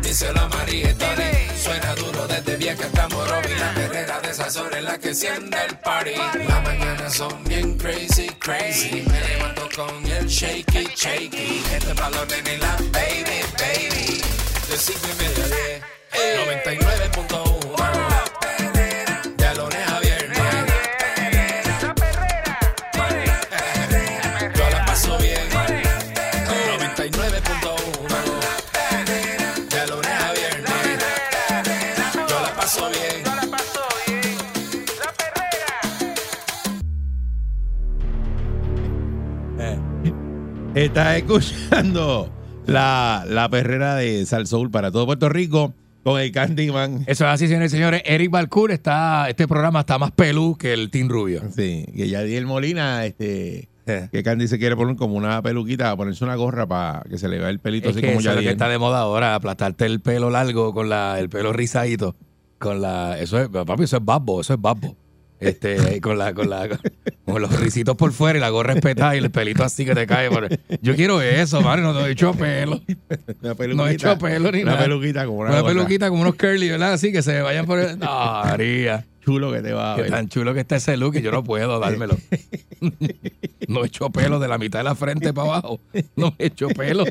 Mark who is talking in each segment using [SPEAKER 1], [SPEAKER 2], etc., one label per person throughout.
[SPEAKER 1] díselo a María y Tony. Suena duro desde bien que estamos Robin. La perrera de esas horas es la que enciende el Ah. party. Las mañanas son bien crazy, crazy. Me levanto con el shaky, shaky. Este es pa' los nenes y la baby, baby. De cinco y media a diez. ah. 99.1 La perrera De lunes a viernes
[SPEAKER 2] la perrera,
[SPEAKER 1] yo la paso bien. 99.1. De lunes a viernes. Yo la paso bien.
[SPEAKER 2] no la pasó bien. La perrera,
[SPEAKER 3] Estás escuchando la, la perrera de Sal Soul para todo Puerto Rico con el Candyman.
[SPEAKER 4] Eso es así, señores y señores. Eric Balcour está, este programa está más pelú que el Team Rubio.
[SPEAKER 3] Sí, que Yadiel Molina, este,
[SPEAKER 4] Eh.
[SPEAKER 3] que Candy se quiere poner como una peluquita, a ponerse una gorra para que se le vea el pelito
[SPEAKER 4] Es
[SPEAKER 3] así
[SPEAKER 4] que
[SPEAKER 3] como
[SPEAKER 4] eso es lo que
[SPEAKER 3] Yadiel.
[SPEAKER 4] está de moda ahora, aplastarte el pelo largo con la, el pelo rizadito, con la, eso es, papi, eso es babbo, eso es babbo. Este, con la, con la, con los risitos por fuera y la gorra espetada y el pelito así que te cae. por- Yo quiero eso, mano, no te he hecho pelo.
[SPEAKER 3] Una
[SPEAKER 4] No he hecho pelo ni
[SPEAKER 3] una
[SPEAKER 4] nada.
[SPEAKER 3] peluquita como una,
[SPEAKER 4] Una
[SPEAKER 3] gorra.
[SPEAKER 4] peluquita como unos curly, ¿verdad? Así que se vayan por el... No, María.
[SPEAKER 3] Chulo que te va a
[SPEAKER 4] Qué
[SPEAKER 3] ver.
[SPEAKER 4] tan chulo que está ese look que yo no puedo dármelo. No he hecho pelo de la mitad de la frente para abajo. No me he hecho pelo.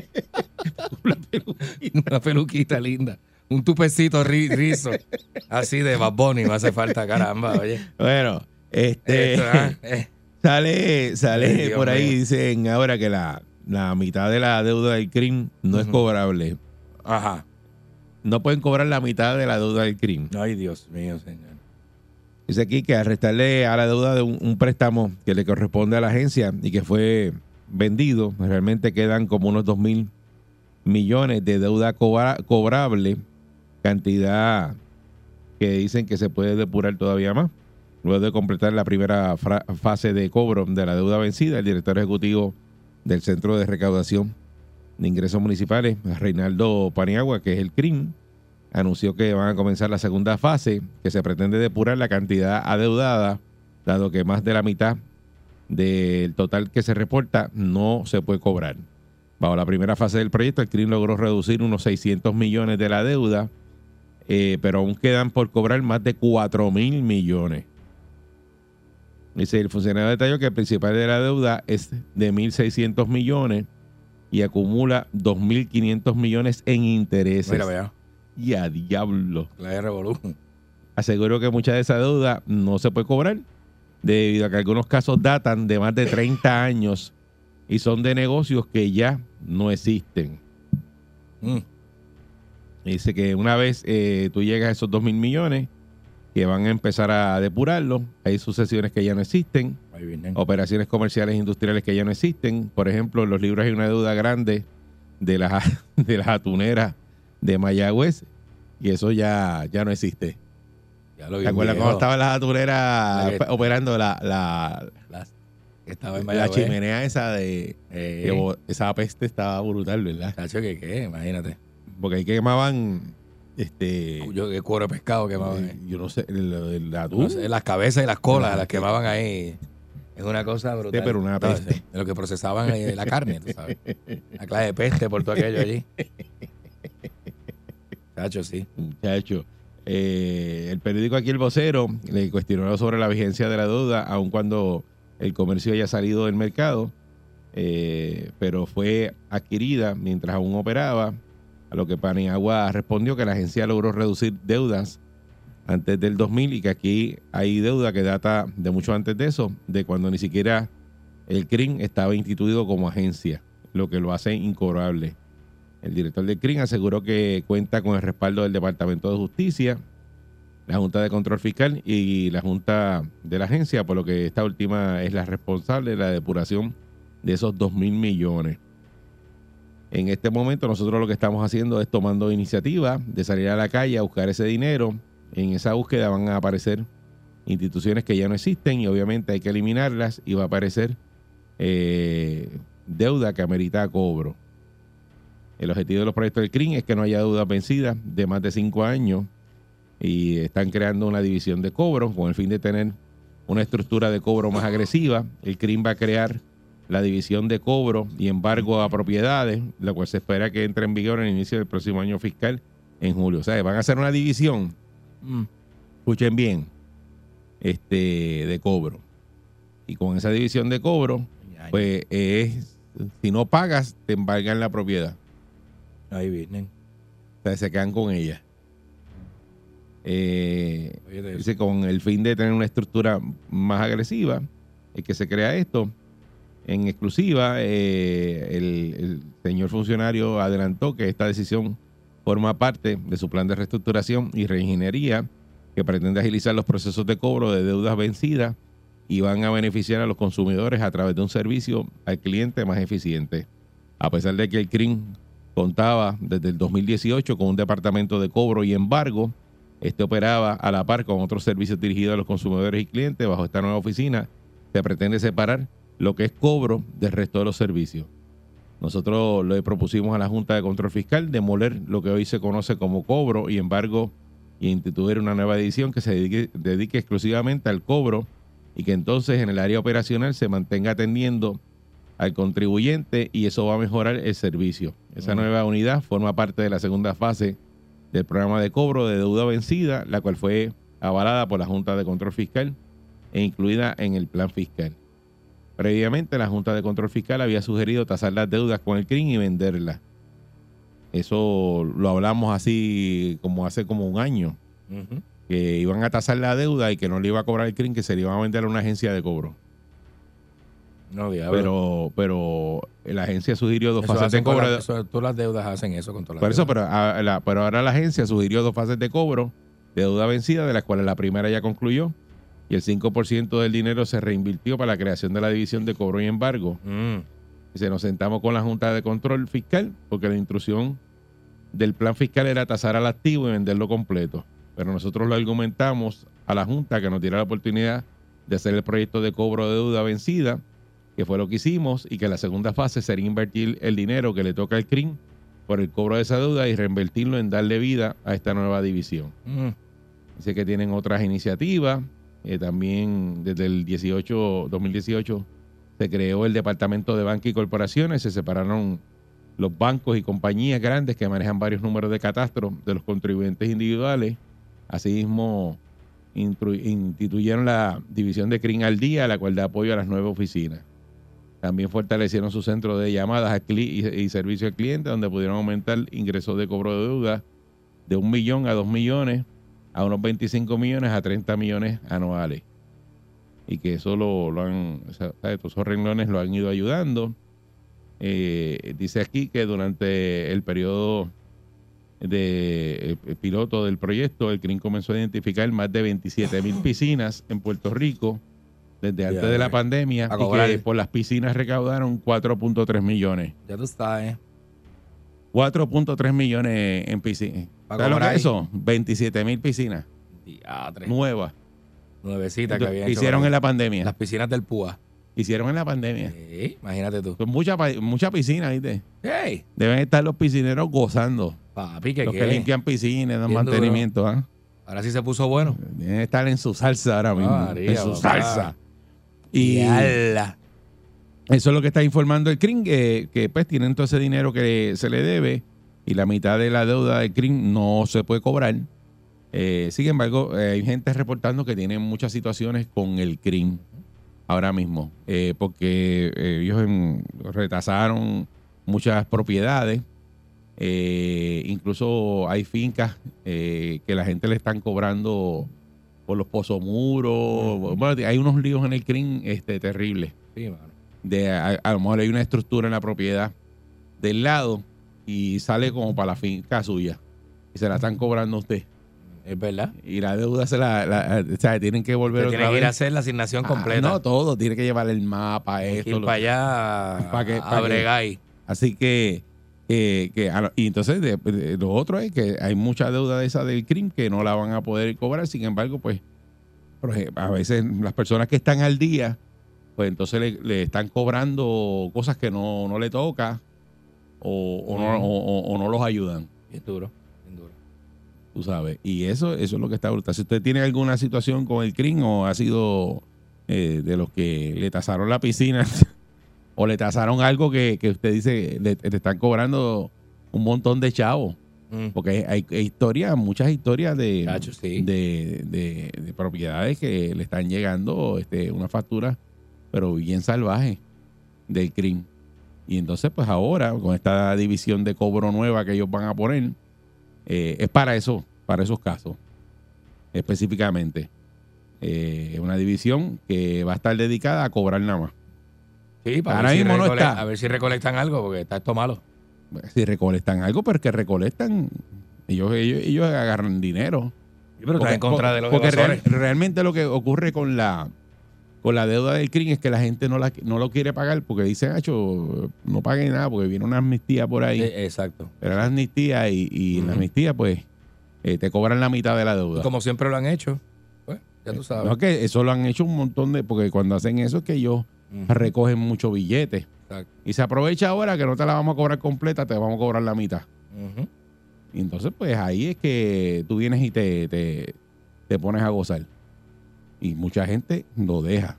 [SPEAKER 4] Una peluquita, una peluquita linda. Un tupecito ri- rizo. Así de Bad Bunny me hace falta, caramba, oye.
[SPEAKER 3] Bueno, este...
[SPEAKER 4] Esto, ah, eh.
[SPEAKER 3] Sale,
[SPEAKER 4] Ay,
[SPEAKER 3] sale
[SPEAKER 4] Dios
[SPEAKER 3] por ahí,
[SPEAKER 4] mío.
[SPEAKER 3] dicen ahora que la, la mitad de la deuda del crimen no es
[SPEAKER 4] Ujú.
[SPEAKER 3] cobrable.
[SPEAKER 4] Ajá.
[SPEAKER 3] No pueden cobrar la mitad de la deuda del crimen.
[SPEAKER 4] Ay, Dios mío, señor.
[SPEAKER 3] Dice aquí que al restarle a la deuda de un, un préstamo que le corresponde a la agencia y que fue vendido, realmente quedan como unos 2 mil millones de deuda cobra- cobrable, cantidad que dicen que se puede depurar todavía más. Luego de completar la primera fra- fase de cobro de la deuda vencida, el director ejecutivo del Centro de Recaudación de Ingresos Municipales, Reinaldo Paniagua, que es el CRIM, anunció que van a comenzar la segunda fase, que se pretende depurar la cantidad adeudada, dado que más de la mitad del total que se reporta no se puede cobrar. Bajo la primera fase del proyecto, el CRIM logró reducir unos 600 millones de la deuda, eh, pero aún quedan por cobrar más de 4 mil millones. Dice el funcionario detalló que el principal de la deuda es de 1.600 millones y acumula 2.500 millones en intereses
[SPEAKER 4] Mira, vea.
[SPEAKER 3] y a diablo.
[SPEAKER 4] La de revolución.
[SPEAKER 3] Aseguro que mucha de esa deuda no se puede cobrar debido a que algunos casos datan de más de 30 años y son de negocios que ya no existen. Dice que una vez eh, tú llegas a esos 2 mil millones, que van a empezar a depurarlos, hay sucesiones que ya no existen,
[SPEAKER 4] Ahí vienen.
[SPEAKER 3] operaciones comerciales e industriales que ya no existen. Por ejemplo, en los libros hay una deuda grande de las, de las atuneras de Mayagüez y eso ya, ya no existe.
[SPEAKER 4] Ya lo vi.
[SPEAKER 3] ¿Te acuerdas
[SPEAKER 4] viejo.
[SPEAKER 3] cuando estaban las atureras
[SPEAKER 4] La que-
[SPEAKER 3] pe- operando la, la,
[SPEAKER 4] Las- estaba en
[SPEAKER 3] la
[SPEAKER 4] Mayagüez.
[SPEAKER 3] chimenea esa de...
[SPEAKER 4] Eh,
[SPEAKER 3] que bo- esa peste estaba brutal, ¿verdad?
[SPEAKER 4] chacho, que qué, imagínate.
[SPEAKER 3] Porque ahí quemaban... Este,
[SPEAKER 4] Yo, que cuero de pescado que más.
[SPEAKER 3] eh, yo no sé, el, el atún.
[SPEAKER 4] No
[SPEAKER 5] Uh.
[SPEAKER 4] sé, las cabezas y las colas
[SPEAKER 3] Ajá.
[SPEAKER 4] las quemaban ahí. Es una cosa brutal.
[SPEAKER 3] pero una
[SPEAKER 4] ¿sabes?
[SPEAKER 3] peste.
[SPEAKER 4] De lo que procesaban ahí, la carne, tú sabes. La clase de peste por todo aquello allí. Tacho, sí.
[SPEAKER 3] Muchacho. Eh, el periódico aquí El Vocero le cuestionó sobre la vigencia de la deuda, aun cuando el comercio haya salido del mercado, eh, pero fue adquirida mientras aún operaba, a lo que Paniagua respondió que la agencia logró reducir deudas antes del 2000 y que aquí hay deuda que data de mucho antes de eso, de cuando ni siquiera el CRIM estaba instituido como agencia, lo que lo hace incobrable. El director del CRIM aseguró que cuenta con el respaldo del Departamento de Justicia, la Junta de Control Fiscal y la Junta de la Agencia, por lo que esta última es la responsable de la depuración de esos 2 mil millones. En este momento nosotros lo que estamos haciendo es tomando iniciativa de salir a la calle a buscar ese dinero. En esa búsqueda van a aparecer instituciones que ya no existen y obviamente hay que eliminarlas y va a aparecer eh, deuda que amerita cobro. El objetivo de los proyectos del CRIM es que no haya deuda vencida de más de cinco años y están creando una división de cobro con el fin de tener una estructura de cobro más agresiva. El CRIM va a crear la división de cobro y embargo a propiedades, la cual se espera que entre en vigor en el inicio del próximo año fiscal en julio. O sea, van a hacer una división, escuchen bien, este, de cobro. Y con esa división de cobro, pues es, si no pagas, te embargan la propiedad.
[SPEAKER 4] Ahí vienen.
[SPEAKER 3] O sea, se quedan con ella. Eh,
[SPEAKER 5] Oye, de-
[SPEAKER 3] Dice, con el fin de tener una estructura más agresiva, es que se crea esto. En exclusiva, eh, el, el señor funcionario adelantó que esta decisión forma parte de su plan de reestructuración y reingeniería que pretende agilizar los procesos de cobro de deudas vencidas y van a beneficiar a los consumidores a través de un servicio al cliente más eficiente. A pesar de que el CRIM contaba desde el 2018 con un departamento de cobro y embargo, este operaba a la par con otros servicios dirigidos a los consumidores y clientes. Bajo esta nueva oficina se pretende separar lo que es cobro del resto de los servicios. Nosotros le propusimos a la Junta de Control Fiscal demoler lo que hoy se conoce como cobro y embargo y instituir una nueva edición que se dedique, dedique exclusivamente al cobro y que entonces en el área operacional se mantenga atendiendo al contribuyente y eso va a mejorar el servicio. Esa nueva unidad forma parte de la segunda fase del programa de cobro de deuda vencida, la cual fue avalada por la Junta de Control Fiscal e incluida en el plan fiscal. Previamente, la Junta de Control Fiscal había sugerido tasar las deudas con el CRIM y venderlas. Eso lo hablamos así como hace como un año, que iban a tasar la deuda y que no le iba a cobrar el CRIM, que se le iban a vender a una agencia de cobro.
[SPEAKER 5] No, diablo.
[SPEAKER 3] Pero, pero la agencia sugirió dos
[SPEAKER 5] Eso
[SPEAKER 3] fases de
[SPEAKER 5] hacen con
[SPEAKER 3] cobro.
[SPEAKER 5] la- eso- todas las deudas hacen eso con todas las
[SPEAKER 3] Por eso,
[SPEAKER 5] deudas.
[SPEAKER 3] pero, a- la- pero ahora la agencia sugirió dos fases de cobro de deuda vencida, de las cuales la primera ya concluyó y el 5% del dinero se reinvirtió para la creación de la división de cobro y embargo.
[SPEAKER 5] Mm.
[SPEAKER 3] Dice, nos sentamos con la Junta de Control Fiscal porque la intrusión del plan fiscal era tasar al activo y venderlo completo. Pero nosotros lo argumentamos a la Junta que nos diera la oportunidad de hacer el proyecto de cobro de deuda vencida, que fue lo que hicimos, y que la segunda fase sería invertir el dinero que le toca al CRIM por el cobro de esa deuda y reinvertirlo en darle vida a esta nueva división.
[SPEAKER 5] Mm.
[SPEAKER 3] Dice que tienen otras iniciativas. eh, también desde el 18, 2018 se creó el Departamento de Banca y Corporaciones. Se separaron los bancos y compañías grandes que manejan varios números de catastro de los contribuyentes individuales. Asimismo, intru- instituyeron la división de CRIN al día, la cual da apoyo a las nueve oficinas. También fortalecieron su centro de llamadas a cli- y, y servicio al cliente, donde pudieron aumentar ingresos de cobro de deuda de un millón a dos millones a unos 25 millones a 30 millones anuales. Y que eso lo, lo han, o sea, ¿sabe? todos esos renglones lo han ido ayudando. Eh, dice aquí que durante el periodo de eh, piloto del proyecto, el CRIM comenzó a identificar más de 27 mil piscinas en Puerto Rico desde antes
[SPEAKER 5] Ya,
[SPEAKER 3] de la
[SPEAKER 5] eh.
[SPEAKER 3] pandemia
[SPEAKER 5] A
[SPEAKER 3] y
[SPEAKER 5] cobrar.
[SPEAKER 3] que por las piscinas recaudaron 4.3 millones.
[SPEAKER 5] Ya tú sabes.
[SPEAKER 3] 4.3 millones en piscinas.
[SPEAKER 5] Pa'
[SPEAKER 3] ¿Sabes lo que
[SPEAKER 5] cobrar
[SPEAKER 3] es
[SPEAKER 5] ahí.
[SPEAKER 3] eso? 27 mil piscinas
[SPEAKER 5] Diatre.
[SPEAKER 3] nuevas.
[SPEAKER 5] Nuevecita que
[SPEAKER 3] Entonces,
[SPEAKER 5] habían
[SPEAKER 3] que
[SPEAKER 5] hecho
[SPEAKER 3] hicieron
[SPEAKER 5] para-
[SPEAKER 3] en la pandemia.
[SPEAKER 5] las piscinas del Púa.
[SPEAKER 3] Hicieron en la pandemia.
[SPEAKER 5] Sí, imagínate tú.
[SPEAKER 3] Son mucha, pa- mucha piscina, ¿viste?
[SPEAKER 5] ¡Ey!
[SPEAKER 3] Deben estar los piscineros gozando.
[SPEAKER 5] Papi, que
[SPEAKER 3] Los que
[SPEAKER 5] qué?
[SPEAKER 3] limpian piscinas, dan
[SPEAKER 5] Bien
[SPEAKER 3] mantenimiento. ¿ah?
[SPEAKER 5] Ahora sí se puso bueno.
[SPEAKER 3] Deben estar en su salsa ahora mismo.
[SPEAKER 5] Ah, María,
[SPEAKER 3] en su
[SPEAKER 5] papá.
[SPEAKER 3] salsa. Y
[SPEAKER 5] ala.
[SPEAKER 3] eso es lo que está informando el CRIM, que, que, pues tienen todo ese dinero que se le debe y la mitad de la deuda del CRIM no se puede cobrar. Eh, sin embargo, eh, hay gente reportando que tienen muchas situaciones con el CRIM ahora mismo, eh, porque eh, ellos em, retasaron muchas propiedades, eh, incluso hay fincas eh, que la gente le están cobrando por los pozomuros, bueno, hay unos líos en el CRIM este, terribles
[SPEAKER 5] Sí, mano.
[SPEAKER 3] de a, a lo mejor hay una estructura en la propiedad del lado y sale como para la finca suya y se la están cobrando a usted
[SPEAKER 5] Es verdad.
[SPEAKER 3] y la deuda se la, la- o sea, tienen que volver
[SPEAKER 5] Pero
[SPEAKER 3] otra
[SPEAKER 5] tiene que ir a
[SPEAKER 3] vez
[SPEAKER 5] hacer la asignación
[SPEAKER 3] Ah,
[SPEAKER 5] completa.
[SPEAKER 3] no todo tiene que llevar el mapa
[SPEAKER 5] Hay que
[SPEAKER 3] esto
[SPEAKER 5] ir
[SPEAKER 3] lo-
[SPEAKER 5] para allá
[SPEAKER 3] ¿Para qué? ¿Para
[SPEAKER 5] a
[SPEAKER 3] qué?
[SPEAKER 5] bregar ahí.
[SPEAKER 3] así que eh, que a lo- y entonces de- de- lo otro es que hay mucha deuda de esa del crimen que no la van a poder cobrar sin embargo pues Por ejemplo, a veces las personas que están al día, pues entonces le, le están cobrando cosas que no, no le toca o, o no, o- o- o no los ayudan,
[SPEAKER 4] Bien duro, bien duro.
[SPEAKER 3] tú sabes. Y eso, eso es lo que está brutal. Si usted tiene alguna situación con el CRIM o ha sido eh, de los que le tasaron la piscina o le tasaron algo que, que usted dice le, le están cobrando un montón de chavos.
[SPEAKER 6] Mm.
[SPEAKER 3] Porque hay, hay- hay historias, muchas historias de,
[SPEAKER 4] Chacho, sí.
[SPEAKER 3] de, de- de propiedades que le están llegando este, una factura, pero bien salvaje, del crimen. Y entonces, pues ahora, con esta división de cobro nueva que ellos van a poner, eh, es para eso, para esos casos, específicamente. Eh, es una división que va a estar dedicada a cobrar nada más.
[SPEAKER 4] Sí, para
[SPEAKER 3] Ahora
[SPEAKER 4] ver si
[SPEAKER 3] mismo no
[SPEAKER 4] recole-
[SPEAKER 3] está.
[SPEAKER 4] A ver si recolectan algo, porque está esto malo.
[SPEAKER 3] Si recolectan algo, pero que recolectan, ellos, ellos, ellos agarran dinero.
[SPEAKER 4] pero está en contra de los
[SPEAKER 3] porque real-
[SPEAKER 4] evasores.
[SPEAKER 3] realmente lo que ocurre con la con la deuda del CRIM es que la gente no la no lo quiere pagar porque dicen, "Acho, no pague nada porque viene una amnistía por ahí."
[SPEAKER 4] Eh, exacto.
[SPEAKER 3] Pero la amnistía y, y en la
[SPEAKER 4] Ujú.
[SPEAKER 3] amnistía pues eh, te cobran la mitad de la
[SPEAKER 4] Y
[SPEAKER 3] deuda.
[SPEAKER 4] como siempre lo han hecho, pues, ya tú sabes.
[SPEAKER 3] Eh, No, que eso lo han hecho un montón de porque cuando hacen eso es que ellos recogen mucho billete
[SPEAKER 4] Exacto.
[SPEAKER 3] y se aprovecha ahora que no te la vamos a cobrar completa, te vamos a cobrar la mitad.
[SPEAKER 4] Ujú.
[SPEAKER 3] Y entonces, pues ahí es que tú vienes y te, te, te pones a gozar. Y mucha gente lo deja.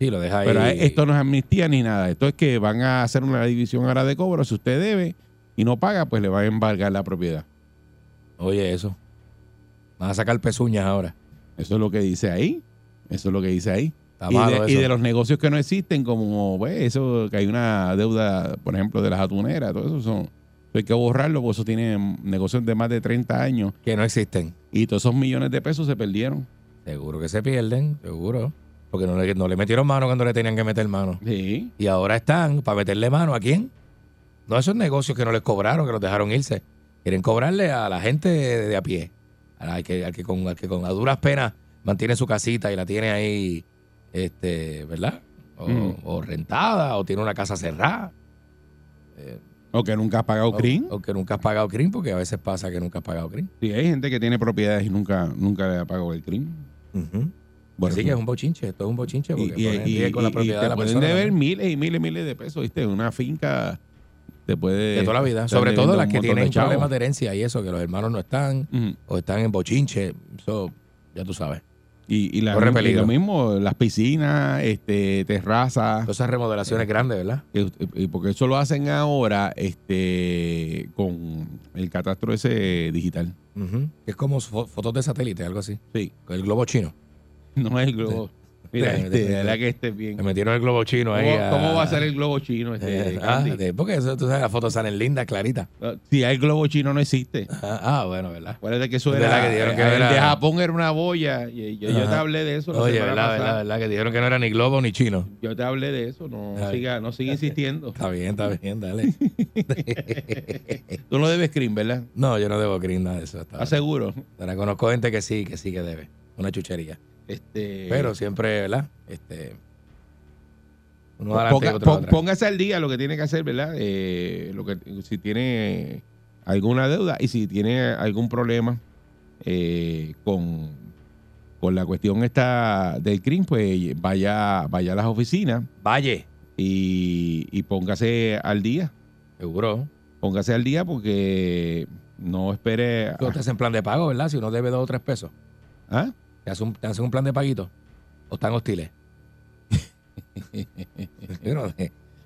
[SPEAKER 4] Sí, lo deja ahí.
[SPEAKER 3] Pero eh, esto no es amnistía ni nada. Esto es que van a hacer una división ahora de cobro. Si usted debe y no paga, pues le va a embargar la propiedad.
[SPEAKER 4] Oye, eso. Van a sacar pezuñas ahora.
[SPEAKER 3] Eso es lo que dice ahí. Eso es lo que dice ahí.
[SPEAKER 4] Está
[SPEAKER 3] Y de,
[SPEAKER 4] malo
[SPEAKER 3] y
[SPEAKER 4] eso.
[SPEAKER 3] de los negocios que no existen, como pues, eso, que hay una deuda, por ejemplo, de las atuneras, todo eso son. Hay que borrarlo, porque eso tiene negocios de más de 30 años
[SPEAKER 4] Que no existen.
[SPEAKER 3] y todos esos millones de pesos se perdieron.
[SPEAKER 4] Seguro que se pierden, seguro. Porque no le, no le metieron mano cuando le tenían que meter mano.
[SPEAKER 3] Sí.
[SPEAKER 4] Y ahora están para meterle mano a quién? No a esos negocios que no les cobraron, que los dejaron irse. Quieren cobrarle a la gente de, de a pie. Al al que, al que con, al que con a duras penas mantiene su casita y la tiene ahí, este, ¿verdad? O,
[SPEAKER 3] Mm.
[SPEAKER 4] o rentada, o tiene una casa cerrada. Eh,
[SPEAKER 3] O que nunca has pagado
[SPEAKER 4] o-
[SPEAKER 3] CRIM.
[SPEAKER 4] O, que nunca has pagado CRIM, porque a veces pasa que nunca has pagado CRIM.
[SPEAKER 3] Sí, hay gente que tiene propiedades y nunca, nunca le ha pagado el CRIM.
[SPEAKER 6] Ujú.
[SPEAKER 3] Por
[SPEAKER 4] Así
[SPEAKER 3] eso-
[SPEAKER 4] que es un bochinche, esto es un bochinche
[SPEAKER 3] y,
[SPEAKER 4] porque
[SPEAKER 3] y-
[SPEAKER 4] ponen en
[SPEAKER 3] y-
[SPEAKER 4] riesgo la
[SPEAKER 3] y- y
[SPEAKER 4] propiedad
[SPEAKER 3] te
[SPEAKER 4] de la
[SPEAKER 3] pueden
[SPEAKER 4] persona.
[SPEAKER 3] deber
[SPEAKER 4] ¿no?
[SPEAKER 3] miles y miles y miles de pesos, ¿viste? Una finca te puede...
[SPEAKER 4] de toda la vida,
[SPEAKER 3] estar
[SPEAKER 4] sobre todo
[SPEAKER 3] debiendo
[SPEAKER 4] las
[SPEAKER 3] un
[SPEAKER 4] que
[SPEAKER 3] montón
[SPEAKER 4] tienen
[SPEAKER 3] de chavos.
[SPEAKER 4] problemas de herencia y eso, que los hermanos no están
[SPEAKER 3] Ujú.
[SPEAKER 4] o están en bochinche, eso ya tú sabes.
[SPEAKER 3] Y, y la-
[SPEAKER 4] Corre
[SPEAKER 3] y
[SPEAKER 4] peligro.
[SPEAKER 3] lo mismo, las piscinas, este, terrazas,
[SPEAKER 4] Todas esas remodelaciones grandes, ¿verdad?
[SPEAKER 3] que usted- y porque eso lo hacen ahora este, con el catastro ese digital.
[SPEAKER 4] Que Es como fo- fotos de satélite, algo así.
[SPEAKER 3] Sí.
[SPEAKER 4] El globo chino.
[SPEAKER 3] No es el globo. Mira,
[SPEAKER 4] Sí,
[SPEAKER 3] este,
[SPEAKER 4] sí, sí.
[SPEAKER 3] la verdad que esté bien.
[SPEAKER 4] Le
[SPEAKER 3] ¿Cómo,
[SPEAKER 4] metieron el globo chino ahí. a-
[SPEAKER 3] cómo va a ser el globo chino? Este,
[SPEAKER 4] Eh, ah,
[SPEAKER 3] Candy?
[SPEAKER 4] de- porque eso, tú sabes, las fotos salen lindas, claritas.
[SPEAKER 3] Ah, Si hay globo chino, no existe.
[SPEAKER 4] Ah, ah, bueno, ¿verdad?
[SPEAKER 3] Acuérdate que eso
[SPEAKER 4] Es
[SPEAKER 3] era.
[SPEAKER 4] verdad que dijeron que
[SPEAKER 3] eh, el
[SPEAKER 4] era-
[SPEAKER 3] de Japón era una boya. y yo, yo
[SPEAKER 4] Ajá.
[SPEAKER 3] te hablé de eso. la
[SPEAKER 4] Oye,
[SPEAKER 3] semana
[SPEAKER 4] ¿verdad,
[SPEAKER 3] pasada.
[SPEAKER 4] ¿verdad? ¿Verdad? Que dijeron que no era ni globo ni chino.
[SPEAKER 3] Yo te hablé de eso. No,
[SPEAKER 4] Ay.
[SPEAKER 3] siga, no siga insistiendo.
[SPEAKER 4] Está bien, está bien, dale.
[SPEAKER 3] Tú no debes screen, ¿verdad?
[SPEAKER 4] No, yo no debo creer nada de eso. hasta ahora.
[SPEAKER 3] ¿Estás seguro?
[SPEAKER 4] Ahora conozco gente que sí, que sí que debe. Una chuchería.
[SPEAKER 3] Este,
[SPEAKER 4] Pero siempre, ¿verdad? Este, uno
[SPEAKER 3] po-
[SPEAKER 4] adelante y
[SPEAKER 3] pues ponga-
[SPEAKER 4] otro
[SPEAKER 3] po-
[SPEAKER 4] atrás.
[SPEAKER 3] póngase al día lo que tiene que hacer, ¿verdad? Eh, lo que, si tiene alguna deuda y si tiene algún problema eh, con, con la cuestión esta del CRIM, pues vaya, vaya a las oficinas
[SPEAKER 4] Valle,
[SPEAKER 3] y, y póngase al día.
[SPEAKER 4] seguro.
[SPEAKER 3] póngase al día porque no espere. a-
[SPEAKER 4] Tú te hacen plan de pago, ¿verdad? Si uno debe dos o tres pesos,
[SPEAKER 3] ¿Ah?
[SPEAKER 4] te hacen un, te hacen un plan de paguito. O están hostiles. yo, no-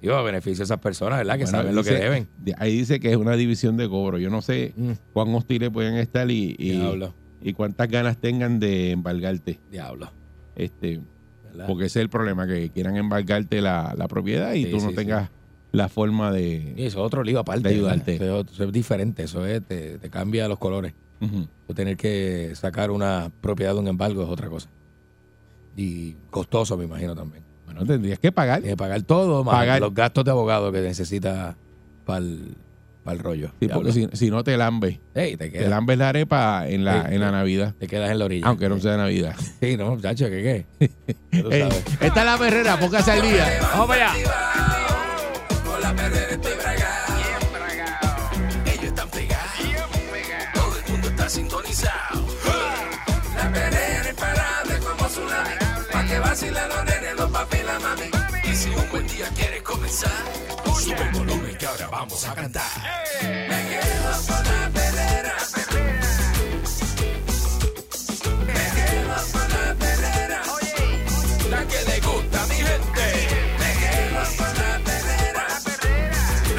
[SPEAKER 4] yo a beneficio de esas personas, ¿verdad? Que
[SPEAKER 3] Bueno,
[SPEAKER 4] saben lo que
[SPEAKER 3] dice-
[SPEAKER 4] deben.
[SPEAKER 3] de- Ahí dice que es una división de cobro. Yo no sé
[SPEAKER 4] Mm,
[SPEAKER 3] cuán hostiles pueden estar y, y,
[SPEAKER 4] diablo,
[SPEAKER 3] y cuántas ganas tengan de embargarte.
[SPEAKER 4] diablo.
[SPEAKER 3] Este,
[SPEAKER 4] ¿verdad?
[SPEAKER 3] porque ese es el problema, que quieran embargarte la, la propiedad y
[SPEAKER 4] Sí,
[SPEAKER 3] tú no
[SPEAKER 4] sí,
[SPEAKER 3] tengas la forma
[SPEAKER 4] Y
[SPEAKER 3] de...
[SPEAKER 4] eso es otro lío aparte.
[SPEAKER 3] De ayudarte.
[SPEAKER 4] ¿verdad? Eso, es otro- eso es diferente, eso es, te, te cambia los colores.
[SPEAKER 3] Ujú.
[SPEAKER 4] Tú tener que sacar una propiedad de un embargo es otra cosa. Y costoso, me imagino también.
[SPEAKER 3] Bueno, tendrías que pagar.
[SPEAKER 4] Tienes que Eh, pagar todo, más
[SPEAKER 3] Pagar.
[SPEAKER 4] los gastos de abogado que necesita para el, rollo.
[SPEAKER 3] Sí,
[SPEAKER 4] Diablo.
[SPEAKER 3] porque si, si no te lambes,
[SPEAKER 4] Ey, te,
[SPEAKER 3] te
[SPEAKER 4] quedas,
[SPEAKER 3] lambes la arepa en la,
[SPEAKER 4] Sí,
[SPEAKER 3] en la
[SPEAKER 4] sí.
[SPEAKER 3] Navidad,
[SPEAKER 4] te quedas en la orilla.
[SPEAKER 3] aunque no sea Navidad.
[SPEAKER 4] Sí, no, muchacho, ¿qué qué? Ya tú
[SPEAKER 3] Ey,
[SPEAKER 4] sabes.
[SPEAKER 3] esta es la perrera, póngase al día.
[SPEAKER 4] ¡Vamos para allá!
[SPEAKER 1] Con la perrera estoy bragado. Ellos están pegados. Todo el mundo está sintonizado. La perrera es parada como tsunami. vacila los nenes, los papi y la mami. Y si un buen día quieres comenzar, sube el volumen que ahora vamos a cantar. Me quedo con la perrera. Me quedo con la perrera. La que le gusta a mi gente. Me quedo con la perrera.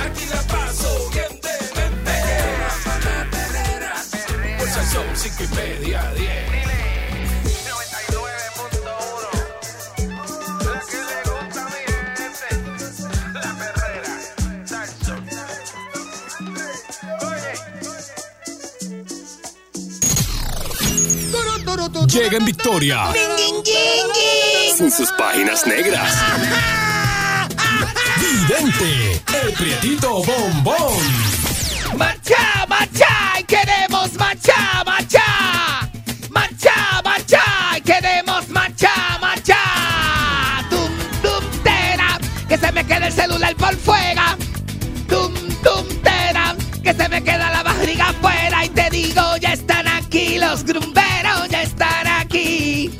[SPEAKER 1] Aquí la paso bien de mente. Me quedo con la perrera. Por son cinco y media a diez.
[SPEAKER 2] 99.1 La que le gusta a mi gente La perrera Salso Oye
[SPEAKER 5] Llega en victoria. En sus páginas negras. Vidente, el prietito bombón.
[SPEAKER 4] ¡Macha, macha! ¡Y queremos macha, macha! ¡Macha, macha! ¡Y queremos macha, macha! ¡Tum, tum, tera! ¡Que se me quede el celular por fuera! ¡Tum, tum, tera! ¡Que se me queda la barriga afuera! Y te digo, ya están aquí los grumberos, ya están aquí.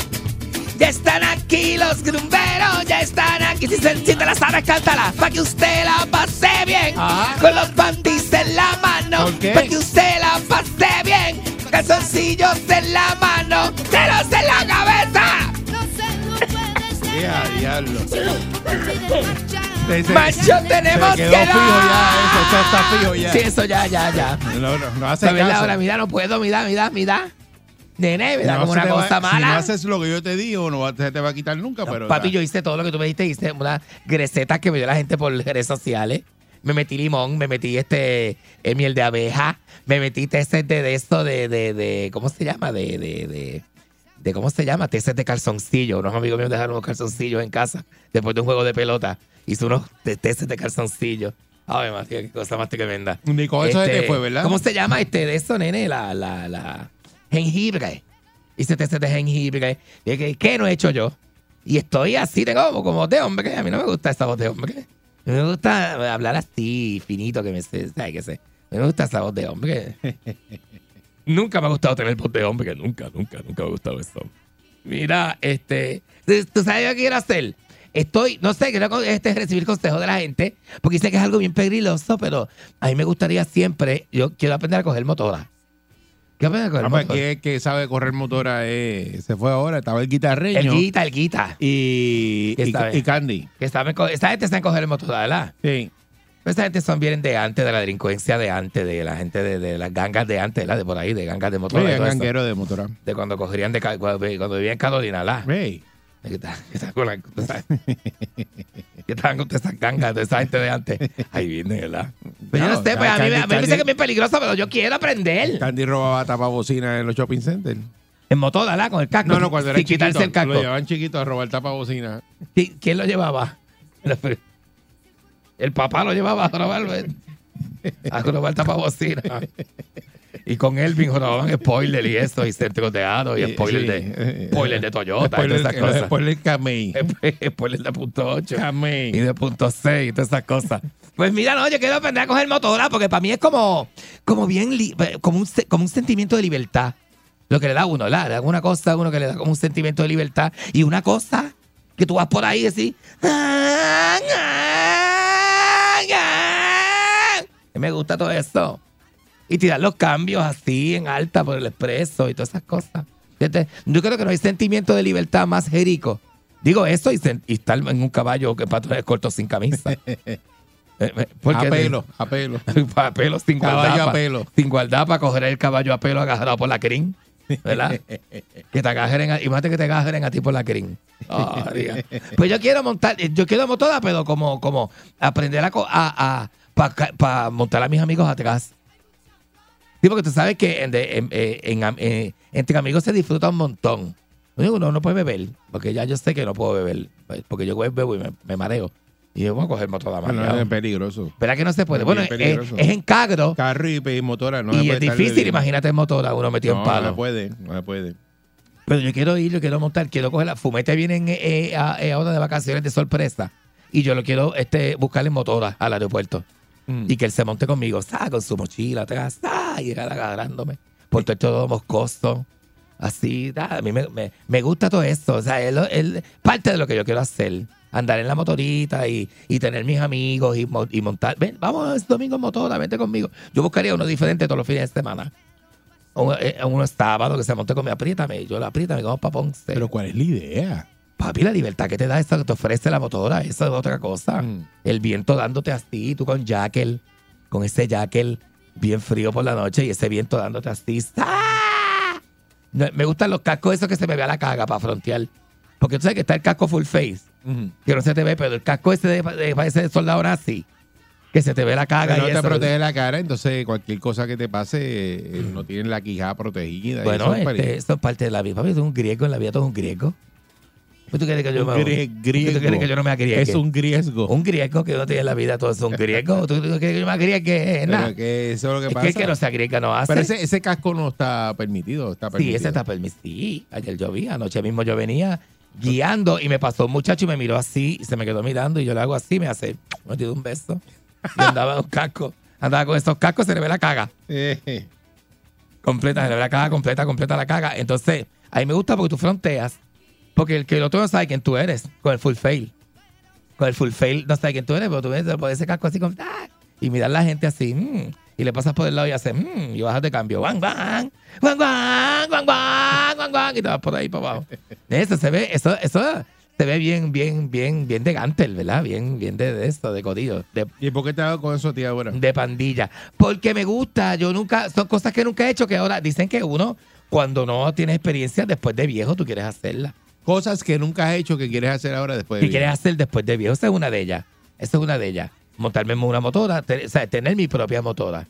[SPEAKER 4] Ya están aquí los grumberos, ya están aquí. Si, se, si te la sabes, cántala. Pa' que usted la pase bien. Con los bandis en la mano.
[SPEAKER 3] ¿Por qué?
[SPEAKER 4] Pa' que usted la pase bien. Calzoncillos en la mano. ¡Celos en la cabeza!
[SPEAKER 3] Ya, diablo.
[SPEAKER 4] ¡Macho, tenemos
[SPEAKER 3] quedó fijo
[SPEAKER 4] que
[SPEAKER 3] ya, eso,
[SPEAKER 4] dar!
[SPEAKER 3] eso está fijo ya.
[SPEAKER 4] Sí, eso ya, ya, ya.
[SPEAKER 3] No, no, no hace
[SPEAKER 4] ¿Sabes
[SPEAKER 3] caso.
[SPEAKER 4] la hora? Mira, no puedo, mira, mira, mira. Nene, me da
[SPEAKER 3] No
[SPEAKER 4] como
[SPEAKER 3] se
[SPEAKER 4] una
[SPEAKER 3] te va-
[SPEAKER 4] cosa mala.
[SPEAKER 3] Si no haces lo que yo te digo, no va- se te va a quitar nunca. Pero,
[SPEAKER 4] Papi, yo hice todo lo que tú me dijiste, hice unas gresetas que me dio la gente por redes sociales. Me metí limón, me metí este eh, miel de abeja, me metí testes de, de esto de, de, de- ¿cómo se llama? De, de, de, de- ¿cómo se llama? Testes de calzoncillo. Unos amigos míos dejaron unos calzoncillos en casa después de un juego de pelota. Hice unos te- testes de calzoncillo. Ay, Matías, qué cosa más tremenda.
[SPEAKER 3] Nico, eso se
[SPEAKER 4] Este,
[SPEAKER 3] te fue, ¿verdad?
[SPEAKER 4] ¿Cómo se llama este de eso, nene? La, la, la, jengibre. Hice testes de jengibre. Dije, ¿qué- ¿qué no he hecho yo? Y estoy así, tengo como, como voz de hombre. A mí no me gusta esa voz de hombre. Me gusta hablar así, finito, que me sé, ¿sabes qué sé? Me gusta esa voz de hombre. nunca me ha gustado tener voz de hombre, nunca, nunca, nunca me ha gustado eso. Mira, este, ¿tú tú sabes lo que quiero hacer? Estoy, no sé, quiero con- este, recibir consejos de la gente, porque sé que es algo bien peligroso, pero a mí me gustaría siempre, yo quiero aprender a coger motora. Quiero aprender a coger
[SPEAKER 3] Ah, pues,
[SPEAKER 4] motora.
[SPEAKER 3] aquí es que sabe correr motora eh, se fue ahora, estaba el guitarreño
[SPEAKER 4] El guita, el guita.
[SPEAKER 3] y,
[SPEAKER 4] ¿Qué
[SPEAKER 3] y-
[SPEAKER 4] sabe?
[SPEAKER 3] y Candy.
[SPEAKER 4] Que saben co- esta gente está en coger motora, ¿verdad?
[SPEAKER 3] Sí.
[SPEAKER 4] Pero Pues Esta gente son vienen de antes, de la delincuencia de antes, de la gente de, de las gangas de antes, ¿verdad? De por ahí, de gangas de motora.
[SPEAKER 3] Oye,
[SPEAKER 4] y todo eso.
[SPEAKER 3] ganguero de motora.
[SPEAKER 4] De cuando cogían de ca- cuando, cuando vivían en Carolina, ¿verdad?
[SPEAKER 3] Ey.
[SPEAKER 4] Que está- que está con la- tú sabes. Que estaban con todas esas gangas, de esa gente de antes. Ahí viene, ¿verdad? Pero yo no
[SPEAKER 3] Claro,
[SPEAKER 4] sé, pues a mí, me- a mí me
[SPEAKER 3] Candy-
[SPEAKER 4] dicen que es bien peligroso, pero yo quiero aprender.
[SPEAKER 3] Candy robaba tapabocina en los shopping centers.
[SPEAKER 4] En motora, ¿verdad? Con el casco.
[SPEAKER 3] No, no, cuando era
[SPEAKER 4] Sin
[SPEAKER 3] chiquito.
[SPEAKER 4] quitarse el
[SPEAKER 3] Lo
[SPEAKER 4] casco.
[SPEAKER 3] llevaban chiquito a robar tapabocina.
[SPEAKER 4] ¿Qui- ¿Quién lo llevaba? El papá lo llevaba a robarlo. eh. A robar tapabocina. Y con Elvin robaban spoiler y eso, y centroteado, y
[SPEAKER 3] Sí,
[SPEAKER 4] spoiler
[SPEAKER 3] sí. eh,
[SPEAKER 4] de spoiler de Toyota, y
[SPEAKER 3] Spoiler,
[SPEAKER 4] todas Oh, esas cosas.
[SPEAKER 3] spoiler camey.
[SPEAKER 4] Spoiler de punto 8
[SPEAKER 3] Camey.
[SPEAKER 4] y de punto 6 y todas esas cosas. Pues mira, no, yo quiero aprender a coger motora porque para mí es como, como bien, li- como un, se- como un sentimiento de libertad. Lo que le da a uno, ¿verdad? Le da una cosa a uno que le da como un sentimiento de libertad y una cosa que tú vas por ahí y decís, "Ah, ah, ah". me gusta todo eso. Y tirar los cambios así en alta por el expreso y todas esas cosas. Fíjate, Yo creo que no hay sentimiento de libertad más jerico. Digo eso y, sen- y estar en un caballo que patones cortos sin camisa. Eh, eh,
[SPEAKER 3] A pelo, a pelo.
[SPEAKER 4] a pelo sin
[SPEAKER 3] Caballo
[SPEAKER 4] guardapa.
[SPEAKER 3] a pelo.
[SPEAKER 4] Sin guardapa, coger el caballo a pelo agarrado por la crin. ¿Verdad? que te agarren, a- imagínate que te agarren a ti por la crin. Ah, diga. pues yo quiero montar, eh, yo quiero motora, pero como, como aprender a, co- a, para montar a mis amigos atrás. Sí, porque tú sabes que en, de- en- eh, en am- eh, entre amigos se disfruta un montón. Lo único, Uno no puede beber, porque ya yo sé que no puedo beber, pues, porque yo bebo y me, me mareo. Y yo voy a coger motora
[SPEAKER 3] Bueno, eh,
[SPEAKER 4] mareado.
[SPEAKER 3] es peligroso.
[SPEAKER 4] ¿Verdad que no se puede?
[SPEAKER 3] Es
[SPEAKER 4] Bueno,
[SPEAKER 3] bien
[SPEAKER 4] es,
[SPEAKER 3] peligroso.
[SPEAKER 4] es en Cagro
[SPEAKER 3] Carro y, y motora no se
[SPEAKER 4] y
[SPEAKER 3] puede
[SPEAKER 4] es
[SPEAKER 3] estar
[SPEAKER 4] difícil.
[SPEAKER 3] bebiendo.
[SPEAKER 4] Imagínate en motora, uno metido
[SPEAKER 3] No,
[SPEAKER 4] en palo.
[SPEAKER 3] no puede, no se puede.
[SPEAKER 4] Pero yo quiero ir, yo quiero montar, quiero coger la fumeta. Vienen eh, eh, a- eh, ahora de vacaciones de sorpresa. Y yo lo quiero este, buscar en motora al aeropuerto. Y que él se monte conmigo, ¡sa! con su mochila atrás, ¡sa! y él agarrándome. Por todo esto todo moscoso. así, da, a mí me, me- me gusta todo esto. O sea, es, lo- es parte de lo que yo quiero hacer. Andar en la motorita y, y tener mis amigos y, mo- y montar. Ven, vamos este domingo en motora, vente conmigo. Yo buscaría uno diferente todos los fines de semana. Uno, eh, uno sábado que se monte conmigo, apriétame. Yo la apriétame, vamos para Ponce.
[SPEAKER 7] Pero ¿cuál es la idea?
[SPEAKER 4] Papi, la libertad que te da esa que te ofrece la motora, esa es otra cosa.
[SPEAKER 3] Mm.
[SPEAKER 4] El viento dándote a ti, tú con Jackal, con ese Jackal bien frío por la noche y ese viento dándote a ti. ¡Ah! No, me gustan los cascos esos que se me vea la caga para frontear. Porque tú sabes que está el casco full face, que no se te ve, pero el casco ese de, de- parece de soldado nazi, que se te ve la caga.
[SPEAKER 3] no
[SPEAKER 4] y
[SPEAKER 3] te
[SPEAKER 4] eso.
[SPEAKER 3] protege la cara, entonces cualquier cosa que te pase, eh, no tienen la quijada protegida. y
[SPEAKER 4] Bueno,
[SPEAKER 3] eso es
[SPEAKER 4] este,
[SPEAKER 3] peligroso.
[SPEAKER 4] eso es parte de la vida. Papi, eso es un griego, en la vida todo es un griego. ¿Tú crees que yo, me,
[SPEAKER 7] grie-
[SPEAKER 4] ¿Tú crees que yo no me agriegue?
[SPEAKER 3] es un riesgo.
[SPEAKER 4] Un griego que no tiene en la vida, todos son griegos. ¿Tú crees que yo me agriegue?
[SPEAKER 3] Pero
[SPEAKER 4] Nada.
[SPEAKER 3] que eso es lo que
[SPEAKER 4] Es
[SPEAKER 3] pasa.
[SPEAKER 4] que el que no se agriegue no hace.
[SPEAKER 3] Pero ese, ese casco no está permitido. Está
[SPEAKER 4] sí,
[SPEAKER 3] permitido.
[SPEAKER 4] ese está permitido. Sí, ayer yo vi, anoche mismo yo venía guiando y me pasó un muchacho y me miró así y se me quedó mirando y yo le hago así, me hace, me dio un beso. Y andaba en un casco, andaba con esos cascos, se le ve la caga.
[SPEAKER 3] Eh,
[SPEAKER 4] Completa, se le ve la caga, completa, completa la caga. Entonces, ahí me gusta porque tú fronteas. Porque el que el otro no sabe quién tú eres con el full fail. Con el full fail no sabe quién tú eres, pero tú ves por ese casco así con. ¡ah! Y mirar a la gente así. mm, y le pasas por el lado y haces. mm, y bajas de cambio. ¡Guan, guan! ¡Guan, guan! ¡Guan, guan! ¡Guan, guan! Y te vas por ahí para abajo. Eso se ve. Eso, eso se ve bien, bien, bien, bien de Gantel, ¿verdad? Bien, bien de, de esto, de codillo. De,
[SPEAKER 3] ¿Y por qué te hago con eso, tía, ahora?
[SPEAKER 4] de pandilla. Porque me gusta, yo nunca, son cosas que nunca he hecho que ahora dicen que uno, cuando no tienes experiencia, después de viejo tú quieres hacerla.
[SPEAKER 3] Cosas que nunca has hecho que quieres hacer ahora después de
[SPEAKER 4] Y quieres hacer después de viejo, esa es una de ellas. Esa es una de ellas. Montarme en una motora, te- o sea, tener mi propia motora.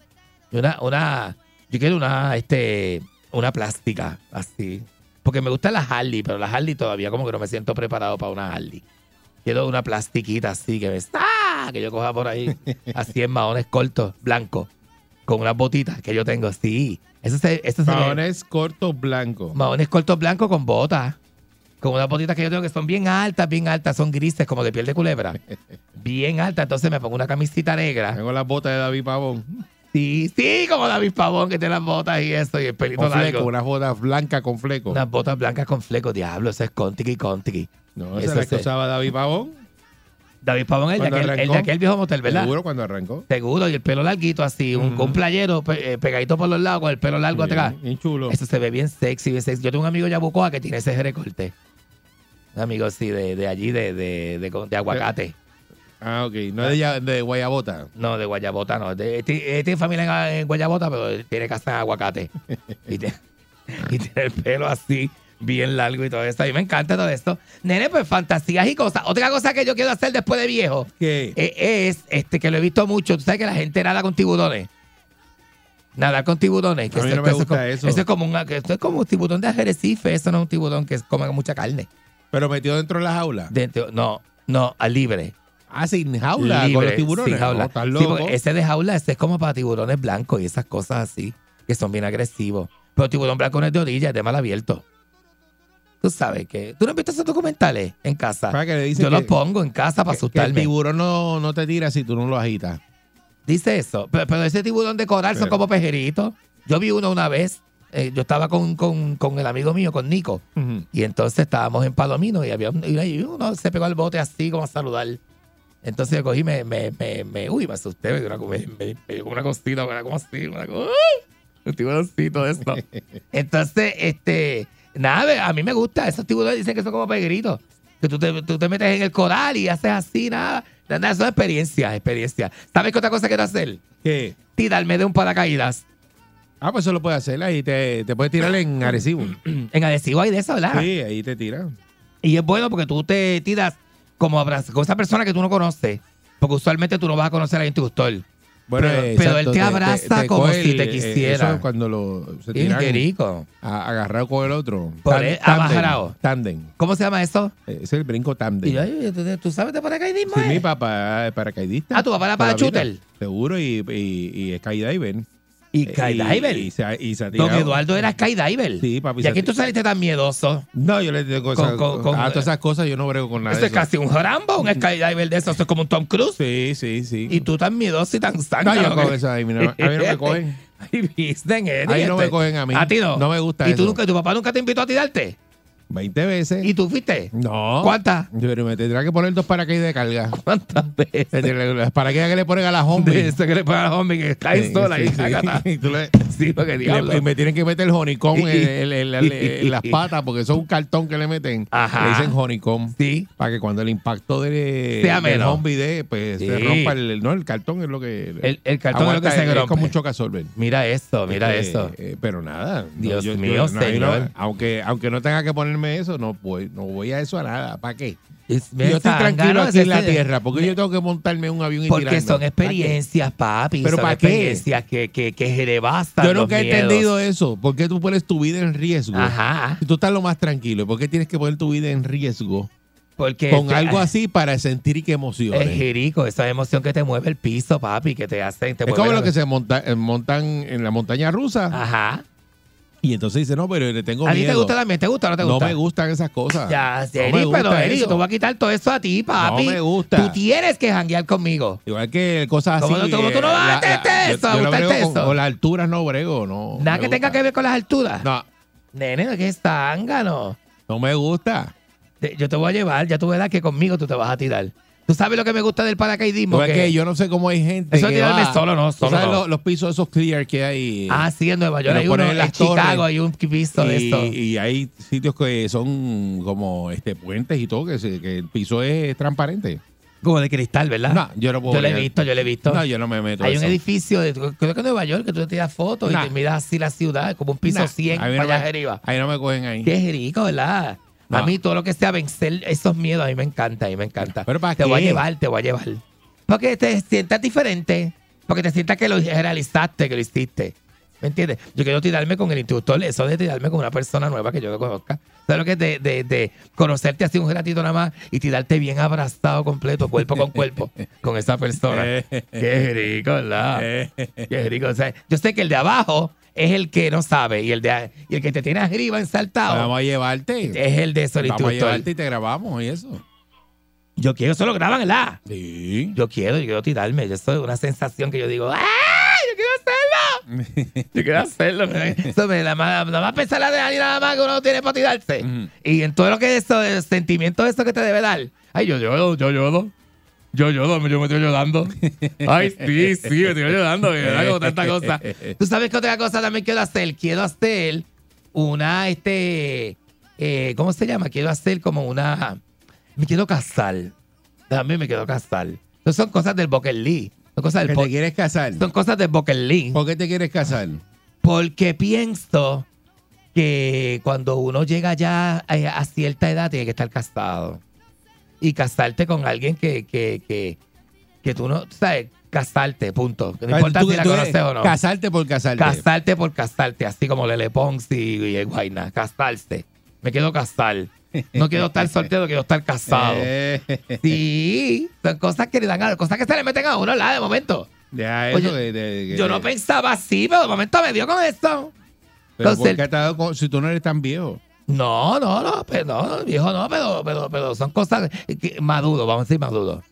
[SPEAKER 4] Y Una, una, yo quiero una, este, una plástica, así. Porque me gustan las Harley, pero las Harley todavía como que no me siento preparado para una Harley. Quiero una plastiquita así que me ¡Ah! que yo coja por ahí, así en maones cortos, blancos, con unas botitas que yo tengo, así. Eso se, eso se ve-
[SPEAKER 3] Maones cortos blancos.
[SPEAKER 4] Mahones cortos blancos con botas. Con unas botitas que yo tengo que son bien altas, bien altas, son grises, como de piel de culebra. Bien alta, entonces me pongo una camisita negra.
[SPEAKER 3] Tengo las botas de David Pavón.
[SPEAKER 4] Sí, sí, como David Pavón que tiene las botas y eso, y el pelito
[SPEAKER 3] Con fleco,
[SPEAKER 4] largo.
[SPEAKER 3] unas botas blancas con fleco.
[SPEAKER 4] Unas botas blancas con flecos, diablo, eso es contiqui, contiqui.
[SPEAKER 3] no,
[SPEAKER 4] eso
[SPEAKER 3] esa es la que
[SPEAKER 4] sé.
[SPEAKER 3] usaba David Pavón.
[SPEAKER 4] David Pavón, el de,
[SPEAKER 3] Cuando
[SPEAKER 4] aquel, el
[SPEAKER 3] arrancó.
[SPEAKER 4] de aquel viejo motel, ¿verdad?
[SPEAKER 3] Seguro cuando arrancó.
[SPEAKER 4] Seguro, y el pelo larguito así, un, con un playero pe- eh, pegadito por los lados, con el pelo largo
[SPEAKER 3] Bien,
[SPEAKER 4] atrás.
[SPEAKER 3] bien chulo.
[SPEAKER 4] Eso se ve bien sexy, bien sexy. Yo tengo un amigo Yabucoa que tiene ese recorte. Un amigo, sí, de, de allí, de, de, de, de aguacate.
[SPEAKER 3] Ah, ok. No es de, ya- de Guayabota.
[SPEAKER 4] No, de Guayabota, no. De- él tiene él tiene familia en, en Guayabota, pero él tiene casa en aguacate. y, te- y tiene el pelo así, bien largo y todo eso. A mí me encanta todo esto. Nene, pues fantasías y cosas. Otra cosa que yo quiero hacer después de viejo
[SPEAKER 3] ¿Qué?
[SPEAKER 4] eh, es, este, que lo he visto mucho, tú sabes que la gente nada con tiburones. Nadar con tiburones. Que
[SPEAKER 3] A mí no me
[SPEAKER 4] que es
[SPEAKER 3] gusta
[SPEAKER 4] como-
[SPEAKER 3] eso.
[SPEAKER 4] es como un, que esto es como un tiburón de ajerecife. Eso no es un tiburón que come mucha carne.
[SPEAKER 3] Pero metido dentro de la jaula.
[SPEAKER 4] Dentro- no, no, al libre.
[SPEAKER 3] ah, sin jaula, con los
[SPEAKER 4] Libre,
[SPEAKER 3] tiburones.
[SPEAKER 4] sin jaula.
[SPEAKER 3] No, estás
[SPEAKER 4] Sí,
[SPEAKER 3] loco.
[SPEAKER 4] porque ese de jaula, ese es como para tiburones blancos y esas cosas así, que son bien agresivos. Pero tiburón blanco no es de orilla, es de mal abierto. Tú sabes que. ¿Tú no has visto esos documentales en casa?
[SPEAKER 3] Para que le dicen
[SPEAKER 4] Yo
[SPEAKER 3] que-
[SPEAKER 4] los pongo en casa para
[SPEAKER 3] Que- que el
[SPEAKER 4] asustarme.
[SPEAKER 3] tiburón no, no te tira si tú no lo agitas.
[SPEAKER 4] Dice eso. Pero, pero ese tiburón de coral son
[SPEAKER 3] Pero-
[SPEAKER 4] como pejeritos. Yo vi uno una vez. eh, yo estaba con, con- con el amigo mío, con Nico. Y entonces estábamos en Palomino y había un- y ahí uno se pegó al bote así como a saludar. Entonces yo cogí, y me, me, me, me- uy, me asusté, me dio una, co- me, me- me dio como una cosita, me dio como así, una co- ¡ay! un tiburoncito de eso. Entonces, este, nada, a mí me gusta, esos tiburones dicen que son como pegritos, que tú te, tú te metes en el coral y haces así, nada, nada, nada, son experiencias, experiencias. ¿Sabes qué otra cosa quiero hacer?
[SPEAKER 3] ¿Qué?
[SPEAKER 4] Tirarme de un paracaídas.
[SPEAKER 3] Ah, pues eso lo puedes hacer. Ahí te, te puedes tirar
[SPEAKER 4] Ah.
[SPEAKER 3] en Arecibo.
[SPEAKER 4] En adhesivo hay de eso, ¿verdad?
[SPEAKER 3] Sí, ahí te tiran.
[SPEAKER 4] Y es bueno porque tú te tiras como abrazo, con esa persona que tú no conoces. Porque usualmente tú no vas a conocer al instructor. Pero-
[SPEAKER 3] eh,
[SPEAKER 4] pero él te abraza como
[SPEAKER 3] coge
[SPEAKER 4] si te
[SPEAKER 3] eh,
[SPEAKER 4] quisiera.
[SPEAKER 3] Eso es cuando lo, se
[SPEAKER 4] Y
[SPEAKER 3] tiran
[SPEAKER 4] qué rico.
[SPEAKER 3] a- agarrado con el otro.
[SPEAKER 4] Por
[SPEAKER 3] Tan-
[SPEAKER 4] el-
[SPEAKER 3] tándem,
[SPEAKER 4] abajarao.
[SPEAKER 3] tándem.
[SPEAKER 4] ¿Cómo se llama eso?
[SPEAKER 3] Eh, Ese es el brinco
[SPEAKER 4] Y yo,
[SPEAKER 3] tándem.
[SPEAKER 4] ay, ¿tú, tú sabes de paracaidismo?
[SPEAKER 3] Sí,
[SPEAKER 4] eh?
[SPEAKER 3] mi papá es paracaidista.
[SPEAKER 4] Ah, tu papá era
[SPEAKER 3] Toda la vida.
[SPEAKER 4] parachuter.
[SPEAKER 3] Seguro, y, y, y es skydiver. Eh,
[SPEAKER 4] Y skydiver.
[SPEAKER 3] Y, se- y se ha
[SPEAKER 4] Don
[SPEAKER 3] tirado.
[SPEAKER 4] Eduardo era skydiver.
[SPEAKER 3] Sí, papi,
[SPEAKER 4] ¿Y aquí
[SPEAKER 3] se-
[SPEAKER 4] tú saliste tan miedoso?
[SPEAKER 3] No, yo le digo
[SPEAKER 4] Con-
[SPEAKER 3] esas-
[SPEAKER 4] con- con-
[SPEAKER 3] a todas esas cosas, yo no brego con nada.
[SPEAKER 4] Eso
[SPEAKER 3] de
[SPEAKER 4] es casi un jarambo, un skydiver de esos. Eso es como un Tom Cruise.
[SPEAKER 3] Sí, sí, sí.
[SPEAKER 4] Y tú tan miedoso y tan
[SPEAKER 3] No,
[SPEAKER 4] sangre.
[SPEAKER 3] yo con eso ahí, mira, a mí no me cogen.
[SPEAKER 4] Ay, viste, Eddie,
[SPEAKER 3] Ahí no
[SPEAKER 4] este.
[SPEAKER 3] me cogen a mí.
[SPEAKER 4] A ti no.
[SPEAKER 3] No me gusta
[SPEAKER 4] ¿Y tú
[SPEAKER 3] eso.
[SPEAKER 4] nunca, tu papá nunca te invitó a tirarte?
[SPEAKER 3] 20 veces.
[SPEAKER 4] ¿Y tú fuiste?
[SPEAKER 3] No.
[SPEAKER 4] ¿Cuántas?
[SPEAKER 3] Pero me tendrá que poner dos paracaídas de carga.
[SPEAKER 4] ¿Cuántas veces?
[SPEAKER 3] Entre Las paracaídas que le ponen a la
[SPEAKER 4] De
[SPEAKER 3] hombre.
[SPEAKER 4] esto que le pagan a los hombres que caen sola ahí. cácata.
[SPEAKER 3] Y tú le-
[SPEAKER 4] Sí, porque
[SPEAKER 3] y le-
[SPEAKER 4] diablo.
[SPEAKER 3] y me tienen que meter el honeycomb en, en- en- en- en las patas porque eso es un cartón que le meten.
[SPEAKER 4] Ajá.
[SPEAKER 3] Le dicen honeycomb.
[SPEAKER 4] Sí.
[SPEAKER 3] Para que cuando el impacto de,
[SPEAKER 4] Sea
[SPEAKER 3] del
[SPEAKER 4] menos.
[SPEAKER 3] zombie de, pues se
[SPEAKER 4] Sí.
[SPEAKER 3] rompa el, no, el cartón es lo que
[SPEAKER 4] El- el cartón es lo
[SPEAKER 3] aguanta,
[SPEAKER 4] que se
[SPEAKER 3] es
[SPEAKER 4] rompe.
[SPEAKER 3] como un chocasolver.
[SPEAKER 4] Mira esto, mira
[SPEAKER 3] Eh,
[SPEAKER 4] esto.
[SPEAKER 3] eh, pero nada. no,
[SPEAKER 4] Dios
[SPEAKER 3] yo- yo-
[SPEAKER 4] mío,
[SPEAKER 3] no, ahí no-
[SPEAKER 4] señor.
[SPEAKER 3] aunque, aunque no tenga que ponerme eso, no voy, no voy a eso a nada. ¿Para qué?
[SPEAKER 4] Es-
[SPEAKER 3] yo estoy
[SPEAKER 4] Zángano,
[SPEAKER 3] tranquilo aquí
[SPEAKER 4] ese-
[SPEAKER 3] en la tierra. porque yo tengo que montarme en un avión y
[SPEAKER 4] Porque
[SPEAKER 3] tirarme?
[SPEAKER 4] son
[SPEAKER 3] ¿Para qué?
[SPEAKER 4] experiencias, papi.
[SPEAKER 3] ¿Pero
[SPEAKER 4] son
[SPEAKER 3] para qué?
[SPEAKER 4] experiencias que, que, que se devastan
[SPEAKER 3] Yo
[SPEAKER 4] los
[SPEAKER 3] nunca he
[SPEAKER 4] miedos.
[SPEAKER 3] entendido eso. ¿Por qué tú pones tu vida en riesgo?
[SPEAKER 4] Ajá.
[SPEAKER 3] Si tú estás lo más tranquilo, ¿por qué tienes que poner tu vida en riesgo
[SPEAKER 4] Porque
[SPEAKER 3] con
[SPEAKER 4] te- ah,
[SPEAKER 3] algo así para sentir que emociones?
[SPEAKER 4] Es jirico, esa emoción que te mueve el piso, papi, que te hacen. Te
[SPEAKER 3] Es
[SPEAKER 4] mueve
[SPEAKER 3] como
[SPEAKER 4] la-
[SPEAKER 3] los que se monta- eh, montan en la montaña rusa
[SPEAKER 4] Ajá.
[SPEAKER 3] Ah, y entonces dicen, no, pero le tengo
[SPEAKER 4] ¿A ti
[SPEAKER 3] miedo.
[SPEAKER 4] te gusta también? ¿Te gusta o no te gusta?
[SPEAKER 3] No me gustan esas cosas.
[SPEAKER 4] Ya,
[SPEAKER 3] Ah, No
[SPEAKER 4] Seri,
[SPEAKER 3] me gusta
[SPEAKER 4] pero Eri, yo
[SPEAKER 3] eso.
[SPEAKER 4] te voy a quitar todo eso a ti, papi.
[SPEAKER 3] me gusta.
[SPEAKER 4] Tú tienes que janguear conmigo.
[SPEAKER 3] Igual que cosas así.
[SPEAKER 4] ¿Cómo no- cómo
[SPEAKER 3] eh,
[SPEAKER 4] tú no este, vas a hacer
[SPEAKER 3] yo-
[SPEAKER 4] eso,
[SPEAKER 3] yo
[SPEAKER 4] a
[SPEAKER 3] no
[SPEAKER 4] gustarte
[SPEAKER 3] brego con-
[SPEAKER 4] eso?
[SPEAKER 3] Con las alturas no brego, no.
[SPEAKER 4] Nada
[SPEAKER 3] me
[SPEAKER 4] que tenga
[SPEAKER 3] gusta.
[SPEAKER 4] que ver con las alturas.
[SPEAKER 3] No,
[SPEAKER 4] Nene, que es zángano.
[SPEAKER 3] no me gusta.
[SPEAKER 4] Te- Yo te voy a llevar, ya tú verás que conmigo tú te vas a tirar. ¿Tú sabes lo que me gusta del paracaidismo?
[SPEAKER 3] Igual
[SPEAKER 4] Que-
[SPEAKER 3] que yo no sé cómo hay gente.
[SPEAKER 4] Eso de
[SPEAKER 3] que
[SPEAKER 4] tirarme
[SPEAKER 3] va-
[SPEAKER 4] solo, no,
[SPEAKER 3] ¿Tú
[SPEAKER 4] solo
[SPEAKER 3] sabes
[SPEAKER 4] no.
[SPEAKER 3] Los, los pisos esos clear que hay.
[SPEAKER 4] Ah, sí, en Nueva York
[SPEAKER 3] Lo
[SPEAKER 4] hay
[SPEAKER 3] ponen
[SPEAKER 4] uno,
[SPEAKER 3] en
[SPEAKER 4] en,
[SPEAKER 3] las
[SPEAKER 4] Chicago
[SPEAKER 3] torres.
[SPEAKER 4] hay un piso de
[SPEAKER 3] y,
[SPEAKER 4] esto.
[SPEAKER 3] y hay sitios que son como este puentes y todo, que, se- que el piso es transparente.
[SPEAKER 4] Como de cristal, ¿verdad?
[SPEAKER 3] No, yo no puedo.
[SPEAKER 4] yo lo he
[SPEAKER 3] bregar.
[SPEAKER 4] visto, yo lo he visto.
[SPEAKER 3] No, yo no me meto.
[SPEAKER 4] hay
[SPEAKER 3] a
[SPEAKER 4] un
[SPEAKER 3] eso.
[SPEAKER 4] edificio, de, creo que en Nueva York, que tú te tiras fotos
[SPEAKER 3] Nah.
[SPEAKER 4] y te miras así la ciudad, como un piso
[SPEAKER 3] Nah,
[SPEAKER 4] 100
[SPEAKER 3] a mí
[SPEAKER 4] para
[SPEAKER 3] no
[SPEAKER 4] allá
[SPEAKER 3] me-
[SPEAKER 4] arriba.
[SPEAKER 3] Ahí no me cogen ahí.
[SPEAKER 4] Qué rico, ¿verdad? A
[SPEAKER 3] No.
[SPEAKER 4] mí todo lo que sea vencer esos miedos, a mí me encanta, a mí me encanta.
[SPEAKER 3] ¿Pero para
[SPEAKER 4] te voy a
[SPEAKER 3] qué?
[SPEAKER 4] llevar, te voy a llevar. Porque te sientas diferente, porque te sientas que lo realizaste, que lo hiciste. ¿Me entiendes? Yo quiero tirarme con el instructor, eso de tirarme con una persona nueva que yo no conozca. ¿Sabes lo que es de, de- de conocerte así un ratito nada más y tirarte bien abrazado completo, cuerpo con cuerpo, con esa
[SPEAKER 3] Eh.
[SPEAKER 4] persona? Qué rico, ¿verdad? Qué rico. O sea, yo sé que el de abajo es el que no sabe y el, de, y el que te tiene arriba ensaltado
[SPEAKER 3] Vamos a llevarte.
[SPEAKER 4] es el de eso, el
[SPEAKER 3] Vamos a
[SPEAKER 4] instructor.
[SPEAKER 3] llevarte y te grabamos y eso.
[SPEAKER 4] Yo quiero, eso lo graban, ¿verdad?
[SPEAKER 3] Sí.
[SPEAKER 4] Yo quiero, yo quiero tirarme. Yo soy una sensación que yo digo, ¡ah! ¡Yo quiero hacerlo! yo quiero hacerlo. ¿verdad? Eso me la más, la más pesada de ahí nada más que uno tiene para tirarse.
[SPEAKER 3] Ujú.
[SPEAKER 4] Y en todo lo que es eso, el sentimiento de eso que te debe dar. Ay, yo lloro, yo lloro. Yo lloro, yo me estoy llorando. Ay, sí, sí, me estoy llorando, de verdad, con tanta cosa. Tú sabes que otra cosa también quiero hacer. Quiero hacer una, este, eh, ¿cómo se llama? Quiero hacer como una, me quiero casar. También me quiero casar. No son cosas del Bucket Lee. Son
[SPEAKER 3] ¿Por
[SPEAKER 4] cosas del,
[SPEAKER 3] qué te
[SPEAKER 4] po-
[SPEAKER 3] quieres casar?
[SPEAKER 4] son cosas del Bucket Lee.
[SPEAKER 3] ¿Por qué te quieres casar?
[SPEAKER 4] Porque pienso que cuando uno llega ya eh, a cierta edad tiene que estar casado. Y casarte con alguien que, que, que, que tú no, tú sabes, casarte, punto. No importa si la conoces o no.
[SPEAKER 3] Casarte por casarte.
[SPEAKER 4] Casarte por casarte, así como Lele Pons y, y el Guayna. Casarse. Me quiero casar. No quiero estar soltero, quiero estar casado.
[SPEAKER 3] Eh,
[SPEAKER 4] Sí, son cosas que le dan a, cosas que se le meten a uno, la de momento.
[SPEAKER 3] deja eso
[SPEAKER 4] Oye,
[SPEAKER 3] de- de- de-
[SPEAKER 4] Yo no pensaba así, pero de momento me dio con esto.
[SPEAKER 3] Pero ¿por
[SPEAKER 4] entonces-
[SPEAKER 3] qué te ha dado con- si tú no eres tan viejo?
[SPEAKER 4] No, no, no, pero no, viejo no, pero, pero, pero son cosas que- maduro, vamos a decir maduro.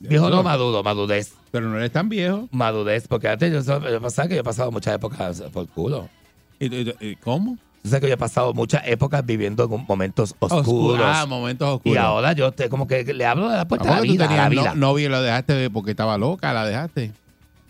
[SPEAKER 4] Viejo no maduro, madurez,
[SPEAKER 3] Pero no eres tan viejo.
[SPEAKER 4] madurez, porque antes yo, so- yo pensaba que yo he pasado muchas épocas por culo.
[SPEAKER 3] ¿Y tú- y tú- y ¿Cómo?
[SPEAKER 4] Yo sé que yo he pasado muchas épocas viviendo en momentos oscuros.
[SPEAKER 3] Ah, momentos oscuros.
[SPEAKER 4] y ahora yo te, como que le hablo de la
[SPEAKER 3] ¿A
[SPEAKER 4] puerta de
[SPEAKER 3] poco
[SPEAKER 4] la
[SPEAKER 3] tú
[SPEAKER 4] vida, a
[SPEAKER 3] tenías
[SPEAKER 4] la
[SPEAKER 3] no-
[SPEAKER 4] vida.
[SPEAKER 3] novia y la dejaste porque estaba loca? ¿La dejaste?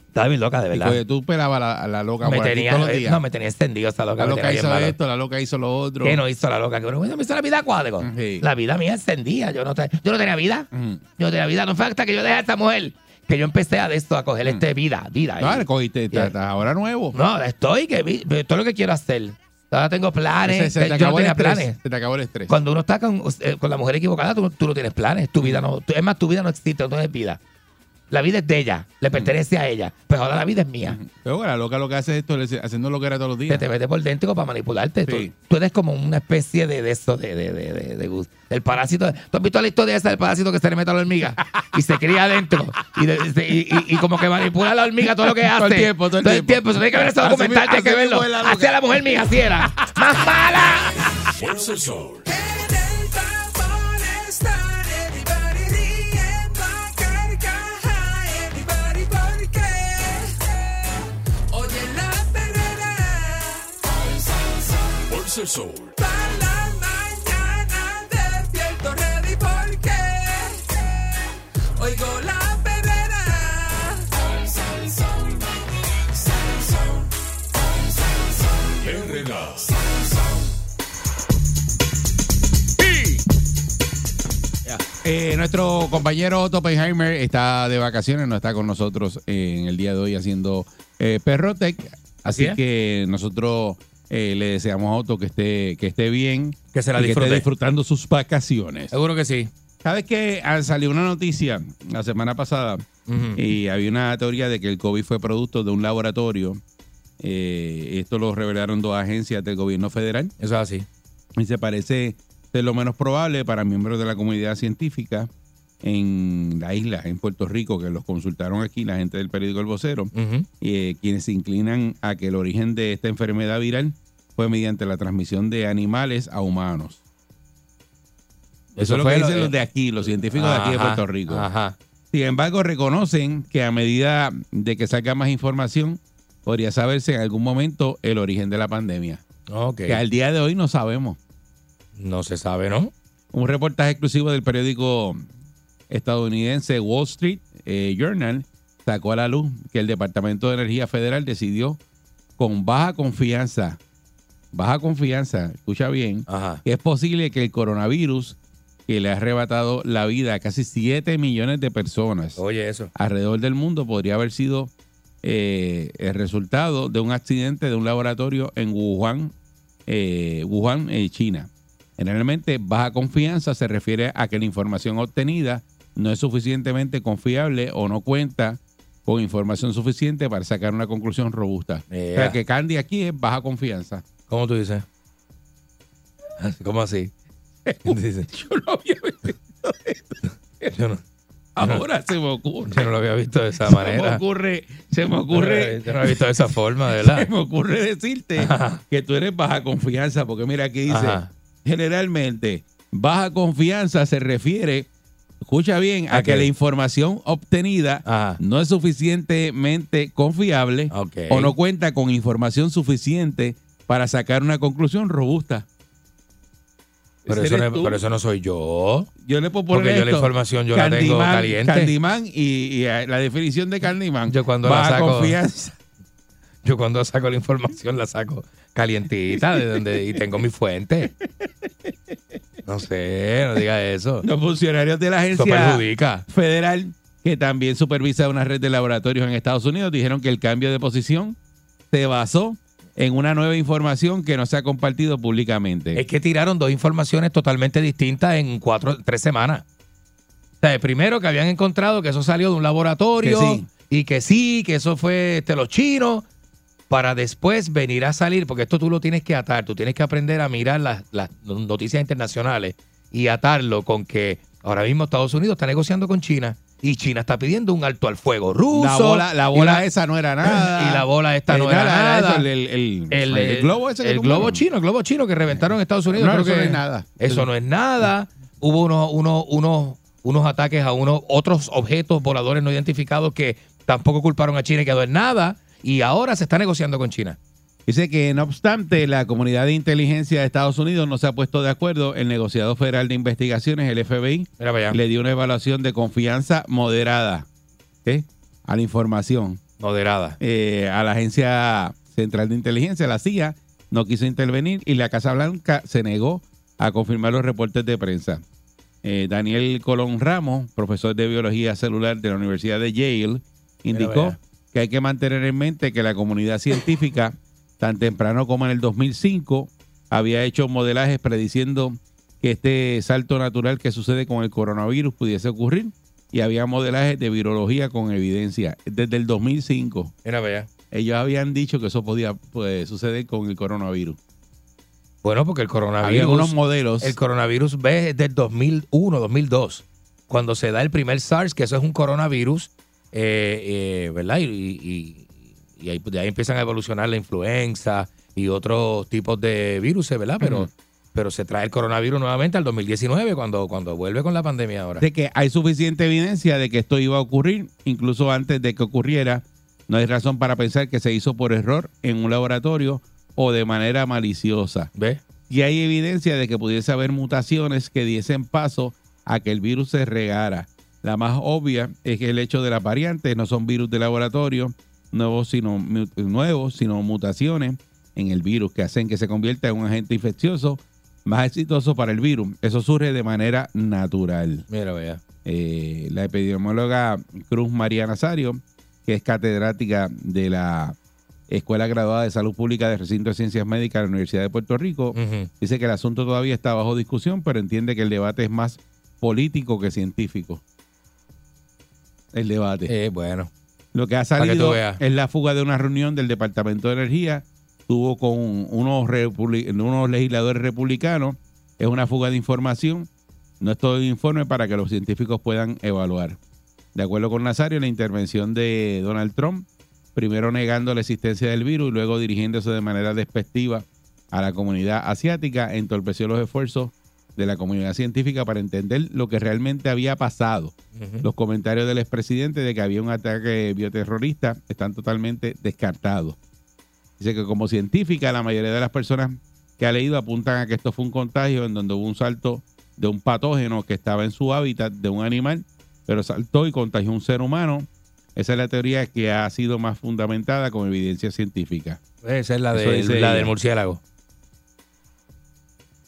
[SPEAKER 4] Estaba bien loca, de verdad.
[SPEAKER 3] Oye, tú esperabas a la, a la loca
[SPEAKER 4] me
[SPEAKER 3] por aquí
[SPEAKER 4] tenía, eh,
[SPEAKER 3] todos los días.
[SPEAKER 4] no, me tenía extendido esa loca.
[SPEAKER 3] la
[SPEAKER 4] me
[SPEAKER 3] loca
[SPEAKER 4] tenía bien
[SPEAKER 3] hizo
[SPEAKER 4] malo.
[SPEAKER 3] esto, la loca hizo lo otro.
[SPEAKER 4] ¿Qué no hizo la loca? Que uno me hizo la vida a cuadro.
[SPEAKER 3] Sí. Mm.
[SPEAKER 4] La vida mía encendía. Yo no, te- yo no tenía vida.
[SPEAKER 3] Ujú.
[SPEAKER 4] Yo no tenía vida. No fue hasta que yo dejé a esta mujer que yo empecé a de esto, a coger este vida, vida.
[SPEAKER 3] Mm. No, ahora
[SPEAKER 4] Y-
[SPEAKER 3] cogiste,
[SPEAKER 4] Ya.
[SPEAKER 3] estás estás ahora nuevo.
[SPEAKER 4] no, ahora estoy que vi- pero todo lo que quiero hacer. Ahora tengo
[SPEAKER 3] se,
[SPEAKER 4] planes.
[SPEAKER 3] se te
[SPEAKER 4] yo no
[SPEAKER 3] acabó el
[SPEAKER 4] tenía
[SPEAKER 3] estrés.
[SPEAKER 4] planes.
[SPEAKER 3] Se te acabó el estrés.
[SPEAKER 4] Cuando uno
[SPEAKER 3] Mm.
[SPEAKER 4] está con, eh, con la mujer equivocada, tú, tú no tienes planes. Tu vida no. tú- es más, tu vida no existe, no tienes vida.
[SPEAKER 5] La vida es de ella,
[SPEAKER 3] Mm.
[SPEAKER 5] le pertenece a ella, pero ahora la vida es mía.
[SPEAKER 3] Pero bueno, la loca lo que hace es esto, le dice, haciendo lo que era todos los
[SPEAKER 5] Se
[SPEAKER 3] días.
[SPEAKER 5] te mete por dentro para manipularte.
[SPEAKER 3] Sí.
[SPEAKER 5] Tú, tú eres como una especie de, de eso, de, de, de, de- de gus- El parásito. ¿Tú has visto la historia esa del parásito que se le mete a la hormiga? Y se cría adentro. Y, de- se- y, y- y como que manipula a la hormiga todo lo que hace.
[SPEAKER 3] Todo el tiempo, todo el tiempo.
[SPEAKER 5] Eso tiene que ver ese
[SPEAKER 3] Así
[SPEAKER 5] documental,
[SPEAKER 3] mi-
[SPEAKER 5] tiene que
[SPEAKER 3] así mismo
[SPEAKER 5] verlo.
[SPEAKER 3] es la loca.
[SPEAKER 5] Hacia la mujer mía, así era. ¡Más mala!
[SPEAKER 2] Oigo la perrera.
[SPEAKER 3] Eh, nuestro compañero Otto Oppenheimer está de vacaciones, no está con nosotros eh, en el día de hoy haciendo eh, Perrotec. Así
[SPEAKER 4] Así es.
[SPEAKER 3] que nosotros eh, le deseamos a Otto que esté, que esté bien.
[SPEAKER 4] Que se la
[SPEAKER 3] y que esté
[SPEAKER 4] disfrute.
[SPEAKER 3] disfrutando sus vacaciones.
[SPEAKER 4] Seguro que sí.
[SPEAKER 3] ¿Sabes que Salió una noticia la semana pasada y había una teoría de que el COVID fue producto de un laboratorio. Eh, esto lo revelaron dos agencias del gobierno federal
[SPEAKER 4] Eso es así.
[SPEAKER 3] y se parece ser lo menos probable para miembros de la comunidad científica en la isla, en Puerto Rico, que los consultaron aquí la gente del periódico El Vocero, eh, quienes se inclinan a que el origen de esta enfermedad viral fue mediante la transmisión de animales a humanos. Eso, es lo que dicen los de aquí, los científicos de aquí de Puerto Rico.
[SPEAKER 4] Ajá.
[SPEAKER 3] Sin embargo, reconocen que a medida de que salga más información, podría saberse en algún momento el origen de la pandemia.
[SPEAKER 4] Ok.
[SPEAKER 3] Que al día de hoy no sabemos.
[SPEAKER 4] No se sabe, ¿no?
[SPEAKER 3] Un reportaje exclusivo del periódico estadounidense Wall Street eh, Journal sacó a la luz que el Departamento de Energía Federal decidió con baja confianza, baja confianza, escucha bien,
[SPEAKER 4] Ajá.
[SPEAKER 3] que es posible que el coronavirus que le ha arrebatado la vida a casi 7 millones de personas
[SPEAKER 4] Oye, eso.
[SPEAKER 3] alrededor del mundo podría haber sido eh, el resultado de un accidente de un laboratorio en Wuhan, eh, Wuhan eh, China. Generalmente, baja confianza se refiere a que la información obtenida no es suficientemente confiable o no cuenta con información suficiente para sacar una conclusión robusta. O sea,
[SPEAKER 4] Yeah.
[SPEAKER 3] que Candy aquí es baja confianza.
[SPEAKER 4] ¿Cómo tú dices? ¿Cómo así? Yo no había visto esto. Yo no,
[SPEAKER 3] Ahora se me ocurre.
[SPEAKER 4] yo no lo había visto de esa
[SPEAKER 3] Se me
[SPEAKER 4] manera.
[SPEAKER 3] ocurre, se me
[SPEAKER 4] Ocurre.
[SPEAKER 3] ocurre
[SPEAKER 4] Yo no lo había visto de esa forma, de
[SPEAKER 3] Se
[SPEAKER 4] ¿verdad?
[SPEAKER 3] me ocurre decirte
[SPEAKER 4] Ajá.
[SPEAKER 3] que tú eres baja confianza, porque mira aquí dice,
[SPEAKER 4] Ajá.
[SPEAKER 3] generalmente, baja confianza se refiere, escucha bien, a,
[SPEAKER 4] ¿A
[SPEAKER 3] que
[SPEAKER 4] qué?
[SPEAKER 3] la información obtenida
[SPEAKER 4] Ajá.
[SPEAKER 3] no es suficientemente confiable
[SPEAKER 4] Ok.
[SPEAKER 3] o no cuenta con información suficiente para sacar una conclusión robusta.
[SPEAKER 4] Pero
[SPEAKER 3] Ese
[SPEAKER 4] eso,
[SPEAKER 3] eres
[SPEAKER 4] no,
[SPEAKER 3] tú.
[SPEAKER 4] pero eso no soy yo.
[SPEAKER 3] Yo le puedo poner
[SPEAKER 4] Porque yo la
[SPEAKER 3] esto,
[SPEAKER 4] información yo la tengo
[SPEAKER 3] Candyman-
[SPEAKER 4] caliente.
[SPEAKER 3] Candyman y, y, eh, la definición de Candyman.
[SPEAKER 4] Yo cuando la
[SPEAKER 3] baja
[SPEAKER 4] saco-
[SPEAKER 3] confianza.
[SPEAKER 4] Yo cuando saco la información la saco calientita de donde y tengo mi fuente. No sé, no diga eso.
[SPEAKER 3] Los funcionarios de la
[SPEAKER 4] Eso
[SPEAKER 3] agencia
[SPEAKER 4] perjudica.
[SPEAKER 3] federal, que también supervisa una red de laboratorios en Estados Unidos, dijeron que el cambio de posición se basó en una nueva información que no se ha compartido públicamente.
[SPEAKER 4] Es que tiraron dos informaciones totalmente distintas en cuatro, tres semanas. O sea, primero que habían encontrado que eso salió de un laboratorio
[SPEAKER 3] Que sí.
[SPEAKER 4] y que sí, que eso fue este, los chinos, para después venir a salir, porque esto tú lo tienes que atar, tú tienes que aprender a mirar las, las noticias internacionales y atarlo con que ahora mismo Estados Unidos está negociando con China y China está pidiendo un alto al fuego ruso.
[SPEAKER 3] la bola, la
[SPEAKER 4] y
[SPEAKER 3] bola
[SPEAKER 4] la-
[SPEAKER 3] esa no era nada.
[SPEAKER 4] Y la bola esta
[SPEAKER 3] Eh,
[SPEAKER 4] no era nada.
[SPEAKER 3] eso, El, el- el-
[SPEAKER 4] El, eh,
[SPEAKER 3] el globo ese que
[SPEAKER 4] el
[SPEAKER 3] tumbaron.
[SPEAKER 4] globo chino, el globo chino que reventaron en Estados Unidos.
[SPEAKER 3] No,
[SPEAKER 4] creo
[SPEAKER 3] eso
[SPEAKER 4] que-
[SPEAKER 3] no es nada.
[SPEAKER 4] Eso no es nada. Hubo unos, unos, unos, unos ataques a unos otros objetos voladores no identificados que tampoco culparon a China y quedó en nada. Y ahora se está negociando con China.
[SPEAKER 3] Dice que, no obstante, la comunidad de inteligencia de Estados Unidos no se ha puesto de acuerdo. El negociado federal de investigaciones, el FBI,
[SPEAKER 4] Mira para allá.
[SPEAKER 3] le dio una evaluación de confianza moderada ¿eh? a la información.
[SPEAKER 4] Moderada.
[SPEAKER 3] eh, a la Agencia Central de Inteligencia, la CIA, no quiso intervenir y la Casa Blanca se negó a confirmar los reportes de prensa. Eh, Daniel Colón Ramos, profesor de biología celular de la Universidad de Yale, indicó
[SPEAKER 4] vaya.
[SPEAKER 3] que hay que mantener en mente que la comunidad científica, tan temprano como en el 2005, había hecho modelajes prediciendo que este salto natural que sucede con el coronavirus pudiese ocurrir y había modelajes de virología con evidencia. Desde el 2005
[SPEAKER 4] Mira, vea.
[SPEAKER 3] ellos habían dicho que eso podía pues, suceder con el coronavirus.
[SPEAKER 4] Bueno, porque el
[SPEAKER 3] Había unos
[SPEAKER 4] coronavirus,
[SPEAKER 3] modelos.
[SPEAKER 4] el coronavirus B es del 2001, 2002, cuando se da el primer SARS, que eso es un coronavirus, eh, eh, ¿verdad? Y, y- y ahí, pues, de ahí empiezan a evolucionar la influenza y otros tipos de virus, ¿verdad? Pero, pero se trae el coronavirus nuevamente al 2019, cuando, cuando vuelve con la pandemia ahora.
[SPEAKER 3] de que hay suficiente evidencia de que esto iba a ocurrir, incluso antes de que ocurriera. No hay razón para pensar que se hizo por error en un laboratorio o de manera maliciosa.
[SPEAKER 4] ¿Ves?
[SPEAKER 3] Y hay evidencia de que pudiese haber mutaciones que diesen paso a que el virus se regara. La más obvia es que el hecho de las variantes no son virus de laboratorio nuevos, sino, mu- nuevos, sino mutaciones en el virus que hacen que se convierta en un agente infeccioso más exitoso para el virus. Eso surge de manera natural.
[SPEAKER 4] Mira, vea.
[SPEAKER 3] Eh, la epidemióloga Cruz María Nazario, que es catedrática de la Escuela Graduada de Salud Pública del Recinto de Ciencias Médicas de la Universidad de Puerto Rico,
[SPEAKER 4] Ujú.
[SPEAKER 3] dice que el asunto todavía está bajo discusión, pero entiende que el debate es más político que científico. El debate.
[SPEAKER 4] Eh, bueno.
[SPEAKER 3] Lo que ha
[SPEAKER 4] que tú
[SPEAKER 3] salido
[SPEAKER 4] veas.
[SPEAKER 3] es la fuga de una reunión del Departamento de Energía, tuvo con unos, republi- unos legisladores republicanos, es una fuga de información, no es todo el informe para que los científicos puedan evaluar. De acuerdo con Nazario, la intervención de Donald Trump, primero negando la existencia del virus y luego dirigiéndose de manera despectiva a la comunidad asiática, entorpeció los esfuerzos de la comunidad científica para entender lo que realmente había pasado. Los comentarios del expresidente de que había un ataque bioterrorista están totalmente descartados. Dice que como científica, la mayoría de las personas que ha leído apuntan a que esto fue un contagio en donde hubo un salto de un patógeno que estaba en su hábitat de un animal, pero saltó y contagió a un ser humano. Esa es la teoría que ha sido más fundamentada con evidencia científica.
[SPEAKER 4] Esa es la,
[SPEAKER 3] Eso
[SPEAKER 4] del-
[SPEAKER 3] dice
[SPEAKER 4] la
[SPEAKER 3] ella.
[SPEAKER 4] del murciélago.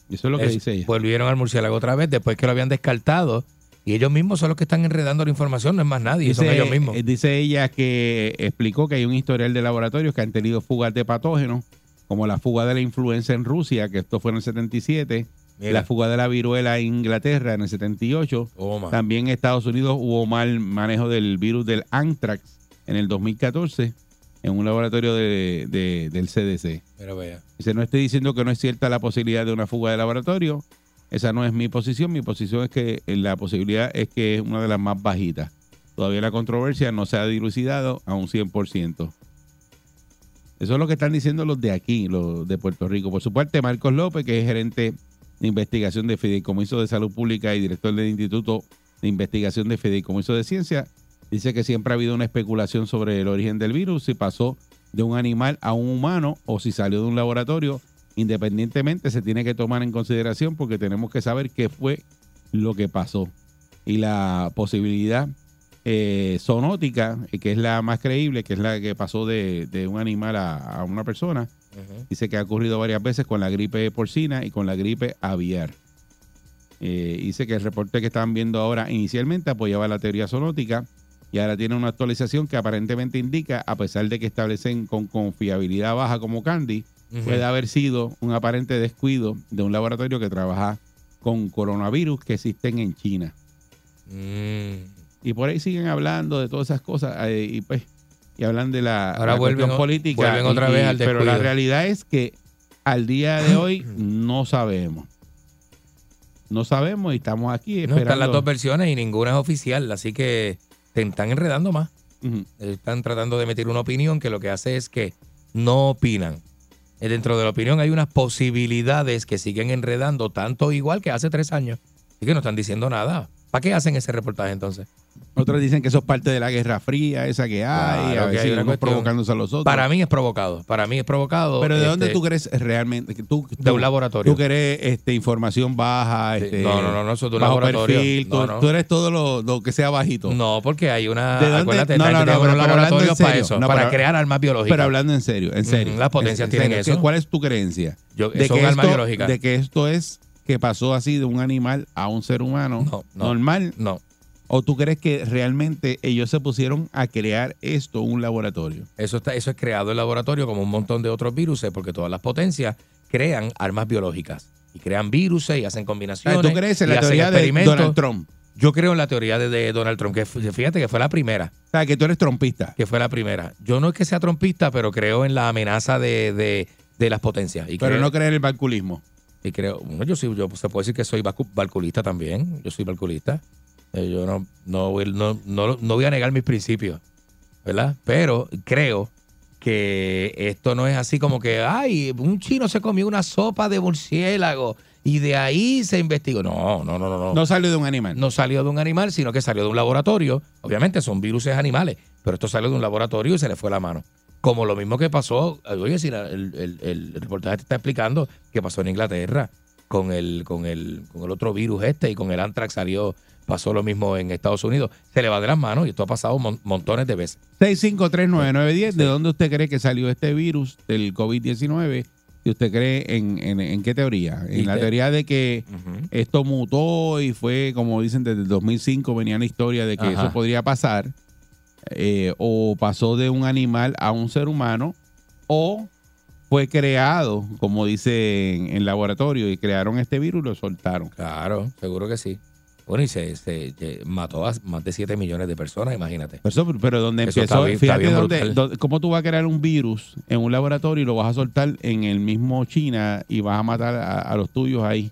[SPEAKER 3] Y Eso es lo que
[SPEAKER 4] Es-
[SPEAKER 3] dice ella.
[SPEAKER 4] Volvieron al murciélago otra vez después que lo habían descartado. Y ellos mismos son los que están enredando la información, no es más nadie, son ellos mismos.
[SPEAKER 3] eh, dice ella que explicó que hay un historial de laboratorios que han tenido fugas de patógenos, como la fuga de la influenza en Rusia, que esto fue en el 77,
[SPEAKER 4] Mira.
[SPEAKER 3] la fuga de la viruela en Inglaterra en el 78.
[SPEAKER 4] Toma.
[SPEAKER 3] También en Estados Unidos hubo mal manejo del virus del anthrax en el 2014 en un laboratorio de- de- del CDC.
[SPEAKER 4] Pero vea.
[SPEAKER 3] Dice, no estoy diciendo que no es cierta la posibilidad de una fuga de laboratorio. Esa no es mi posición. Mi posición es que eh, la posibilidad es que es una de las más bajitas. Todavía la controversia no se ha dilucidado a un 100%. Eso es lo que están diciendo los de aquí, los de Puerto Rico. Por su parte, Marcos López, que es gerente de investigación de Fideicomiso de Salud Pública y director del Instituto de Investigación de Fideicomiso de Ciencia, dice que siempre ha habido una especulación sobre el origen del virus, si pasó de un animal a un humano o si salió de un laboratorio. Independientemente, se tiene que tomar en consideración porque tenemos que saber qué fue lo que pasó. Y la posibilidad eh, zoonótica, eh, que es la más creíble, que es la que pasó de, de un animal a, a una persona, dice que ha ocurrido varias veces con la gripe porcina y con la gripe aviar. Eh, dice que el reporte que están viendo ahora inicialmente apoyaba la teoría zoonótica y ahora tiene una actualización que aparentemente indica, a pesar de que establecen con confiabilidad baja como Candy, puede haber sido un aparente descuido de un laboratorio que trabaja con coronavirus que existen en China.
[SPEAKER 4] Mm.
[SPEAKER 3] Y por ahí siguen hablando de todas esas cosas eh, y pues y hablan de la,
[SPEAKER 4] Ahora
[SPEAKER 3] la
[SPEAKER 4] vuelven
[SPEAKER 3] cuestión
[SPEAKER 4] o-
[SPEAKER 3] política.
[SPEAKER 4] vuelven otra
[SPEAKER 3] y-
[SPEAKER 4] vez al
[SPEAKER 3] pero la
[SPEAKER 4] descuido.
[SPEAKER 3] realidad es que al día de hoy no sabemos. No sabemos y estamos aquí
[SPEAKER 4] No,
[SPEAKER 3] esperando.
[SPEAKER 4] están las dos versiones y ninguna es oficial, así que te están enredando más.
[SPEAKER 3] Ujú.
[SPEAKER 4] Están tratando de emitir una opinión que lo que hace es que no opinan. Eh, Dentro de la opinión hay unas posibilidades que siguen enredando tanto igual que hace tres años y que no están diciendo nada. ¿Para qué hacen ese reportaje entonces?
[SPEAKER 3] Otros dicen que eso es parte de la Guerra Fría, esa que hay,
[SPEAKER 4] Claro,
[SPEAKER 3] a
[SPEAKER 4] que hay
[SPEAKER 3] veces
[SPEAKER 4] una
[SPEAKER 3] unos
[SPEAKER 4] cuestión.
[SPEAKER 3] provocándose a los otros.
[SPEAKER 4] Para mí es provocado. Para mí es provocado.
[SPEAKER 3] Pero ¿de dónde
[SPEAKER 4] este,
[SPEAKER 3] tú crees realmente? que Tú,
[SPEAKER 4] De un
[SPEAKER 3] tú-
[SPEAKER 4] laboratorio.
[SPEAKER 3] Tú crees este, información baja,
[SPEAKER 4] Sí.
[SPEAKER 3] este,
[SPEAKER 4] No, no, no, no, eso es de un
[SPEAKER 3] bajo
[SPEAKER 4] laboratorio.
[SPEAKER 3] perfil, tú,
[SPEAKER 4] No, no.
[SPEAKER 3] tú eres todo lo, lo que sea bajito.
[SPEAKER 4] No, porque hay una.
[SPEAKER 3] ¿De dónde?
[SPEAKER 4] Acuérdate,
[SPEAKER 3] No,
[SPEAKER 4] la
[SPEAKER 3] no, no,
[SPEAKER 4] gente tiene
[SPEAKER 3] pero-
[SPEAKER 4] unos
[SPEAKER 3] pero hablando en
[SPEAKER 4] laboratorios para
[SPEAKER 3] serio.
[SPEAKER 4] eso,
[SPEAKER 3] No,
[SPEAKER 4] para
[SPEAKER 3] pero-
[SPEAKER 4] crear armas biológicas.
[SPEAKER 3] Pero hablando en serio, en serio.
[SPEAKER 4] Ujú, Mm, las potencias
[SPEAKER 3] En serio,
[SPEAKER 4] tienen
[SPEAKER 3] ¿qué-
[SPEAKER 4] eso.
[SPEAKER 3] ¿Cuál es tu creencia?
[SPEAKER 4] Yo- son armas
[SPEAKER 3] esto,
[SPEAKER 4] biológicas.
[SPEAKER 3] de que esto es que pasó así de un animal a un ser humano
[SPEAKER 4] No, no.
[SPEAKER 3] normal.
[SPEAKER 4] No,
[SPEAKER 3] ¿O tú crees que realmente ellos se pusieron a crear esto un laboratorio?
[SPEAKER 4] eso, está, eso es creado en laboratorio como un montón de otros virus, porque todas las potencias crean armas biológicas. Y crean virus y hacen
[SPEAKER 3] O sea,
[SPEAKER 4] combinaciones.
[SPEAKER 3] Ah, ¿Tú crees en
[SPEAKER 4] y
[SPEAKER 3] la
[SPEAKER 4] hacen
[SPEAKER 3] teoría de
[SPEAKER 4] experimentos.
[SPEAKER 3] Donald Trump?
[SPEAKER 4] Yo creo en la teoría de, de Donald Trump, que f- fíjate que fue la primera,
[SPEAKER 3] O sea, que tú eres trompista.
[SPEAKER 4] que fue la primera. Yo no es que sea trompista, pero creo en la amenaza de, de- de las potencias. Y
[SPEAKER 3] Pero
[SPEAKER 4] creo,
[SPEAKER 3] no crees en el barculismo.
[SPEAKER 4] y creo, bueno, yo sí, yo se puede decir que soy vacu- balculista también. Yo soy balculista. Eh, yo no, no, voy, no, no, no voy a negar mis principios, ¿verdad? Pero creo que esto no es así como que, ay, un chino se comió una sopa de murciélago y de ahí se investigó. No, no, no, no. no
[SPEAKER 3] No salió de un animal.
[SPEAKER 4] no salió de un animal, sino que salió de un laboratorio. Obviamente son viruses animales, pero esto salió de un laboratorio y se le fue la mano. Como lo mismo que pasó, eh, oye, si la- el, el- el reportaje te está explicando que pasó en Inglaterra con el, con el, con el otro virus este y con el antrax salió, pasó lo mismo en Estados Unidos. Se le va de las manos y esto ha pasado mon- montones de veces.
[SPEAKER 3] 6539910, ¿de dónde usted cree que salió este virus del COVID-19? ¿Y usted cree en, en- en qué teoría?
[SPEAKER 4] Y
[SPEAKER 3] En la
[SPEAKER 4] te-
[SPEAKER 3] teoría de que esto mutó y fue, como dicen, desde el 2005 venía la historia de que
[SPEAKER 4] Ajá.
[SPEAKER 3] eso podría pasar, eh, o pasó de un animal a un ser humano, o fue creado, como dicen en el laboratorio, y crearon este virus y lo soltaron.
[SPEAKER 4] Claro, seguro que sí. Bueno, y se, se- se mató a más de 7 millones de personas, imagínate.
[SPEAKER 3] Pero, eso- pero donde
[SPEAKER 4] Eso
[SPEAKER 3] empezó,
[SPEAKER 4] está bien- está
[SPEAKER 3] fíjate
[SPEAKER 4] bien
[SPEAKER 3] dónde-
[SPEAKER 4] brutal.
[SPEAKER 3] dónde- cómo tú vas a crear un virus en un laboratorio y lo vas a soltar en el mismo China y vas a matar a, a los tuyos ahí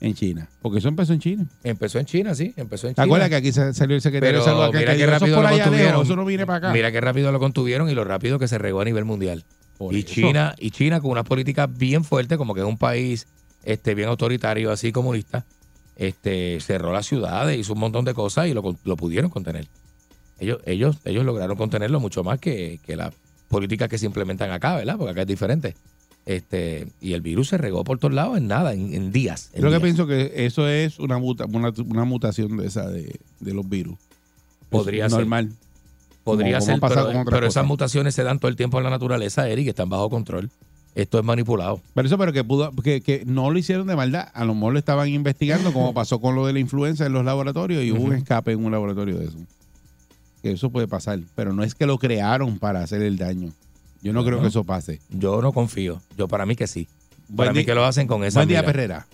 [SPEAKER 3] en China. Porque eso empezó en China.
[SPEAKER 4] Empezó en China, sí, empezó en
[SPEAKER 3] ¿Te
[SPEAKER 4] China.
[SPEAKER 3] acuerdas que aquí sa- salió el secretario
[SPEAKER 4] Pero
[SPEAKER 3] de salud acá
[SPEAKER 4] mira
[SPEAKER 3] que
[SPEAKER 4] qué
[SPEAKER 3] dijo, "Eso es
[SPEAKER 4] rápido
[SPEAKER 3] por
[SPEAKER 4] lo
[SPEAKER 3] allá lejos,
[SPEAKER 4] contuvieron".
[SPEAKER 3] eso no viene para acá?
[SPEAKER 4] Mira qué rápido lo contuvieron y lo rápido que se regó a nivel mundial.
[SPEAKER 3] Por
[SPEAKER 4] Y
[SPEAKER 3] eso.
[SPEAKER 4] China, y China con unas políticas bien fuertes, como que es un país este, bien autoritario, así comunista, este, cerró las ciudades, hizo un montón de cosas y lo, con- lo pudieron contener. Ellos, ellos, ellos lograron contenerlo mucho más que, que las políticas que se implementan acá, ¿verdad? Porque acá es diferente. Este, y el virus se regó por todos lados en nada, en, en días. en
[SPEAKER 3] Yo lo que
[SPEAKER 4] días.
[SPEAKER 3] pienso que eso es una, muta- una, una mutación de esa de, de los virus.
[SPEAKER 4] Podría
[SPEAKER 3] Es
[SPEAKER 4] ser.
[SPEAKER 3] Normal. Como-
[SPEAKER 4] Podría
[SPEAKER 3] como
[SPEAKER 4] ser,
[SPEAKER 3] ha pasado
[SPEAKER 4] pero,
[SPEAKER 3] con otras
[SPEAKER 4] pero esas
[SPEAKER 3] cosas.
[SPEAKER 4] mutaciones se dan todo el tiempo en la naturaleza, Eric, están bajo control. Esto es manipulado.
[SPEAKER 3] Pero eso, pero que pudo, que, que no lo hicieron de maldad. A lo mejor lo estaban investigando, como pasó con lo de la influenza en los laboratorios, y hubo un escape en un laboratorio de eso. Que eso puede pasar. Pero no es que lo crearon para hacer el daño. Yo no creo que eso pase.
[SPEAKER 4] Yo no confío. Yo para mí que sí.
[SPEAKER 3] Buen
[SPEAKER 4] para mí
[SPEAKER 3] día-
[SPEAKER 4] que lo hacen con esa
[SPEAKER 3] Buen día,
[SPEAKER 4] mira.
[SPEAKER 3] Perrera.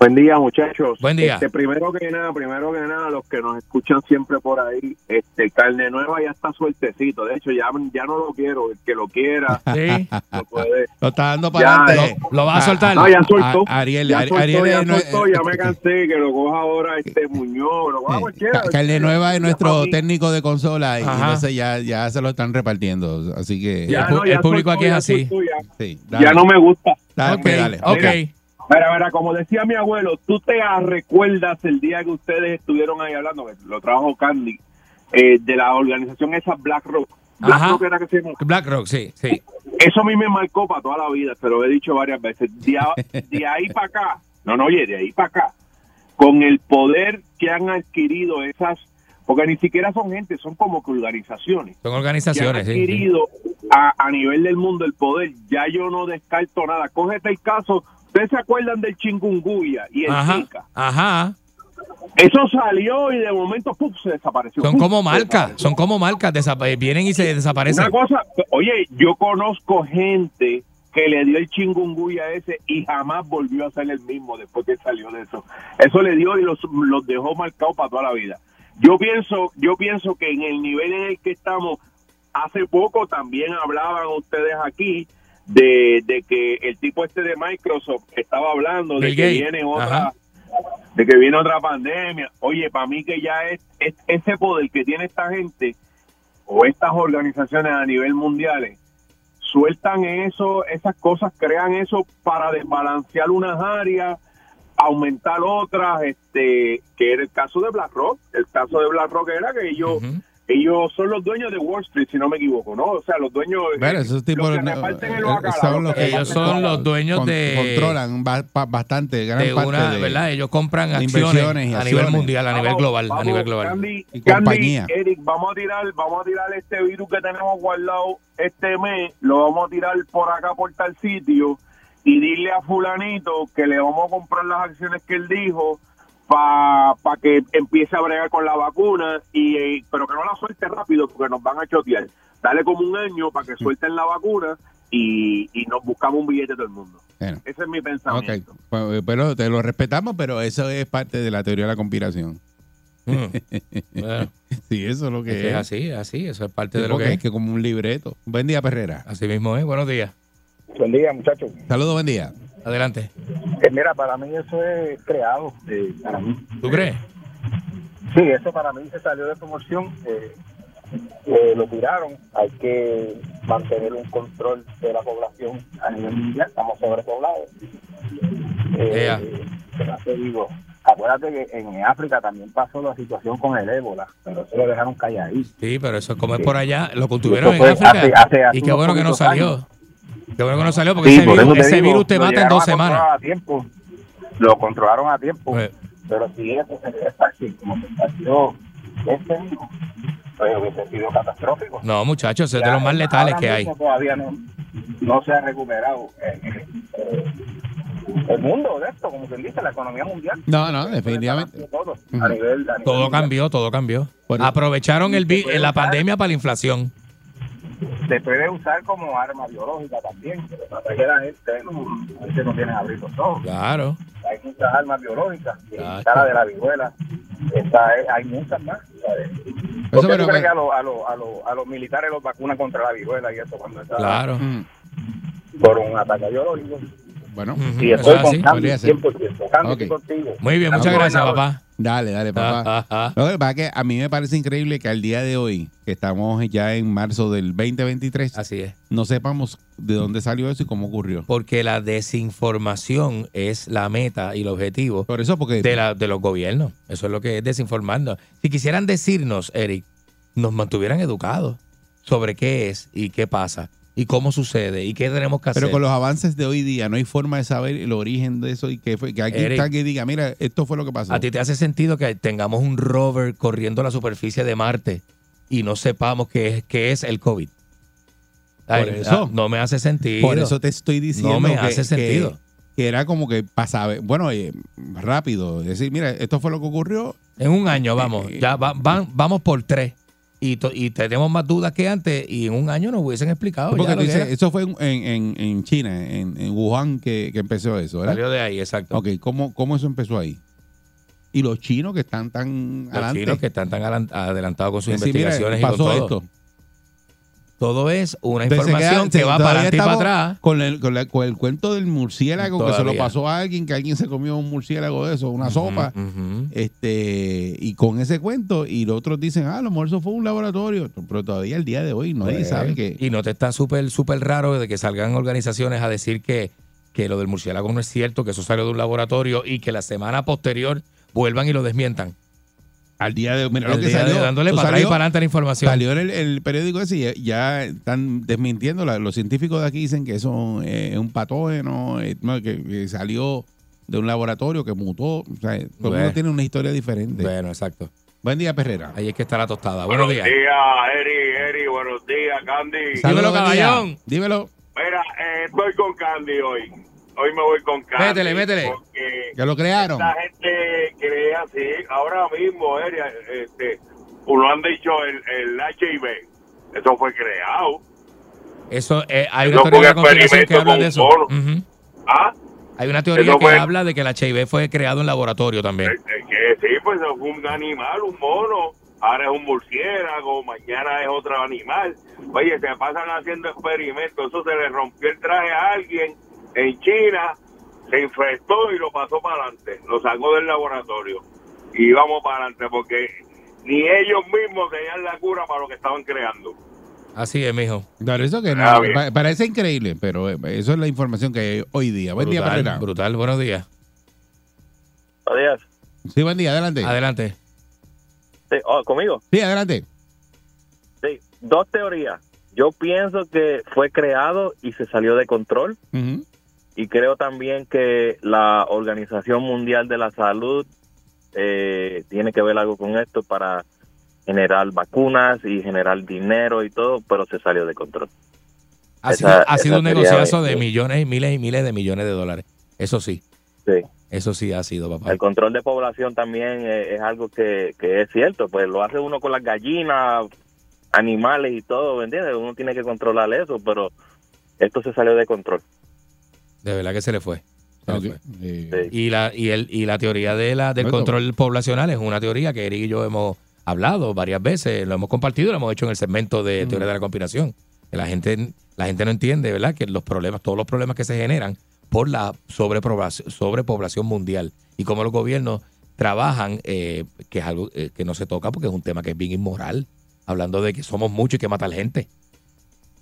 [SPEAKER 8] Buen día, muchachos.
[SPEAKER 4] Buen día.
[SPEAKER 8] Este, primero que nada, primero que nada, los que nos escuchan siempre por ahí, este carne nueva ya está sueltecito. De hecho, ya, ya no lo quiero. El que lo quiera,
[SPEAKER 4] Sí.
[SPEAKER 8] lo puede.
[SPEAKER 3] Lo está dando
[SPEAKER 8] Ya,
[SPEAKER 3] para adelante.
[SPEAKER 4] Lo vas a soltar.
[SPEAKER 8] No, ya soltó.
[SPEAKER 3] A- ah, Ariel,
[SPEAKER 8] ya
[SPEAKER 3] Ari-
[SPEAKER 8] soltó,
[SPEAKER 3] Ariel
[SPEAKER 8] ya
[SPEAKER 3] es nue-
[SPEAKER 8] soltó, ya me cansé que lo coja ahora este Muñoz, lo coja
[SPEAKER 3] Eh,
[SPEAKER 8] cualquiera.
[SPEAKER 3] Ca- Carle Nueva es nuestro
[SPEAKER 8] Ya,
[SPEAKER 3] técnico de consola y
[SPEAKER 4] Ajá.
[SPEAKER 3] entonces ya, ya se lo están repartiendo. Así que
[SPEAKER 8] ya
[SPEAKER 4] el pu-
[SPEAKER 8] ya
[SPEAKER 4] el público aquí es
[SPEAKER 8] ya
[SPEAKER 4] así.
[SPEAKER 8] soltó, ya.
[SPEAKER 3] sí,
[SPEAKER 8] Ya,
[SPEAKER 3] dale,
[SPEAKER 8] no me gusta.
[SPEAKER 3] dale,
[SPEAKER 4] ok,
[SPEAKER 3] dale.
[SPEAKER 4] ok.
[SPEAKER 3] Mira,
[SPEAKER 8] Mira, mira, como decía mi abuelo, tú te recuerdas el día que ustedes estuvieron ahí hablando, que lo trabajo Candy, eh, de la organización esa BlackRock.
[SPEAKER 4] Ajá.
[SPEAKER 8] BlackRock era que se llama.
[SPEAKER 4] BlackRock, sí, sí.
[SPEAKER 8] Eso a mí me marcó para toda la vida, se lo he dicho varias veces. De, a- de ahí para acá, no, no, oye, de ahí para acá, con el poder que han adquirido esas, porque ni siquiera son gente, son como que organizaciones
[SPEAKER 4] Son
[SPEAKER 8] que han
[SPEAKER 4] organizaciones. sí, sí.
[SPEAKER 8] adquirido a, a nivel del mundo el poder, ya yo no descarto nada. Cógete el caso, ustedes se acuerdan del chingunguya y el
[SPEAKER 4] Ajá,
[SPEAKER 8] Zika.
[SPEAKER 4] ajá.
[SPEAKER 8] Eso salió y de momento ¡puf! se desapareció.
[SPEAKER 4] Son
[SPEAKER 8] ¡Puf!
[SPEAKER 4] como
[SPEAKER 8] se
[SPEAKER 4] marcas, son como marcas. desapa- Vienen y se desaparecen.
[SPEAKER 8] Una cosa, oye, yo conozco gente que le dio el chingunguya ese y jamás volvió a ser el mismo después que salió de eso. Eso le dio y los, los dejó marcados para toda la vida. Yo pienso, yo pienso que en el nivel en el que estamos, hace poco también hablaban ustedes aquí de, de que el tipo este de Microsoft estaba hablando de
[SPEAKER 4] Bill
[SPEAKER 8] que
[SPEAKER 4] Gates.
[SPEAKER 8] viene otra
[SPEAKER 4] Ajá.
[SPEAKER 8] de que viene otra pandemia. Oye, para mí que ya es, es- ese poder que tiene esta gente o estas organizaciones a nivel mundial eh, sueltan eso, esas cosas, crean eso para desbalancear unas áreas, aumentar otras, este, que era el caso de BlackRock, el caso de BlackRock era que ellos
[SPEAKER 4] Ujú.
[SPEAKER 8] ellos son los dueños de Wall Street, si no me equivoco, ¿no? O sea, los dueños eh,
[SPEAKER 3] Bueno, esos tipos
[SPEAKER 8] los que
[SPEAKER 3] no-
[SPEAKER 8] reparten el
[SPEAKER 3] eh,
[SPEAKER 8] bacalao,
[SPEAKER 3] son los
[SPEAKER 8] los que
[SPEAKER 3] que-
[SPEAKER 4] Ellos
[SPEAKER 8] reparten
[SPEAKER 4] son
[SPEAKER 8] el
[SPEAKER 4] los dueños
[SPEAKER 3] con-
[SPEAKER 4] de-
[SPEAKER 3] controlan ba- pa- bastante gran
[SPEAKER 4] De
[SPEAKER 3] parte
[SPEAKER 4] una,
[SPEAKER 3] de-
[SPEAKER 4] ¿verdad? Ellos compran acciones a
[SPEAKER 3] inversiones y
[SPEAKER 4] nivel
[SPEAKER 3] acciones.
[SPEAKER 4] mundial, a nivel
[SPEAKER 8] Vamos,
[SPEAKER 4] global, a
[SPEAKER 8] vamos,
[SPEAKER 4] nivel global.
[SPEAKER 8] Candy,
[SPEAKER 3] Y
[SPEAKER 8] Candy,
[SPEAKER 3] compañía.
[SPEAKER 8] Eric, vamos a tirar, vamos a tirar este virus que tenemos guardado este mes, lo vamos a tirar por acá por tal sitio y dile a fulanito que le vamos a comprar las acciones que él dijo para que empiece a bregar con la vacuna y eh, pero que no la suelte rápido porque nos van a chotear. Dale como un año para que suelten la vacuna y, y nos buscamos un billete todo el mundo.
[SPEAKER 3] Bueno,
[SPEAKER 8] Ese es mi
[SPEAKER 3] ok. eh,
[SPEAKER 8] pensamiento.
[SPEAKER 3] Pues, Pero te lo respetamos, pero eso es parte de la teoría de la conspiración.
[SPEAKER 5] Mm.
[SPEAKER 4] Bueno,
[SPEAKER 3] Sí, eso es lo
[SPEAKER 4] es
[SPEAKER 3] que
[SPEAKER 4] que
[SPEAKER 3] es.
[SPEAKER 4] es así, es así, eso es parte
[SPEAKER 3] Sí,
[SPEAKER 4] de lo
[SPEAKER 3] porque
[SPEAKER 4] que
[SPEAKER 3] es
[SPEAKER 4] es.
[SPEAKER 3] que como un libreto. Buen día, Perrera.
[SPEAKER 4] Así mismo es, buenos días.
[SPEAKER 8] Buen día, muchachos.
[SPEAKER 3] Saludos, buen día.
[SPEAKER 4] Adelante.
[SPEAKER 8] Eh, mira, para mí eso es creado. eh, para mí.
[SPEAKER 4] ¿Tú crees?
[SPEAKER 8] Sí, eso para mí se salió de promoción. eh, eh, lo tiraron. Hay que mantener un control de la población a nivel mundial. Estamos sobrepoblados.
[SPEAKER 4] Ea.
[SPEAKER 8] Eh, ¿qué más te digo? Acuérdate que en África también pasó la situación con el ébola, pero eso lo dejaron calladito.
[SPEAKER 4] Sí, pero eso es como es por allá, lo contuvieron
[SPEAKER 8] Eso
[SPEAKER 4] en
[SPEAKER 8] fue
[SPEAKER 4] África.
[SPEAKER 8] pues, hace- hace- hace
[SPEAKER 4] y qué
[SPEAKER 8] unos
[SPEAKER 4] bueno que no
[SPEAKER 8] poquitos
[SPEAKER 4] salió.
[SPEAKER 8] años.
[SPEAKER 4] Qué bueno que no salió porque ese,
[SPEAKER 8] por eso
[SPEAKER 4] virus,
[SPEAKER 8] te
[SPEAKER 4] ese
[SPEAKER 8] digo,
[SPEAKER 4] virus te
[SPEAKER 8] lo
[SPEAKER 4] mata en
[SPEAKER 8] llegaron
[SPEAKER 4] dos
[SPEAKER 8] a controlar
[SPEAKER 4] semanas.
[SPEAKER 8] a tiempo. Lo controlaron a tiempo.
[SPEAKER 4] Pues,
[SPEAKER 8] Pero si eso se despache, como se despacheó este mismo, pues hubiese sido catastrófico.
[SPEAKER 4] no, muchachos, es de los más
[SPEAKER 8] Ya,
[SPEAKER 4] letales
[SPEAKER 8] ahora
[SPEAKER 4] que hay.
[SPEAKER 8] mismo Todavía no, no se ha recuperado eh, eh, el mundo de esto, como quien dice, la economía mundial.
[SPEAKER 3] No, no, definitivamente.
[SPEAKER 8] Todo, a nivel, a nivel
[SPEAKER 4] Todo
[SPEAKER 8] mundial.
[SPEAKER 4] cambió, todo cambió.
[SPEAKER 3] Por-
[SPEAKER 4] Aprovecharon el, vi-
[SPEAKER 8] Se puede
[SPEAKER 4] la
[SPEAKER 8] usar.
[SPEAKER 4] pandemia para la inflación.
[SPEAKER 8] Se puede usar como arma biológica también, pero para que la gente no, a veces no tiene abrir los ojos.
[SPEAKER 4] Claro.
[SPEAKER 8] hay muchas armas biológicas,
[SPEAKER 4] Claro.
[SPEAKER 8] está la de la viruela, está, eh, hay muchas más. ¿sabes? ¿Por
[SPEAKER 3] Eso,
[SPEAKER 8] qué
[SPEAKER 3] pero-
[SPEAKER 8] tú crees que a, los- a, los- a, los- a los militares los vacunan contra la viruela y eso cuando está
[SPEAKER 4] Claro.
[SPEAKER 3] Mm,
[SPEAKER 8] por un ataque biológico?
[SPEAKER 3] Bueno,
[SPEAKER 4] Ujú,
[SPEAKER 8] Y
[SPEAKER 4] eso
[SPEAKER 8] estoy
[SPEAKER 4] es así.
[SPEAKER 8] con Candy,
[SPEAKER 3] podría ser.
[SPEAKER 8] 100%. Candy,
[SPEAKER 3] Ok.
[SPEAKER 8] estoy contigo.
[SPEAKER 4] Muy bien, muchas
[SPEAKER 3] Ah,
[SPEAKER 4] gracias,
[SPEAKER 8] bueno.
[SPEAKER 4] papá.
[SPEAKER 3] dale, dale, papá.
[SPEAKER 4] Ah, ah, ah.
[SPEAKER 3] Lo que pasa es que a mí me parece increíble que al día de hoy, que estamos ya en marzo del 2023,
[SPEAKER 4] Así es.
[SPEAKER 3] no sepamos de dónde salió eso y cómo ocurrió.
[SPEAKER 4] Porque la desinformación es la meta y el objetivo
[SPEAKER 3] Por eso, porque
[SPEAKER 4] de, la, de los gobiernos. Eso es lo que es desinformarnos. Si quisieran decirnos, Eric, nos mantuvieran educados sobre qué es y qué pasa y cómo sucede y qué tenemos que hacer.
[SPEAKER 3] Pero con los avances de hoy día, no hay forma de saber el origen de eso y que, fue, que aquí
[SPEAKER 4] Eric.
[SPEAKER 3] está que diga, mira, esto fue lo que pasó.
[SPEAKER 4] ¿A ti te hace sentido que tengamos un rover corriendo la superficie de Marte y no sepamos qué es, qué es el COVID?
[SPEAKER 3] Por eso.
[SPEAKER 4] ah, No me hace sentido.
[SPEAKER 3] Por eso te estoy diciendo
[SPEAKER 4] No me
[SPEAKER 3] que,
[SPEAKER 4] hace
[SPEAKER 3] que-
[SPEAKER 4] sentido.
[SPEAKER 3] que era como que pasaba, bueno, eh, rápido, decir, mira, esto fue lo que ocurrió.
[SPEAKER 4] En un año, vamos, ya va- van, vamos por tres. Y, to- y tenemos más dudas que antes y en un año nos hubiesen explicado.
[SPEAKER 3] Porque
[SPEAKER 4] ya
[SPEAKER 3] tú
[SPEAKER 4] lo que
[SPEAKER 3] dices,
[SPEAKER 4] era.
[SPEAKER 3] eso fue en, en- en China, en, en Wuhan, que, que empezó eso, ¿verdad?
[SPEAKER 4] Salió de ahí, exacto.
[SPEAKER 3] Ok, ¿cómo, ¿cómo eso empezó ahí? Y los chinos que están tan
[SPEAKER 4] Los
[SPEAKER 3] adelante.
[SPEAKER 4] chinos que están tan adelant- adelantados con sus
[SPEAKER 3] decir, mira,
[SPEAKER 4] investigaciones y
[SPEAKER 3] pasó
[SPEAKER 4] con todo.
[SPEAKER 3] esto.
[SPEAKER 4] Todo es una
[SPEAKER 3] Entonces, se
[SPEAKER 4] información
[SPEAKER 3] queda- se-
[SPEAKER 4] que va para
[SPEAKER 3] todavía
[SPEAKER 4] adelante y para
[SPEAKER 3] estamos
[SPEAKER 4] atrás.
[SPEAKER 3] Con el, con la- con el cuento del murciélago que se lo
[SPEAKER 4] Todavía.
[SPEAKER 3] pasó a alguien, que alguien se comió un murciélago de eso, una sopa.
[SPEAKER 4] Ujú.
[SPEAKER 3] Este, y con ese cuento, y los otros dicen, ah, a lo mejor eso fue un laboratorio. Pero todavía el día de hoy nadie
[SPEAKER 4] Pues,
[SPEAKER 3] sabe que.
[SPEAKER 4] Y no te está súper, súper raro de que salgan organizaciones a decir que, que lo del murciélago no es cierto, que eso salió de un laboratorio y que la semana posterior vuelvan y lo desmientan.
[SPEAKER 3] Al día de hoy, mira
[SPEAKER 4] Al
[SPEAKER 3] lo que
[SPEAKER 4] día de-
[SPEAKER 3] salió.
[SPEAKER 4] dándole
[SPEAKER 3] eso
[SPEAKER 4] para atrás y
[SPEAKER 3] salió,
[SPEAKER 4] para adelante la información.
[SPEAKER 3] salió en el, el periódico ese y ya, ya están desmintiendo. la- los científicos de aquí dicen que eso eh, es un patógeno, eh, no, que, que salió de un laboratorio que mutó. O sea, todo el mundo
[SPEAKER 4] Bueno.
[SPEAKER 3] tiene una historia diferente.
[SPEAKER 4] Bueno, exacto.
[SPEAKER 3] Buen día, Perrera.
[SPEAKER 4] Ahí es que está la tostada. Buenos días.
[SPEAKER 8] Eri, Eri, buenos días, Candy.
[SPEAKER 4] Dímelo,
[SPEAKER 3] Saludos, buen día.
[SPEAKER 4] caballón.
[SPEAKER 3] Dímelo.
[SPEAKER 8] Mira,
[SPEAKER 9] Eh,
[SPEAKER 8] estoy con Candy hoy. Hoy me voy con Candy.
[SPEAKER 4] Métele, métele.
[SPEAKER 8] Porque
[SPEAKER 3] Que lo crearon.
[SPEAKER 8] La gente cree así. Ahora mismo, Eri, este, uno han dicho el, el HIV. Eso fue creado.
[SPEAKER 4] Eso, eh, hay una
[SPEAKER 8] Eso
[SPEAKER 4] teoría
[SPEAKER 8] fue
[SPEAKER 4] de la conspiración
[SPEAKER 8] experimento
[SPEAKER 4] que habla
[SPEAKER 8] con
[SPEAKER 4] de eso.
[SPEAKER 8] mono.
[SPEAKER 4] Ujú.
[SPEAKER 8] ¿Ah?
[SPEAKER 4] Hay una teoría
[SPEAKER 8] Eso
[SPEAKER 4] que
[SPEAKER 8] fue-
[SPEAKER 4] habla de que el HIV fue creado en laboratorio también.
[SPEAKER 8] Eh, eh, que sí, pues es un animal, un mono. Ahora es un murciélago, mañana es otro animal. Oye, se pasan haciendo experimentos. Eso se le rompió el traje a alguien en China, se infectó y lo pasó para adelante. Lo sacó del laboratorio. Y vamos para adelante porque ni ellos mismos tenían la cura para lo que estaban creando.
[SPEAKER 4] Así es, mijo.
[SPEAKER 3] Claro, eso que no,
[SPEAKER 8] Ah, bien.
[SPEAKER 3] pa- parece increíble, pero eh, eso es la información que hay hoy día. Buen día,
[SPEAKER 4] brutal,
[SPEAKER 3] Perrera.
[SPEAKER 4] brutal. Buenos días.
[SPEAKER 8] Adiós.
[SPEAKER 3] Sí, buen día, adelante.
[SPEAKER 4] Adelante.
[SPEAKER 8] ¿Conmigo?
[SPEAKER 3] Sí, adelante.
[SPEAKER 8] Sí. Dos teorías. Yo pienso que fue creado y se salió de control.
[SPEAKER 3] Ujú.
[SPEAKER 8] y creo también que la Organización Mundial de la Salud eh, tiene que ver algo con esto para generar vacunas y generar dinero y todo, pero se salió de control.
[SPEAKER 4] Ha
[SPEAKER 8] Esa-
[SPEAKER 4] sido, ha sido
[SPEAKER 8] esa
[SPEAKER 4] un
[SPEAKER 8] teoría
[SPEAKER 4] negociazo
[SPEAKER 8] de-
[SPEAKER 4] de millones y miles y miles de millones de dólares. Eso sí,
[SPEAKER 8] Sí.
[SPEAKER 4] eso sí ha sido, papá.
[SPEAKER 8] El control de población también eh, es algo que, que es cierto, pues lo hace uno con las gallinas, animales y todo, ¿me entiendes? Uno tiene que controlar eso, pero esto se salió de control.
[SPEAKER 4] De verdad que se le fue. Se le
[SPEAKER 3] Ok.
[SPEAKER 4] fue.
[SPEAKER 3] Eh,
[SPEAKER 10] Sí.
[SPEAKER 4] Y la, y, el, y la teoría de la, del
[SPEAKER 3] Bueno.
[SPEAKER 4] control poblacional es una teoría que Eric y yo hemos hablado varias veces, lo hemos compartido, lo hemos hecho en el segmento de teoría de la conspiración. Que La gente, la gente no entiende, ¿verdad?, que los problemas, todos los problemas que se generan por la sobrepoblación, sobrepoblación mundial y cómo los gobiernos trabajan, eh, que es algo eh, que no se toca porque es un tema que es bien inmoral, hablando de que somos muchos y que matar gente.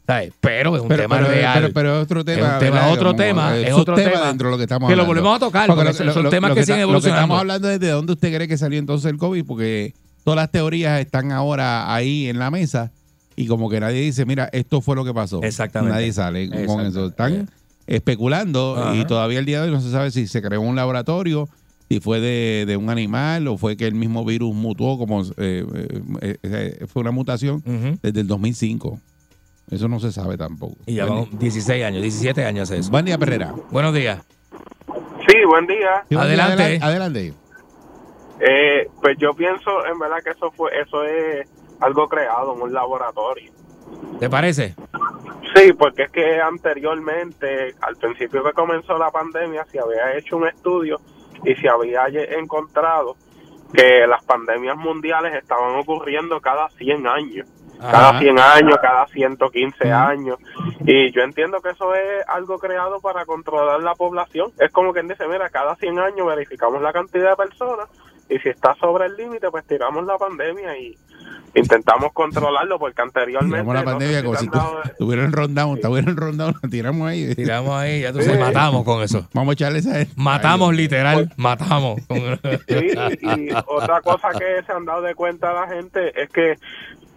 [SPEAKER 4] ¿Sabes? Pero es un
[SPEAKER 3] Pero,
[SPEAKER 4] tema
[SPEAKER 3] pero,
[SPEAKER 4] real.
[SPEAKER 3] pero- pero es otro tema.
[SPEAKER 4] un tema,
[SPEAKER 3] ¿verdad?
[SPEAKER 4] otro tema,
[SPEAKER 3] eh,
[SPEAKER 4] es otro
[SPEAKER 3] subtema
[SPEAKER 4] tema.
[SPEAKER 3] dentro de lo que estamos
[SPEAKER 4] Que lo
[SPEAKER 3] hablando.
[SPEAKER 4] volvemos a tocar, porque Ah, son- son temas que
[SPEAKER 3] está-
[SPEAKER 4] siguen
[SPEAKER 3] Lo que
[SPEAKER 4] evolucionando.
[SPEAKER 3] estamos hablando es de dónde usted cree que salió entonces el COVID, porque todas las teorías están ahora ahí en la mesa y como que nadie dice, mira, esto fue lo que pasó.
[SPEAKER 4] Exactamente.
[SPEAKER 3] Nadie sale con
[SPEAKER 11] Exactamente.
[SPEAKER 3] eso. Están especulando y todavía el día de hoy no se sabe si se creó un laboratorio, si fue de, de un animal o fue que el mismo virus mutó, como eh, eh, eh, fue una mutación
[SPEAKER 4] Ujú.
[SPEAKER 3] desde el 2005. Eso no se sabe tampoco.
[SPEAKER 4] Y ya vamos 16 años, 17 años hace eso.
[SPEAKER 3] Buen día, Perrera.
[SPEAKER 4] Buenos días.
[SPEAKER 10] Sí, buen día.
[SPEAKER 3] Sí, buen día,
[SPEAKER 4] Adelante.
[SPEAKER 3] adela- Adelante.
[SPEAKER 10] Eh, pues yo pienso en verdad que eso fue eso es algo creado en un laboratorio.
[SPEAKER 4] ¿Te parece?
[SPEAKER 10] Sí, porque es que anteriormente, al principio que comenzó la pandemia, se había hecho un estudio y se había ye- encontrado que las pandemias mundiales estaban ocurriendo cada 100 años, cada 100 años, cada 115 años. Y yo entiendo que eso es algo creado para controlar la población. Es como quien dice, mira, cada 100 años verificamos la cantidad de personas y si está sobre el límite, pues tiramos la pandemia y intentamos controlarlo porque anteriormente...
[SPEAKER 3] Tiramos la
[SPEAKER 10] no sé
[SPEAKER 3] pandemia
[SPEAKER 10] si
[SPEAKER 3] como
[SPEAKER 10] te
[SPEAKER 3] si
[SPEAKER 10] han dado- eh,
[SPEAKER 3] tuvieran rondado, tuvieran rondado, la tiramos ahí.
[SPEAKER 4] Tiramos ahí, ya tú sabes, matamos con eso.
[SPEAKER 3] Vamos a echarle esa.
[SPEAKER 4] Matamos literal, matamos. con-
[SPEAKER 10] Sí, y otra cosa que se han dado de cuenta la gente es que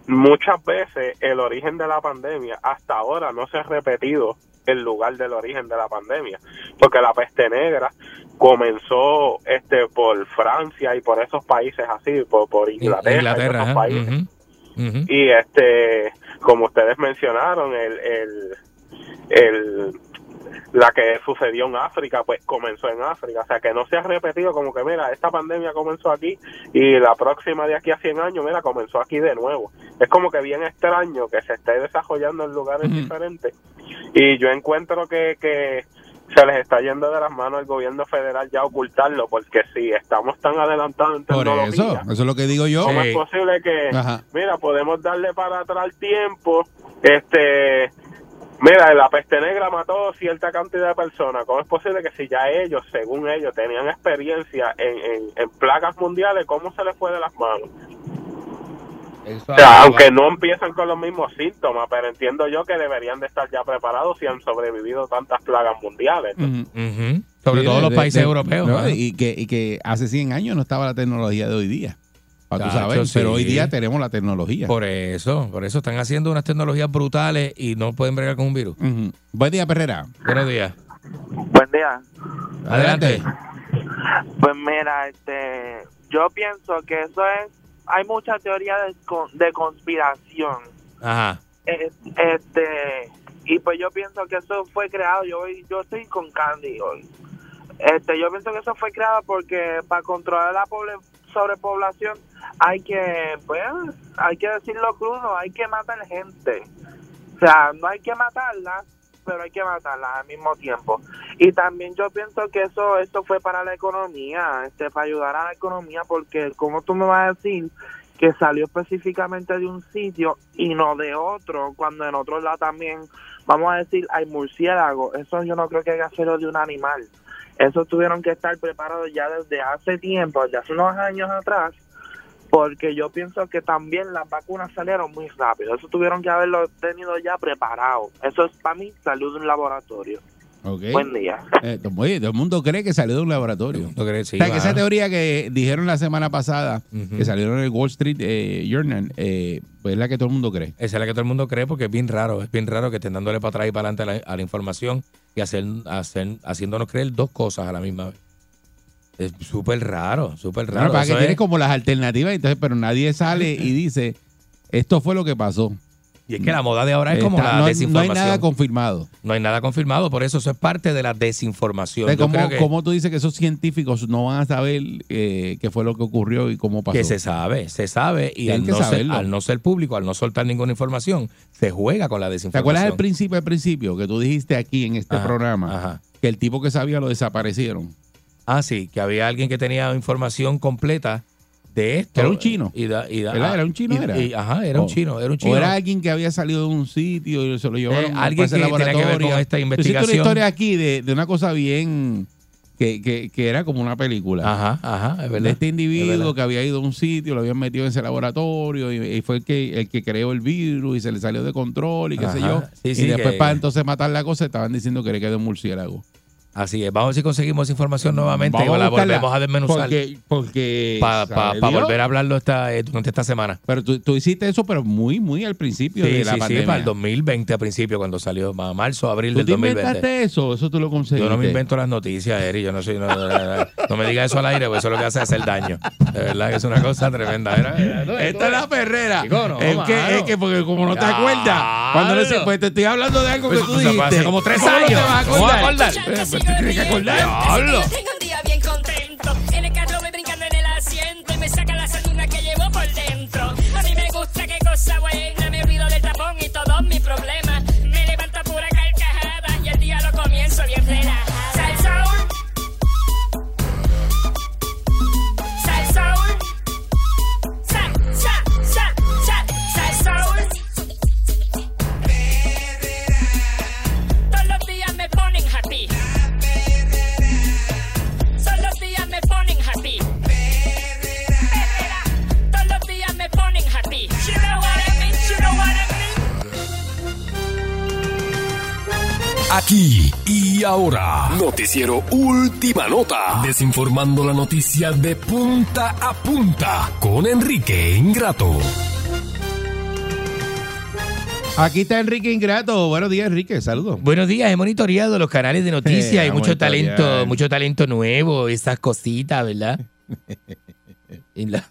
[SPEAKER 10] muchas veces el origen de la pandemia hasta ahora no se ha repetido el lugar del origen de la pandemia, porque la peste negra comenzó este por Francia y por esos países así, por, por Inglaterra, y
[SPEAKER 4] Inglaterra,
[SPEAKER 10] esos
[SPEAKER 4] ajá.
[SPEAKER 10] países.
[SPEAKER 4] Ujú, ujú.
[SPEAKER 10] Y este, como ustedes mencionaron, el, el, el- la que sucedió en África, pues comenzó en África. O sea, que no se ha repetido como que, mira, esta pandemia comenzó aquí y la próxima de aquí a 100 años, mira, comenzó aquí de nuevo. Es como que bien extraño que se esté desarrollando en lugares
[SPEAKER 3] Ujú.
[SPEAKER 10] diferentes. Y yo encuentro que, que se les está yendo de las manos al gobierno federal ya ocultarlo, porque si estamos tan adelantados en
[SPEAKER 3] Por
[SPEAKER 10] tecnología,
[SPEAKER 3] eso, eso es lo que digo yo.
[SPEAKER 10] ¿Cómo es posible que,
[SPEAKER 3] Ajá.
[SPEAKER 10] mira, podemos darle para atrás el tiempo? Este, mira, la peste negra mató cierta cantidad de personas. ¿Cómo es posible que si ya ellos, según ellos, tenían experiencia en, en, en plagas mundiales, cómo se les fue de las manos?
[SPEAKER 4] Eso
[SPEAKER 10] O sea,
[SPEAKER 4] ahí
[SPEAKER 10] aunque no empiezan con los mismos síntomas, pero entiendo yo que deberían de estar ya preparados si han sobrevivido tantas plagas mundiales.
[SPEAKER 3] Ujú.
[SPEAKER 4] va. Ujú. Sobre
[SPEAKER 3] Sí,
[SPEAKER 4] todo
[SPEAKER 3] de-
[SPEAKER 4] los
[SPEAKER 3] de-
[SPEAKER 4] países
[SPEAKER 3] de-
[SPEAKER 4] europeos.
[SPEAKER 3] no,
[SPEAKER 4] ¿no?
[SPEAKER 3] y, que, y que hace 100 años no estaba la tecnología de hoy día. Para tú
[SPEAKER 4] Chacho,
[SPEAKER 3] saber,
[SPEAKER 4] sí.
[SPEAKER 3] pero hoy día tenemos la tecnología.
[SPEAKER 4] Por eso, por eso están haciendo unas tecnologías brutales y no pueden bregar con un virus.
[SPEAKER 3] Ujú. Buen día, Perrera.
[SPEAKER 4] Buenos días.
[SPEAKER 9] Buen día.
[SPEAKER 4] Adelante.
[SPEAKER 9] Pues mira, este, yo pienso que eso es, hay mucha teoría de, con- de conspiración.
[SPEAKER 4] Ajá.
[SPEAKER 9] Es- Eh, Este, y pues yo pienso que eso fue creado, yo, voy- yo estoy con Candy hoy. Este, yo pienso que eso fue creado porque para controlar la pobre- sobrepoblación hay que, pues, hay que decirlo crudo, hay que matar gente. O sea, no hay que matarla, pero hay que matarla al mismo tiempo. Y también yo pienso que eso eso fue para la economía, este para ayudar a la economía, porque como tú me vas a decir que salió específicamente de un sitio y no de otro, cuando en otro lado también, vamos a decir, hay murciélagos, eso yo no creo que haya sido de un animal. Eso tuvieron que estar preparados ya desde hace tiempo, desde hace unos años atrás, porque yo pienso que también las vacunas salieron muy rápido. Eso tuvieron que haberlo tenido ya preparado. Eso es para mí salud de un laboratorio.
[SPEAKER 3] Ok.
[SPEAKER 9] Buen día.
[SPEAKER 3] Eh, como, oye, todo el mundo cree que salió de un laboratorio.
[SPEAKER 4] ¿Tú crees? Sí,
[SPEAKER 3] O sea, que
[SPEAKER 4] va.
[SPEAKER 3] esa teoría que dijeron la semana pasada,
[SPEAKER 4] Ujú.
[SPEAKER 3] que salieron en el Wall Street eh, Journal, eh, pues es la que todo el mundo cree.
[SPEAKER 4] Esa es la que todo el mundo cree porque es bien raro, es bien raro que estén dándole para atrás y para adelante a la, a la información y hacer, hacer, haciéndonos creer dos cosas a la misma vez. Es súper raro, súper
[SPEAKER 3] Claro,
[SPEAKER 4] raro.
[SPEAKER 3] para
[SPEAKER 4] Eso
[SPEAKER 3] que tienes
[SPEAKER 4] es-
[SPEAKER 3] como las alternativas, entonces, pero nadie sale y dice, esto fue lo que pasó.
[SPEAKER 4] y es que la moda de ahora es como
[SPEAKER 3] Está-
[SPEAKER 4] la
[SPEAKER 3] no, no hay
[SPEAKER 4] desinformación.
[SPEAKER 3] nada confirmado.
[SPEAKER 4] confirmado, por eso eso es parte de la desinformación.
[SPEAKER 3] Entonces,
[SPEAKER 4] Yo
[SPEAKER 3] ¿cómo,
[SPEAKER 4] creo que,
[SPEAKER 3] cómo tú dices que esos científicos no van a saber eh, qué fue lo que ocurrió y cómo pasó?
[SPEAKER 4] que se sabe, se sabe y
[SPEAKER 3] Tienen
[SPEAKER 4] al
[SPEAKER 3] que
[SPEAKER 4] no, ser,
[SPEAKER 3] saberlo.
[SPEAKER 4] al no ser público, al no soltar ninguna información, se juega con la
[SPEAKER 3] ¿Te acuerdas
[SPEAKER 4] desinformación.
[SPEAKER 3] del principio, al principio, que tú dijiste aquí en este
[SPEAKER 4] Ajá,
[SPEAKER 3] programa?
[SPEAKER 4] Ajá.
[SPEAKER 3] que el tipo que sabía lo desaparecieron.
[SPEAKER 4] Ah, sí, que había alguien que tenía información completa de esto.
[SPEAKER 3] Era un chino.
[SPEAKER 4] Y da- y da- ah,
[SPEAKER 3] ¿Verdad? Era un chino,
[SPEAKER 4] y-
[SPEAKER 3] era.
[SPEAKER 4] y- ajá, era un
[SPEAKER 3] O-
[SPEAKER 4] chino, era un
[SPEAKER 3] O
[SPEAKER 4] chino.
[SPEAKER 3] era alguien que había salido de un sitio y se lo llevaron
[SPEAKER 4] Eh,
[SPEAKER 3] a
[SPEAKER 4] alguien
[SPEAKER 3] ese
[SPEAKER 4] que tenía que ver
[SPEAKER 3] laboratorio.
[SPEAKER 4] con esta
[SPEAKER 3] Yo siento
[SPEAKER 4] investigación.
[SPEAKER 3] una historia aquí de, de una cosa bien... Que, que- que era como una película.
[SPEAKER 4] Ajá, ajá, es
[SPEAKER 3] de
[SPEAKER 4] verdad.
[SPEAKER 3] este
[SPEAKER 4] Es
[SPEAKER 3] individuo
[SPEAKER 4] verdad.
[SPEAKER 3] que había ido a un sitio, lo habían metido en ese laboratorio y, y fue el que, el que creó el virus y se le salió de control y qué sé
[SPEAKER 4] Ajá.
[SPEAKER 3] yo.
[SPEAKER 4] Sí,
[SPEAKER 3] y
[SPEAKER 4] sí,
[SPEAKER 3] después
[SPEAKER 4] que-
[SPEAKER 3] para entonces matar la cosa estaban diciendo que le quedó un murciélago.
[SPEAKER 4] Así es, vamos a ver si conseguimos esa información nuevamente
[SPEAKER 3] Vamos
[SPEAKER 4] o
[SPEAKER 3] a
[SPEAKER 4] la
[SPEAKER 3] buscarla,
[SPEAKER 4] volvemos a desmenuzar
[SPEAKER 3] Porque, porque
[SPEAKER 4] para
[SPEAKER 3] sabe Dios.
[SPEAKER 4] volver a hablarlo esta, eh, durante esta semana.
[SPEAKER 3] Pero tú, tú hiciste eso, pero muy, muy al
[SPEAKER 4] Sí,
[SPEAKER 3] principio
[SPEAKER 4] sí,
[SPEAKER 3] de la
[SPEAKER 4] sí,
[SPEAKER 3] pandemia.
[SPEAKER 4] para el 2020 a principio, cuando salió, ma- marzo, abril
[SPEAKER 3] ¿Tú
[SPEAKER 4] del
[SPEAKER 3] te
[SPEAKER 4] 2020.
[SPEAKER 3] inventaste eso? ¿Eso tú lo conseguiste?
[SPEAKER 4] Yo no me invento las noticias, Eri. Yo no soy. No, no, no, no me digas eso al aire, porque eso lo que hace es hacer daño. De verdad que es una cosa tremenda. Era-
[SPEAKER 3] Esta es la perrera.
[SPEAKER 4] Chico, no,
[SPEAKER 3] Ah, es,
[SPEAKER 4] mano.
[SPEAKER 3] que, es que, porque como no te
[SPEAKER 4] Claro.
[SPEAKER 3] acuerdas, cuando no se pues te estoy hablando de algo que
[SPEAKER 4] Eso
[SPEAKER 3] tú
[SPEAKER 4] fue
[SPEAKER 3] dijiste.
[SPEAKER 4] pues, hace como tres
[SPEAKER 3] ¿Cómo no
[SPEAKER 4] años.
[SPEAKER 3] te vas a
[SPEAKER 4] ¿Cómo vas a
[SPEAKER 3] acordar?
[SPEAKER 4] acordar?
[SPEAKER 3] Eh, pues, te tienes que acordar.
[SPEAKER 4] Diablo.
[SPEAKER 12] Yo tengo un día bien contento. En el carro me brincando en el asiento y me saca la saluna que llevo por dentro. A mí me gusta qué cosa buena. Me olvido del tapón y todos mis problemas. Me levanto a pura carcajada y el día lo comienzo bien relajada. Sal Saúl. Sal Saúl. Sal, sal, sal, sal, sal Saúl. Todos los días me ponen happy. Todos los días me ponen happy. Perrera. Todos los días me ponen happy. You know what I mean, you know what I mean.
[SPEAKER 13] Aquí y ahora, noticiero Última Nota, desinformando la noticia de punta a punta con Enrique Ingrato.
[SPEAKER 3] Aquí está Enrique Ingrato. Buenos días, Enrique. Saludos.
[SPEAKER 4] Buenos días, he monitoreado los canales de noticias.
[SPEAKER 3] Eh,
[SPEAKER 4] Hay
[SPEAKER 3] a
[SPEAKER 4] mucho
[SPEAKER 3] monitorear.
[SPEAKER 4] talento, mucho talento nuevo, esas cositas, ¿verdad? en los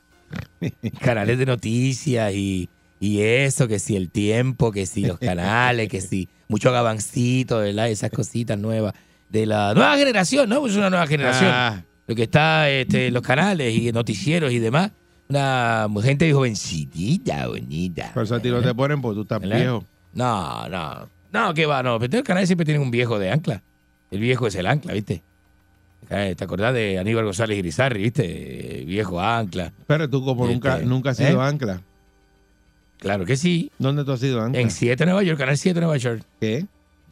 [SPEAKER 4] canales de noticias y, y eso, que si el tiempo, que si los canales, que si mucho gabancito, ¿verdad? Esas cositas nuevas de la nueva generación, ¿no? Es una nueva generación.
[SPEAKER 3] Ah,
[SPEAKER 4] Lo que está este, en los canales y en noticieros y demás. Una gente jovencitita, bonita.
[SPEAKER 3] por eso a ti no te ponen porque tú estás
[SPEAKER 4] ¿Verdad?
[SPEAKER 3] viejo.
[SPEAKER 4] No, no. No, que va, no. Pero el canal siempre tiene un viejo de ancla. El viejo es el ancla, ¿viste? Eh, ¿Te acordás de Aníbal González Irizarry, viste? Eh, Viejo ancla.
[SPEAKER 3] Pero tú como
[SPEAKER 4] Este,
[SPEAKER 3] nunca, nunca has sido
[SPEAKER 4] ¿eh?
[SPEAKER 3] ancla.
[SPEAKER 4] Claro que sí.
[SPEAKER 3] ¿Dónde tú has sido ancla?
[SPEAKER 4] En 7 Nueva York, Canal 7 Nueva York.
[SPEAKER 3] ¿Qué?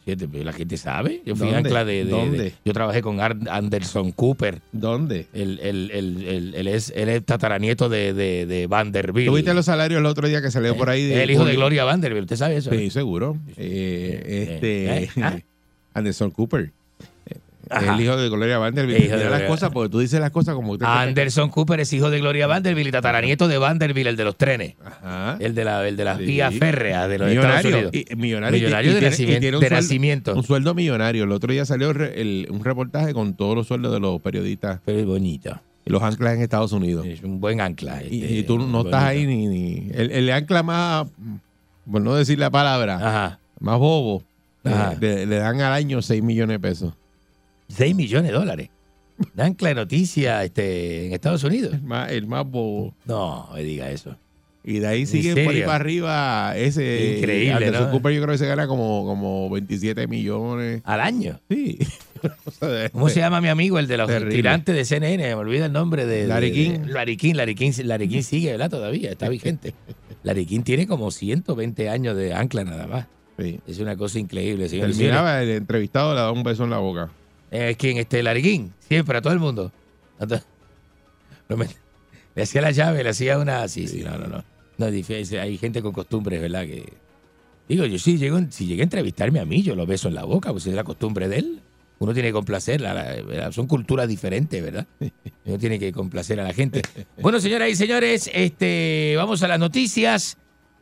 [SPEAKER 4] Siete, pero la gente sabe. Yo fui
[SPEAKER 3] ¿Dónde?
[SPEAKER 4] ancla de, de- de-
[SPEAKER 3] ¿Dónde?
[SPEAKER 4] Yo trabajé con Ar- Anderson Cooper.
[SPEAKER 3] ¿Dónde?
[SPEAKER 4] El, el, el, el- él es, él es tataranieto de, de, de Vanderbilt.
[SPEAKER 3] ¿Tuviste los salarios el otro día que salió por ahí?
[SPEAKER 4] Eh, el hijo de Gloria Vanderbilt. ¿Usted sabe eso?
[SPEAKER 3] Sí, seguro. Eh,
[SPEAKER 4] Eh, eh,
[SPEAKER 3] este
[SPEAKER 4] ah.
[SPEAKER 3] Anderson Cooper. Eh,
[SPEAKER 4] Ajá.
[SPEAKER 3] El hijo de Gloria Vanderbilt.
[SPEAKER 4] El hijo de
[SPEAKER 3] Mira las
[SPEAKER 4] Gloria.
[SPEAKER 3] cosas, porque tú dices las cosas como usted.
[SPEAKER 4] Anderson Cooper es hijo de Gloria Vanderbilt y tataranieto de Vanderbilt, el de los trenes.
[SPEAKER 3] Ajá.
[SPEAKER 4] El de, la, el de las
[SPEAKER 3] Sí.
[SPEAKER 4] vías férreas Eh, de los
[SPEAKER 3] millonario,
[SPEAKER 4] Estados
[SPEAKER 3] y-
[SPEAKER 4] Unidos.
[SPEAKER 3] millonario,
[SPEAKER 4] Millonario de nacimiento-
[SPEAKER 3] un
[SPEAKER 4] de
[SPEAKER 3] sueldo-
[SPEAKER 4] nacimiento.
[SPEAKER 3] un sueldo millonario. El otro día salió re- el- un reportaje con todos los sueldos de los periodistas,
[SPEAKER 4] Pero es bonito.
[SPEAKER 3] los anclas en Estados Unidos.
[SPEAKER 4] Es un buen ancla.
[SPEAKER 3] Y,
[SPEAKER 4] este,
[SPEAKER 3] y tú no
[SPEAKER 4] bonito.
[SPEAKER 3] estás ahí ni. ni- el, el ancla más, por no decir la palabra,
[SPEAKER 4] Ajá.
[SPEAKER 3] más bobo,
[SPEAKER 4] Ah. Ajá.
[SPEAKER 3] eh, le, le dan al año 6 millones de pesos.
[SPEAKER 4] 6 millones de dólares. Un ancla de noticias este, en Estados Unidos.
[SPEAKER 3] El más, el más bobo.
[SPEAKER 4] No, me diga eso.
[SPEAKER 3] Y de ahí
[SPEAKER 4] ¿En
[SPEAKER 3] sigue por ahí
[SPEAKER 4] serio?
[SPEAKER 3] para arriba ese.
[SPEAKER 4] Increíble,
[SPEAKER 3] Anderson
[SPEAKER 4] ¿no?
[SPEAKER 3] Cooper yo creo que se gana como, como 27 millones.
[SPEAKER 4] Al año.
[SPEAKER 3] Sí. O sea,
[SPEAKER 4] ¿Cómo se llama mi amigo, el de los
[SPEAKER 3] Terrible.
[SPEAKER 4] tirantes de CNN? Me olvida el nombre de... de-
[SPEAKER 3] Lariquín.
[SPEAKER 4] de- Lariquín, Lariquín, Lariquín sigue, ¿verdad? Todavía, está vigente. Lariquín tiene como 120 años de ancla nada más.
[SPEAKER 3] sí.
[SPEAKER 4] Es una cosa increíble, señor.
[SPEAKER 3] Terminaba el entrevistado, le daba un beso en la boca.
[SPEAKER 4] Eh, ¿Quién? Este, Larguín. Siempre, a todo el mundo. A to- No me- Le hacía la llave, le hacía una... Sí, sí, no, no, no. No, difícil. Hay gente con costumbres, ¿verdad? Que... Digo, yo sí llego, si llegué a entrevistarme a mí, yo lo beso en la boca, pues es la costumbre de él. Uno tiene que complacer, a la- ¿verdad? son culturas diferentes, ¿verdad? Uno tiene que complacer a la gente. Bueno, señoras y señores, este, vamos a las noticias.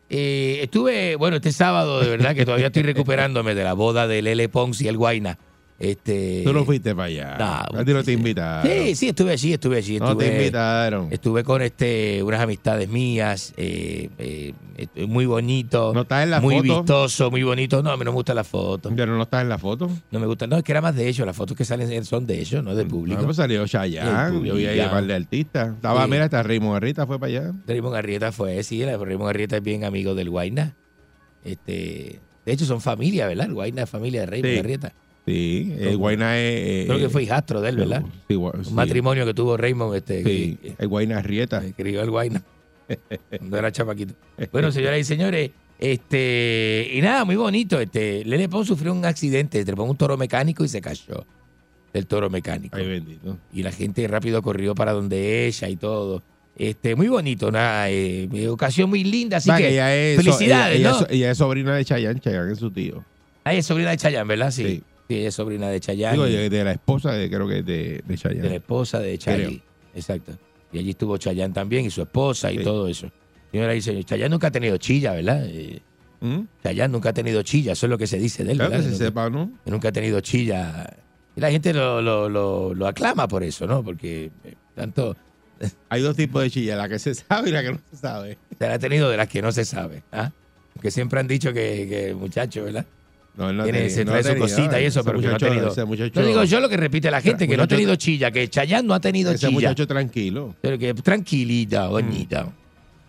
[SPEAKER 4] Eh, estuve, bueno, este sábado, de verdad que todavía estoy recuperándome de la boda de Lele Pons y el Guaina. Este,
[SPEAKER 3] Tú no fuiste para allá.
[SPEAKER 4] no,
[SPEAKER 3] a ti no te
[SPEAKER 4] sí.
[SPEAKER 3] invitaron.
[SPEAKER 4] Sí, sí, estuve allí, estuve allí.
[SPEAKER 3] no te
[SPEAKER 4] estuve-
[SPEAKER 3] invitaron.
[SPEAKER 4] Estuve con este unas amistades mías, eh, eh, eh, muy bonito,
[SPEAKER 3] No estás en la
[SPEAKER 4] muy
[SPEAKER 3] foto.
[SPEAKER 4] vistoso, muy bonito. No, a mí no me gustan las fotos.
[SPEAKER 3] Pero no estás en la foto.
[SPEAKER 4] No me gustan, no, es que era más de ellos, las fotos que salen son de ellos, no de público.
[SPEAKER 3] No, pues salió
[SPEAKER 4] El
[SPEAKER 3] Chayanne. Yo vi ahí
[SPEAKER 4] público.
[SPEAKER 3] a par de artistas. Estaba,
[SPEAKER 4] Sí.
[SPEAKER 3] mira, hasta Raymond Garrita fue para allá.
[SPEAKER 4] Raymond Arrieta fue, sí, era- Raymond Arrieta es bien amigo del Guayna. Este, de hecho, son familia, ¿verdad? El Guayna es familia de Raymond
[SPEAKER 3] Sí.
[SPEAKER 4] Arrieta.
[SPEAKER 3] Sí, eh, Guayna es. eh,
[SPEAKER 4] Creo que fue hijastro de él, ¿verdad?
[SPEAKER 3] Sí, gua-
[SPEAKER 4] Un
[SPEAKER 3] sí.
[SPEAKER 4] matrimonio que tuvo Raymond, este,
[SPEAKER 3] Sí,
[SPEAKER 4] que-
[SPEAKER 3] el Guayna Rieta.
[SPEAKER 4] que crió el Guayna. cuando era chapaquito. Bueno, señoras y señores, este, y nada, muy bonito. Este, Lele Pons sufrió un accidente, trepó en un toro mecánico y se cayó del toro mecánico.
[SPEAKER 3] Ay, bendito.
[SPEAKER 4] Y la gente rápido corrió para donde ella y todo. Este, muy bonito, una eh, ocasión muy linda, así
[SPEAKER 3] Va,
[SPEAKER 4] que
[SPEAKER 3] ella es, so-
[SPEAKER 4] felicidades,
[SPEAKER 3] ella,
[SPEAKER 4] ¿no?
[SPEAKER 3] ella es, ella es sobrina de Chayanne, Chayanne es su tío.
[SPEAKER 4] Ah, ella es sobrina de Chayanne, ¿verdad? Sí. Sí, ella es sobrina de Chayanne.
[SPEAKER 3] Digo,
[SPEAKER 4] y
[SPEAKER 3] de, de la esposa, de, creo que de, de Chayanne.
[SPEAKER 4] de la esposa de Chayanne. Exacto. Y allí estuvo Chayanne también y su esposa y todo eso. Señora y señor, Chayanne nunca ha tenido chilla, ¿verdad? Eh, Chayanne nunca ha tenido chilla, eso es lo que se dice de él,
[SPEAKER 3] Claro
[SPEAKER 4] ¿verdad?
[SPEAKER 3] que ¿Mm? se
[SPEAKER 4] nunca,
[SPEAKER 3] sepa, ¿no?
[SPEAKER 4] que nunca ha tenido chilla. Y la gente lo, lo- lo- lo aclama por eso, ¿no? Porque eh, tanto...
[SPEAKER 3] Hay dos tipos de chilla, la que se sabe y la que no se sabe.
[SPEAKER 4] Se la ha tenido de las que no se sabe, ¿ah? Que siempre han dicho que, que el muchacho, ¿verdad?
[SPEAKER 3] No, él no ha
[SPEAKER 4] Tiene-
[SPEAKER 3] tenido-
[SPEAKER 4] se
[SPEAKER 3] no
[SPEAKER 4] trae
[SPEAKER 3] ha
[SPEAKER 4] su
[SPEAKER 3] tenido,
[SPEAKER 4] cosita y eso,
[SPEAKER 3] ese
[SPEAKER 4] pero que no ha
[SPEAKER 3] muchacho-
[SPEAKER 4] tenido.
[SPEAKER 3] ese muchacho-
[SPEAKER 4] no digo yo lo que repite la gente, que no ha
[SPEAKER 3] muchacho-
[SPEAKER 4] tenido chilla, que Chayanne no ha tenido
[SPEAKER 3] Ese
[SPEAKER 4] chilla.
[SPEAKER 3] muchacho Mm. tranquilo.
[SPEAKER 4] Pero que tranquilita, bonita.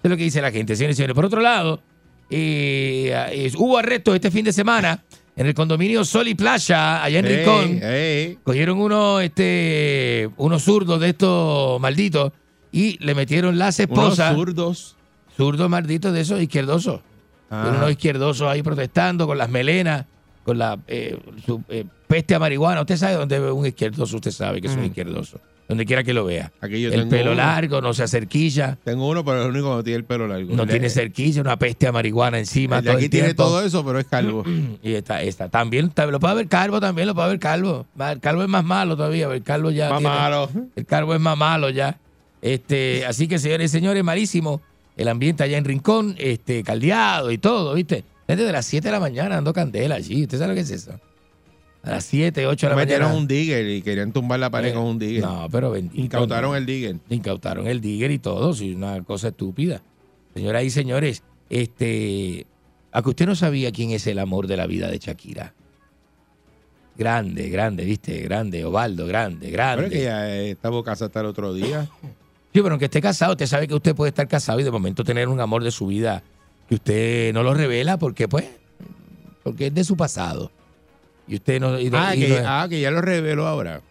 [SPEAKER 4] Es lo que dice la gente, señores y señores. Por otro lado, eh, eh, hubo arrestos este fin de semana en el condominio Sol y Playa, allá en
[SPEAKER 3] Ey,
[SPEAKER 4] Rincón.
[SPEAKER 3] ey.
[SPEAKER 4] Cogieron unos este, unos zurdos de estos malditos y le metieron las esposas.
[SPEAKER 3] Unos zurdos.
[SPEAKER 4] Zurdos malditos de esos izquierdosos.
[SPEAKER 3] Ah.
[SPEAKER 4] Unos izquierdosos ahí protestando con las melenas, con la eh, su, eh, peste a marihuana. Usted sabe dónde ve un izquierdoso, usted sabe que es un izquierdoso. Donde quiera que lo vea.
[SPEAKER 3] Aquí Mm. yo
[SPEAKER 4] El
[SPEAKER 3] tengo
[SPEAKER 4] pelo
[SPEAKER 3] uno.
[SPEAKER 4] largo, no se acerquilla.
[SPEAKER 3] Tengo uno, pero es el único que no tiene el pelo largo.
[SPEAKER 4] No
[SPEAKER 3] El de-
[SPEAKER 4] tiene cerquilla, una peste a marihuana encima.
[SPEAKER 3] el de
[SPEAKER 4] todo el
[SPEAKER 3] aquí tiene
[SPEAKER 4] tiempo.
[SPEAKER 3] todo eso, pero es calvo.
[SPEAKER 4] Y está, está. También ta- lo puede haber calvo, también lo puede haber calvo. Va, El calvo es más malo todavía, el calvo ya.
[SPEAKER 3] Más malo.
[SPEAKER 4] El calvo es más malo ya. Este, así que, señores y señores, malísimo. El ambiente allá en Rincón, este, caldeado y todo, ¿viste? Desde las 7 de la mañana dando candela allí. ¿Usted sabe lo que es eso? A las 7, 8 de la
[SPEAKER 3] Metieron
[SPEAKER 4] mañana.
[SPEAKER 3] un digger y querían tumbar la pared
[SPEAKER 4] Eh,
[SPEAKER 3] con un digger.
[SPEAKER 4] No, pero bendito.
[SPEAKER 3] Incautaron el digger.
[SPEAKER 4] Incautaron el digger y todo, sí, una cosa estúpida. Señoras y señores, este, a que usted no sabía quién es el amor de la vida de Shakira. Grande, grande, viste, grande, Ovaldo, grande, grande.
[SPEAKER 3] Pero es que ya eh, estaba casa hasta el otro día.
[SPEAKER 4] Sí, pero aunque esté casado, usted sabe que usted puede estar casado y de momento tener un amor de su vida que usted no lo revela porque, pues, porque es de su pasado. Y usted no... y no-
[SPEAKER 3] ah,
[SPEAKER 4] y
[SPEAKER 3] que,
[SPEAKER 4] no-
[SPEAKER 3] ah, que ya lo reveló ahora.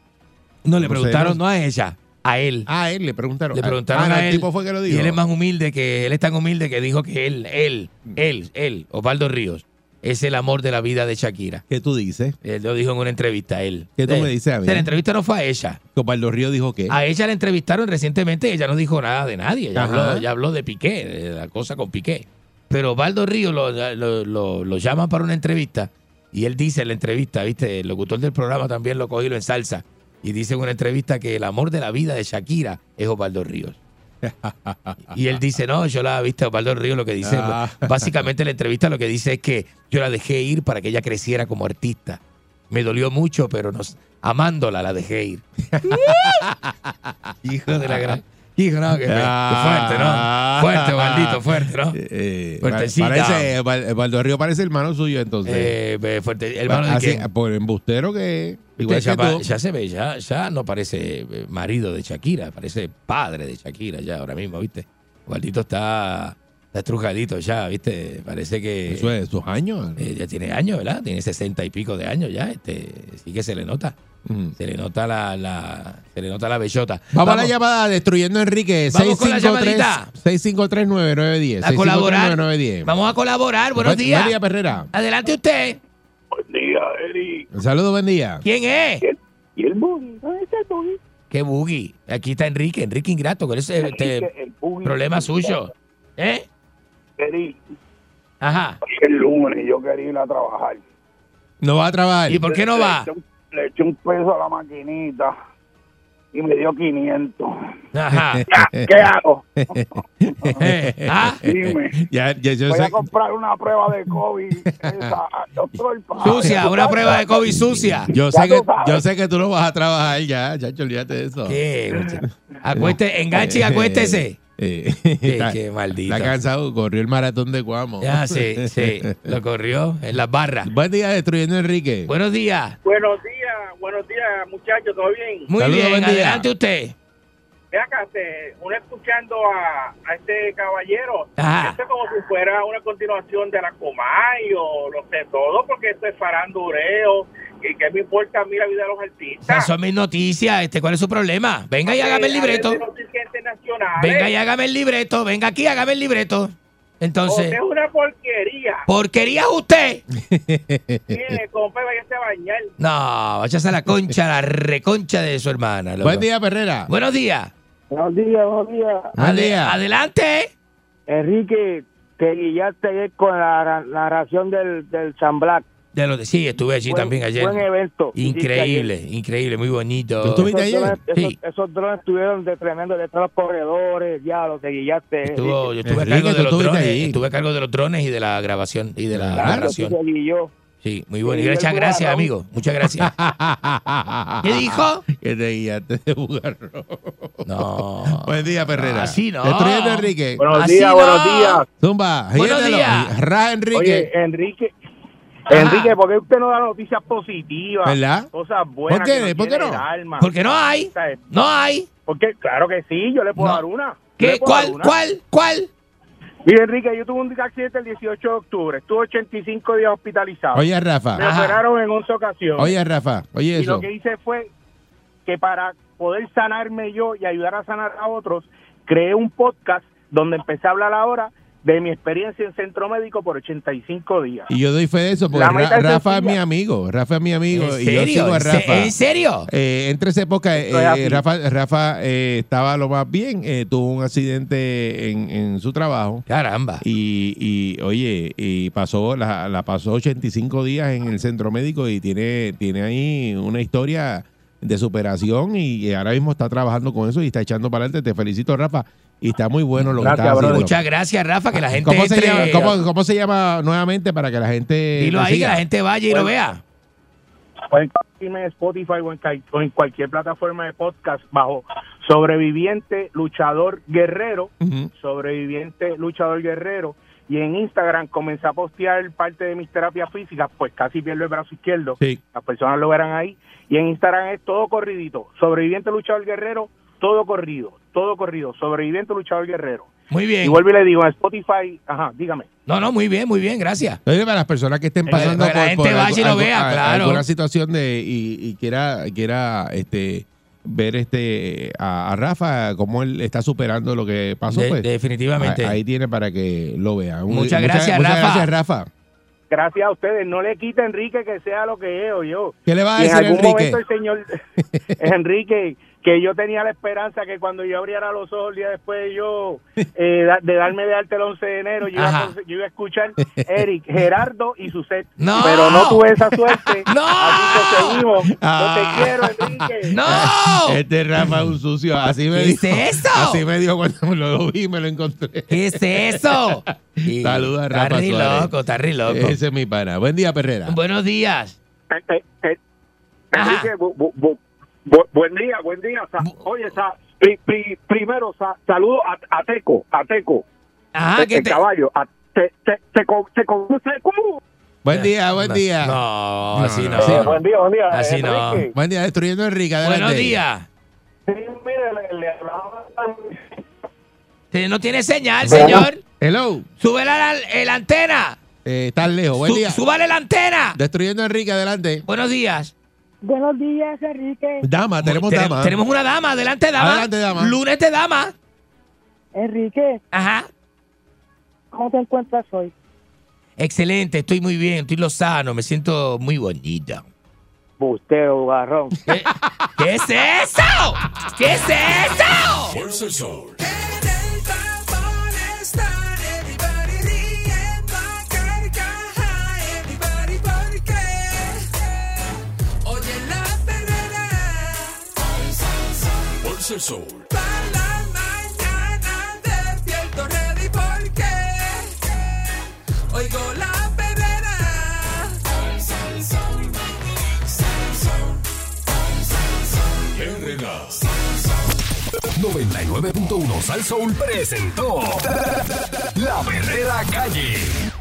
[SPEAKER 4] No, le
[SPEAKER 3] No sé,
[SPEAKER 4] preguntaron
[SPEAKER 3] no-
[SPEAKER 4] no a ella, a él.
[SPEAKER 3] Ah, él le preguntaron.
[SPEAKER 4] Le preguntaron
[SPEAKER 3] Ah,
[SPEAKER 4] a
[SPEAKER 3] el
[SPEAKER 4] él.
[SPEAKER 3] tipo fue que lo dijo.
[SPEAKER 4] Y él es más humilde que él es tan humilde que dijo que él, él, él, él, Osvaldo Ríos, es el amor de la vida de Shakira.
[SPEAKER 3] ¿Qué tú dices?
[SPEAKER 4] Él lo dijo en una entrevista él.
[SPEAKER 3] ¿Qué tú
[SPEAKER 4] Eh,
[SPEAKER 3] me dices a mí?
[SPEAKER 4] o sea, La entrevista no fue a ella.
[SPEAKER 3] Que Osvaldo Río dijo que.
[SPEAKER 4] A ella la entrevistaron recientemente, ella no dijo nada de nadie. Ella,
[SPEAKER 3] Ajá.
[SPEAKER 4] habló, ella habló de Piqué, de la cosa con Piqué. Pero Osvaldo Ríos lo, lo- lo- lo llaman para una entrevista y él dice en la entrevista, ¿viste? El locutor del programa también lo cogió y lo ensalza. Y dice en una entrevista que el amor de la vida de Shakira es Osvaldo Ríos. Y él dice, no, yo la viste a Osvaldo Ríos lo que dice.
[SPEAKER 3] Ah.
[SPEAKER 4] Básicamente en la entrevista lo que dice es que yo la dejé ir para que ella creciera como artista. Me dolió mucho, pero nos, amándola la dejé ir. Hijo de la gran... Hijo, no, que, que fuerte, ¿no?
[SPEAKER 3] Ah.
[SPEAKER 4] Fuerte, maldito, fuerte, ¿no?
[SPEAKER 3] Eh,
[SPEAKER 4] Ah. Fuertecita.
[SPEAKER 3] parece, Val- Osvaldo Río parece hermano suyo, entonces.
[SPEAKER 4] Eh, eh, fuerte, hermano de
[SPEAKER 3] Ah, Así,
[SPEAKER 4] quién?
[SPEAKER 3] Por embustero que es. Igual
[SPEAKER 4] ya,
[SPEAKER 3] que
[SPEAKER 4] pa-
[SPEAKER 3] tú.
[SPEAKER 4] ya se ve, ya, ya no parece eh, marido de Shakira, parece padre de Shakira ya ahora mismo, ¿viste? Osvaldito está, está estrujadito ya, ¿viste? Parece que...
[SPEAKER 3] Eso es, sus años.
[SPEAKER 4] Eh, ya tiene años, ¿verdad? Tiene sesenta y pico de años ya. Este, sí que se le nota.
[SPEAKER 3] Mm.
[SPEAKER 4] Se le nota la, la- se le nota la bellota.
[SPEAKER 3] Vamos, a la llamada destruyendo a Enrique.
[SPEAKER 4] Vamos con la
[SPEAKER 3] 653
[SPEAKER 4] llamadita.
[SPEAKER 3] 653-9910.
[SPEAKER 4] A colaborar.
[SPEAKER 3] 653-9910.
[SPEAKER 4] Vamos a colaborar. Buenos
[SPEAKER 3] Buen-
[SPEAKER 4] días.
[SPEAKER 3] Buen día, Pues, Perrera.
[SPEAKER 4] Adelante usted.
[SPEAKER 14] Buen día, Eric.
[SPEAKER 3] Saludos, buen día.
[SPEAKER 4] ¿Quién es?
[SPEAKER 14] ¿Y el boogie? ¿Dónde está el boogie?
[SPEAKER 4] ¿Qué boogie? Aquí está Enrique, Enrique Ingrato, con ese este,
[SPEAKER 14] el boogie.
[SPEAKER 4] problema suyo. ¿Eh?
[SPEAKER 14] Eric,
[SPEAKER 4] Ajá.
[SPEAKER 14] el lunes yo quería ir a trabajar.
[SPEAKER 3] No va a trabajar.
[SPEAKER 4] ¿Y por qué no
[SPEAKER 14] Le
[SPEAKER 4] va?
[SPEAKER 14] eché un- Le eché un peso a la maquinita y me dio 500.
[SPEAKER 4] Ajá.
[SPEAKER 14] Ya, ¿Qué hago?
[SPEAKER 4] Eh, ¿ah?
[SPEAKER 14] Dime.
[SPEAKER 3] Ya, ya, yo
[SPEAKER 14] Voy
[SPEAKER 3] sé-
[SPEAKER 14] a comprar una prueba de COVID. esa, doctor, pa-
[SPEAKER 4] Sucia, una prueba de COVID sucia.
[SPEAKER 3] Yo
[SPEAKER 14] Ya
[SPEAKER 3] sé, que,
[SPEAKER 14] tú sabes.
[SPEAKER 3] yo sé que tú no vas a trabajar ya, chacho, olvídate de eso.
[SPEAKER 4] ¿Qué? muchacho? Acueste, enganche y acuéstese.
[SPEAKER 3] Eh,
[SPEAKER 4] Qué,
[SPEAKER 3] está,
[SPEAKER 4] qué maldito.
[SPEAKER 3] está cansado, corrió el maratón de Cuamo.
[SPEAKER 4] Ya, sí, sí. Lo corrió en las barras.
[SPEAKER 3] Buen día, destruyendo a Enrique.
[SPEAKER 4] Buenos días.
[SPEAKER 15] Buenos días, buenos días, muchachos, ¿todo bien?
[SPEAKER 4] Muy
[SPEAKER 3] Saludos,
[SPEAKER 4] bien,
[SPEAKER 3] buen día.
[SPEAKER 4] adelante usted.
[SPEAKER 15] Ve acá, este, uno escuchando a, a este caballero,
[SPEAKER 4] Ajá.
[SPEAKER 15] esto es como si fuera una continuación de la Comay o no sé todo, porque esto es farandureo ¿Y qué me importa a mí la vida de los artistas? Eh,
[SPEAKER 4] Esas son mis noticias. Este, ¿Cuál es su problema? Venga y hágame el libreto. Venga y hágame el libreto. Venga aquí, hágame el libreto.
[SPEAKER 15] Entonces,
[SPEAKER 4] Entonces,
[SPEAKER 15] es una porquería.
[SPEAKER 4] porquería usted.
[SPEAKER 3] Eh,
[SPEAKER 15] Mire, compa, váyase a bañar.
[SPEAKER 4] No, váyase a la concha, la reconcha de su hermana. loco.
[SPEAKER 3] Buen día, Perrera.
[SPEAKER 4] Buenos días.
[SPEAKER 16] Buenos días, buenos días.
[SPEAKER 4] Ade- Adelante.
[SPEAKER 16] Enrique, te guillaste ayer con la ra- narración del, del San Black.
[SPEAKER 4] De lo de, sí, estuve allí
[SPEAKER 16] Buen-
[SPEAKER 4] también ayer.
[SPEAKER 16] buen evento.
[SPEAKER 4] Increíble, increíble, muy bonito.
[SPEAKER 16] esos, drones, esos,
[SPEAKER 4] Sí,
[SPEAKER 16] esos drones estuvieron de tremendo detrás de los corredores, ya lo te guillaste.
[SPEAKER 4] estuvo- yo
[SPEAKER 16] Enrique.
[SPEAKER 4] estuve a cargo de los drones. Estuve a cargo de los drones y de la grabación y de la
[SPEAKER 16] Claro,
[SPEAKER 4] narración.
[SPEAKER 16] tú te guilló.
[SPEAKER 4] Sí, muy bueno. Y
[SPEAKER 16] Sí,
[SPEAKER 4] muchas
[SPEAKER 16] el
[SPEAKER 4] gracias,
[SPEAKER 16] bugarrón.
[SPEAKER 4] amigo. Muchas gracias. ¿Qué dijo?
[SPEAKER 3] Que te guiaste de bugarro.
[SPEAKER 4] No.
[SPEAKER 3] Buen día, Perrera.
[SPEAKER 4] Así Ah, no.
[SPEAKER 3] Destruyendo, Enrique.
[SPEAKER 4] Buenos Así días, no. buenos días.
[SPEAKER 3] Zumba,
[SPEAKER 4] Buenos
[SPEAKER 3] ríetelo.
[SPEAKER 4] días.
[SPEAKER 3] Ra, Enrique.
[SPEAKER 14] Oye, Enrique. Enrique, ¿por qué usted no da noticias positivas?
[SPEAKER 3] ¿Verdad?
[SPEAKER 14] Cosas buenas.
[SPEAKER 3] ¿Por qué?
[SPEAKER 14] que nos
[SPEAKER 3] ¿Por qué
[SPEAKER 14] llenen
[SPEAKER 3] no?
[SPEAKER 14] el alma.
[SPEAKER 3] Porque no hay.
[SPEAKER 14] O sea,
[SPEAKER 4] No hay.
[SPEAKER 14] Porque, claro que sí, yo le puedo
[SPEAKER 4] No.
[SPEAKER 14] dar una.
[SPEAKER 4] ¿Qué?
[SPEAKER 14] Yo le puedo
[SPEAKER 4] ¿Cuál?
[SPEAKER 14] dar una.
[SPEAKER 4] ¿Cuál? ¿Cuál?
[SPEAKER 14] Mira, Enrique, yo tuve un accidente el 18 de octubre. Estuve 85 días hospitalizado.
[SPEAKER 3] Oye, Rafa.
[SPEAKER 14] Me
[SPEAKER 3] Ajá.
[SPEAKER 14] operaron en 11 ocasiones.
[SPEAKER 3] Oye, Rafa, oye
[SPEAKER 14] y
[SPEAKER 3] eso.
[SPEAKER 14] lo que hice fue que para poder sanarme yo y ayudar a sanar a otros, creé un podcast donde empecé a hablar ahora de mi experiencia en centro médico por 85 días.
[SPEAKER 3] Y yo doy fe de eso porque
[SPEAKER 14] La meta
[SPEAKER 3] Ra-
[SPEAKER 14] es
[SPEAKER 3] Rafa es
[SPEAKER 14] sencilla.
[SPEAKER 3] mi amigo. Rafa es mi amigo.
[SPEAKER 4] ¿En
[SPEAKER 3] Y yo
[SPEAKER 4] serio?
[SPEAKER 3] sigo a
[SPEAKER 4] ¿En se-
[SPEAKER 3] Rafa.
[SPEAKER 4] en serio?
[SPEAKER 3] Eh, entre esa época, eh,
[SPEAKER 4] es así.
[SPEAKER 3] Rafa, Rafa eh, estaba lo más bien. eh, tuvo un accidente en, en su trabajo.
[SPEAKER 4] Caramba.
[SPEAKER 3] Y, y, oye, y pasó la, la pasó 85 días en el centro médico y tiene, tiene ahí una historia de superación y ahora mismo está trabajando con eso y está echando para adelante. Te felicito, Rafa. Y está muy bueno lo que está haciendo.
[SPEAKER 4] Muchas gracias, Rafa, que la gente
[SPEAKER 3] ¿Cómo se,
[SPEAKER 4] entre-
[SPEAKER 3] llama, cómo- Eh, cómo se llama nuevamente para que la gente.
[SPEAKER 4] Dilo
[SPEAKER 3] lo
[SPEAKER 4] ahí, que
[SPEAKER 3] siga?
[SPEAKER 4] la gente vaya y lo
[SPEAKER 14] Bueno.
[SPEAKER 4] vea.
[SPEAKER 14] Pueden conseguirme en Spotify o en, ca- o en cualquier plataforma de podcast bajo sobreviviente luchador guerrero, sobreviviente luchador guerrero. Y en Instagram comencé a postear parte de mis terapias físicas, pues casi pierdo el brazo izquierdo. Las personas lo verán ahí. Y en Instagram es todo corridito. Sobreviviente luchador guerrero, todo corrido, todo corrido. Sobreviviente luchador guerrero.
[SPEAKER 4] Muy bien.
[SPEAKER 14] Y vuelvo y le digo en Spotify, ajá, dígame.
[SPEAKER 4] No, no, muy bien, muy bien, gracias.
[SPEAKER 3] Oye, para las personas que estén
[SPEAKER 4] Eh,
[SPEAKER 3] pasando
[SPEAKER 4] para que la gente vaya y lo vea, claro.
[SPEAKER 3] alguna situación de y, y quiera quiera este ver este a, a Rafa cómo él está superando lo que pasó
[SPEAKER 4] De-
[SPEAKER 3] pues,
[SPEAKER 4] definitivamente.
[SPEAKER 3] a- ahí tiene para que lo vea Un-
[SPEAKER 4] Muchas gracias,
[SPEAKER 3] muchas
[SPEAKER 4] Rafa.
[SPEAKER 3] gracias Rafa
[SPEAKER 14] Gracias a ustedes. No le quita a Enrique que sea lo que es o yo.
[SPEAKER 3] ¿Qué le va a
[SPEAKER 14] Y
[SPEAKER 3] decir,
[SPEAKER 14] en algún
[SPEAKER 3] Enrique?
[SPEAKER 14] momento el señor Enrique, que yo tenía la esperanza que cuando yo abriera los ojos el día después de yo, eh, da- de darme de alta el 11 de enero, yo iba, a,
[SPEAKER 4] Ajá.
[SPEAKER 14] conse- yo iba a escuchar Eric, Gerardo y su set.
[SPEAKER 4] No.
[SPEAKER 14] Pero no tuve esa suerte. Así que seguimos. Yo
[SPEAKER 3] Ah.
[SPEAKER 14] te quiero, Enrique.
[SPEAKER 4] ¡No!
[SPEAKER 3] este Rafa es un sucio así me
[SPEAKER 4] ¿Qué es
[SPEAKER 3] dijo
[SPEAKER 4] eso?
[SPEAKER 3] así me dijo cuando lo vi me lo encontré
[SPEAKER 4] ¿Qué es eso?
[SPEAKER 3] saluda a
[SPEAKER 4] Está
[SPEAKER 3] Rafa
[SPEAKER 4] re
[SPEAKER 3] Suárez.
[SPEAKER 4] loco, está re loco.
[SPEAKER 3] ese es mi pana buen día Perrera
[SPEAKER 4] Buenos días.
[SPEAKER 10] Eh,
[SPEAKER 17] Enrique, bu- bu- bu- bu- buen día, buen día. Sa- Oye, sa- pri- pri- primero, sa- saludo a, a Teco, a Teco.
[SPEAKER 3] Ah,
[SPEAKER 4] Ajá,
[SPEAKER 14] Este
[SPEAKER 17] el, el caballo. a- te, te, te, co- te conoce como-
[SPEAKER 3] buen día buen día
[SPEAKER 4] no, así no.
[SPEAKER 3] Ah.
[SPEAKER 17] Buen día, buen día.
[SPEAKER 4] Así no.
[SPEAKER 17] Enrique.
[SPEAKER 3] buen día destruyendo a Enrique
[SPEAKER 4] Buenos
[SPEAKER 3] adelante.
[SPEAKER 4] días.
[SPEAKER 17] Mire, le- le hablaba-
[SPEAKER 4] Te- No tiene señal, señor.
[SPEAKER 3] hello
[SPEAKER 4] Súbele la, la antena.
[SPEAKER 3] eh, estás lejos buen
[SPEAKER 4] Sú-
[SPEAKER 3] día
[SPEAKER 4] Súbale la antena.
[SPEAKER 3] destruyendo a Enrique adelante
[SPEAKER 4] Buenos días.
[SPEAKER 18] Buenos días, Enrique.
[SPEAKER 3] Dama, tenemos
[SPEAKER 4] Tene-
[SPEAKER 3] dama.
[SPEAKER 4] Tenemos una dama. Adelante, dama.
[SPEAKER 3] Adelante, dama.
[SPEAKER 4] Lunes de dama.
[SPEAKER 18] Enrique,
[SPEAKER 4] Ajá.
[SPEAKER 18] ¿cómo te encuentras hoy?
[SPEAKER 4] Excelente, estoy muy bien, estoy lo sano, me siento muy bonita.
[SPEAKER 16] Busteo, garrón.
[SPEAKER 4] ¿Qué es eso? ¿Qué es eso?
[SPEAKER 13] Fuerza el sol.
[SPEAKER 2] Están everybody riendo a carcaja, everybody porque oye la perrera
[SPEAKER 13] Fuerza el sol.
[SPEAKER 2] pa la mañana despierto ready porque oigo la perrera Sal, sol, sal, sol, sal, sol.
[SPEAKER 13] Perrera. 99.1 Sal Soul presentó La Perrera Calle.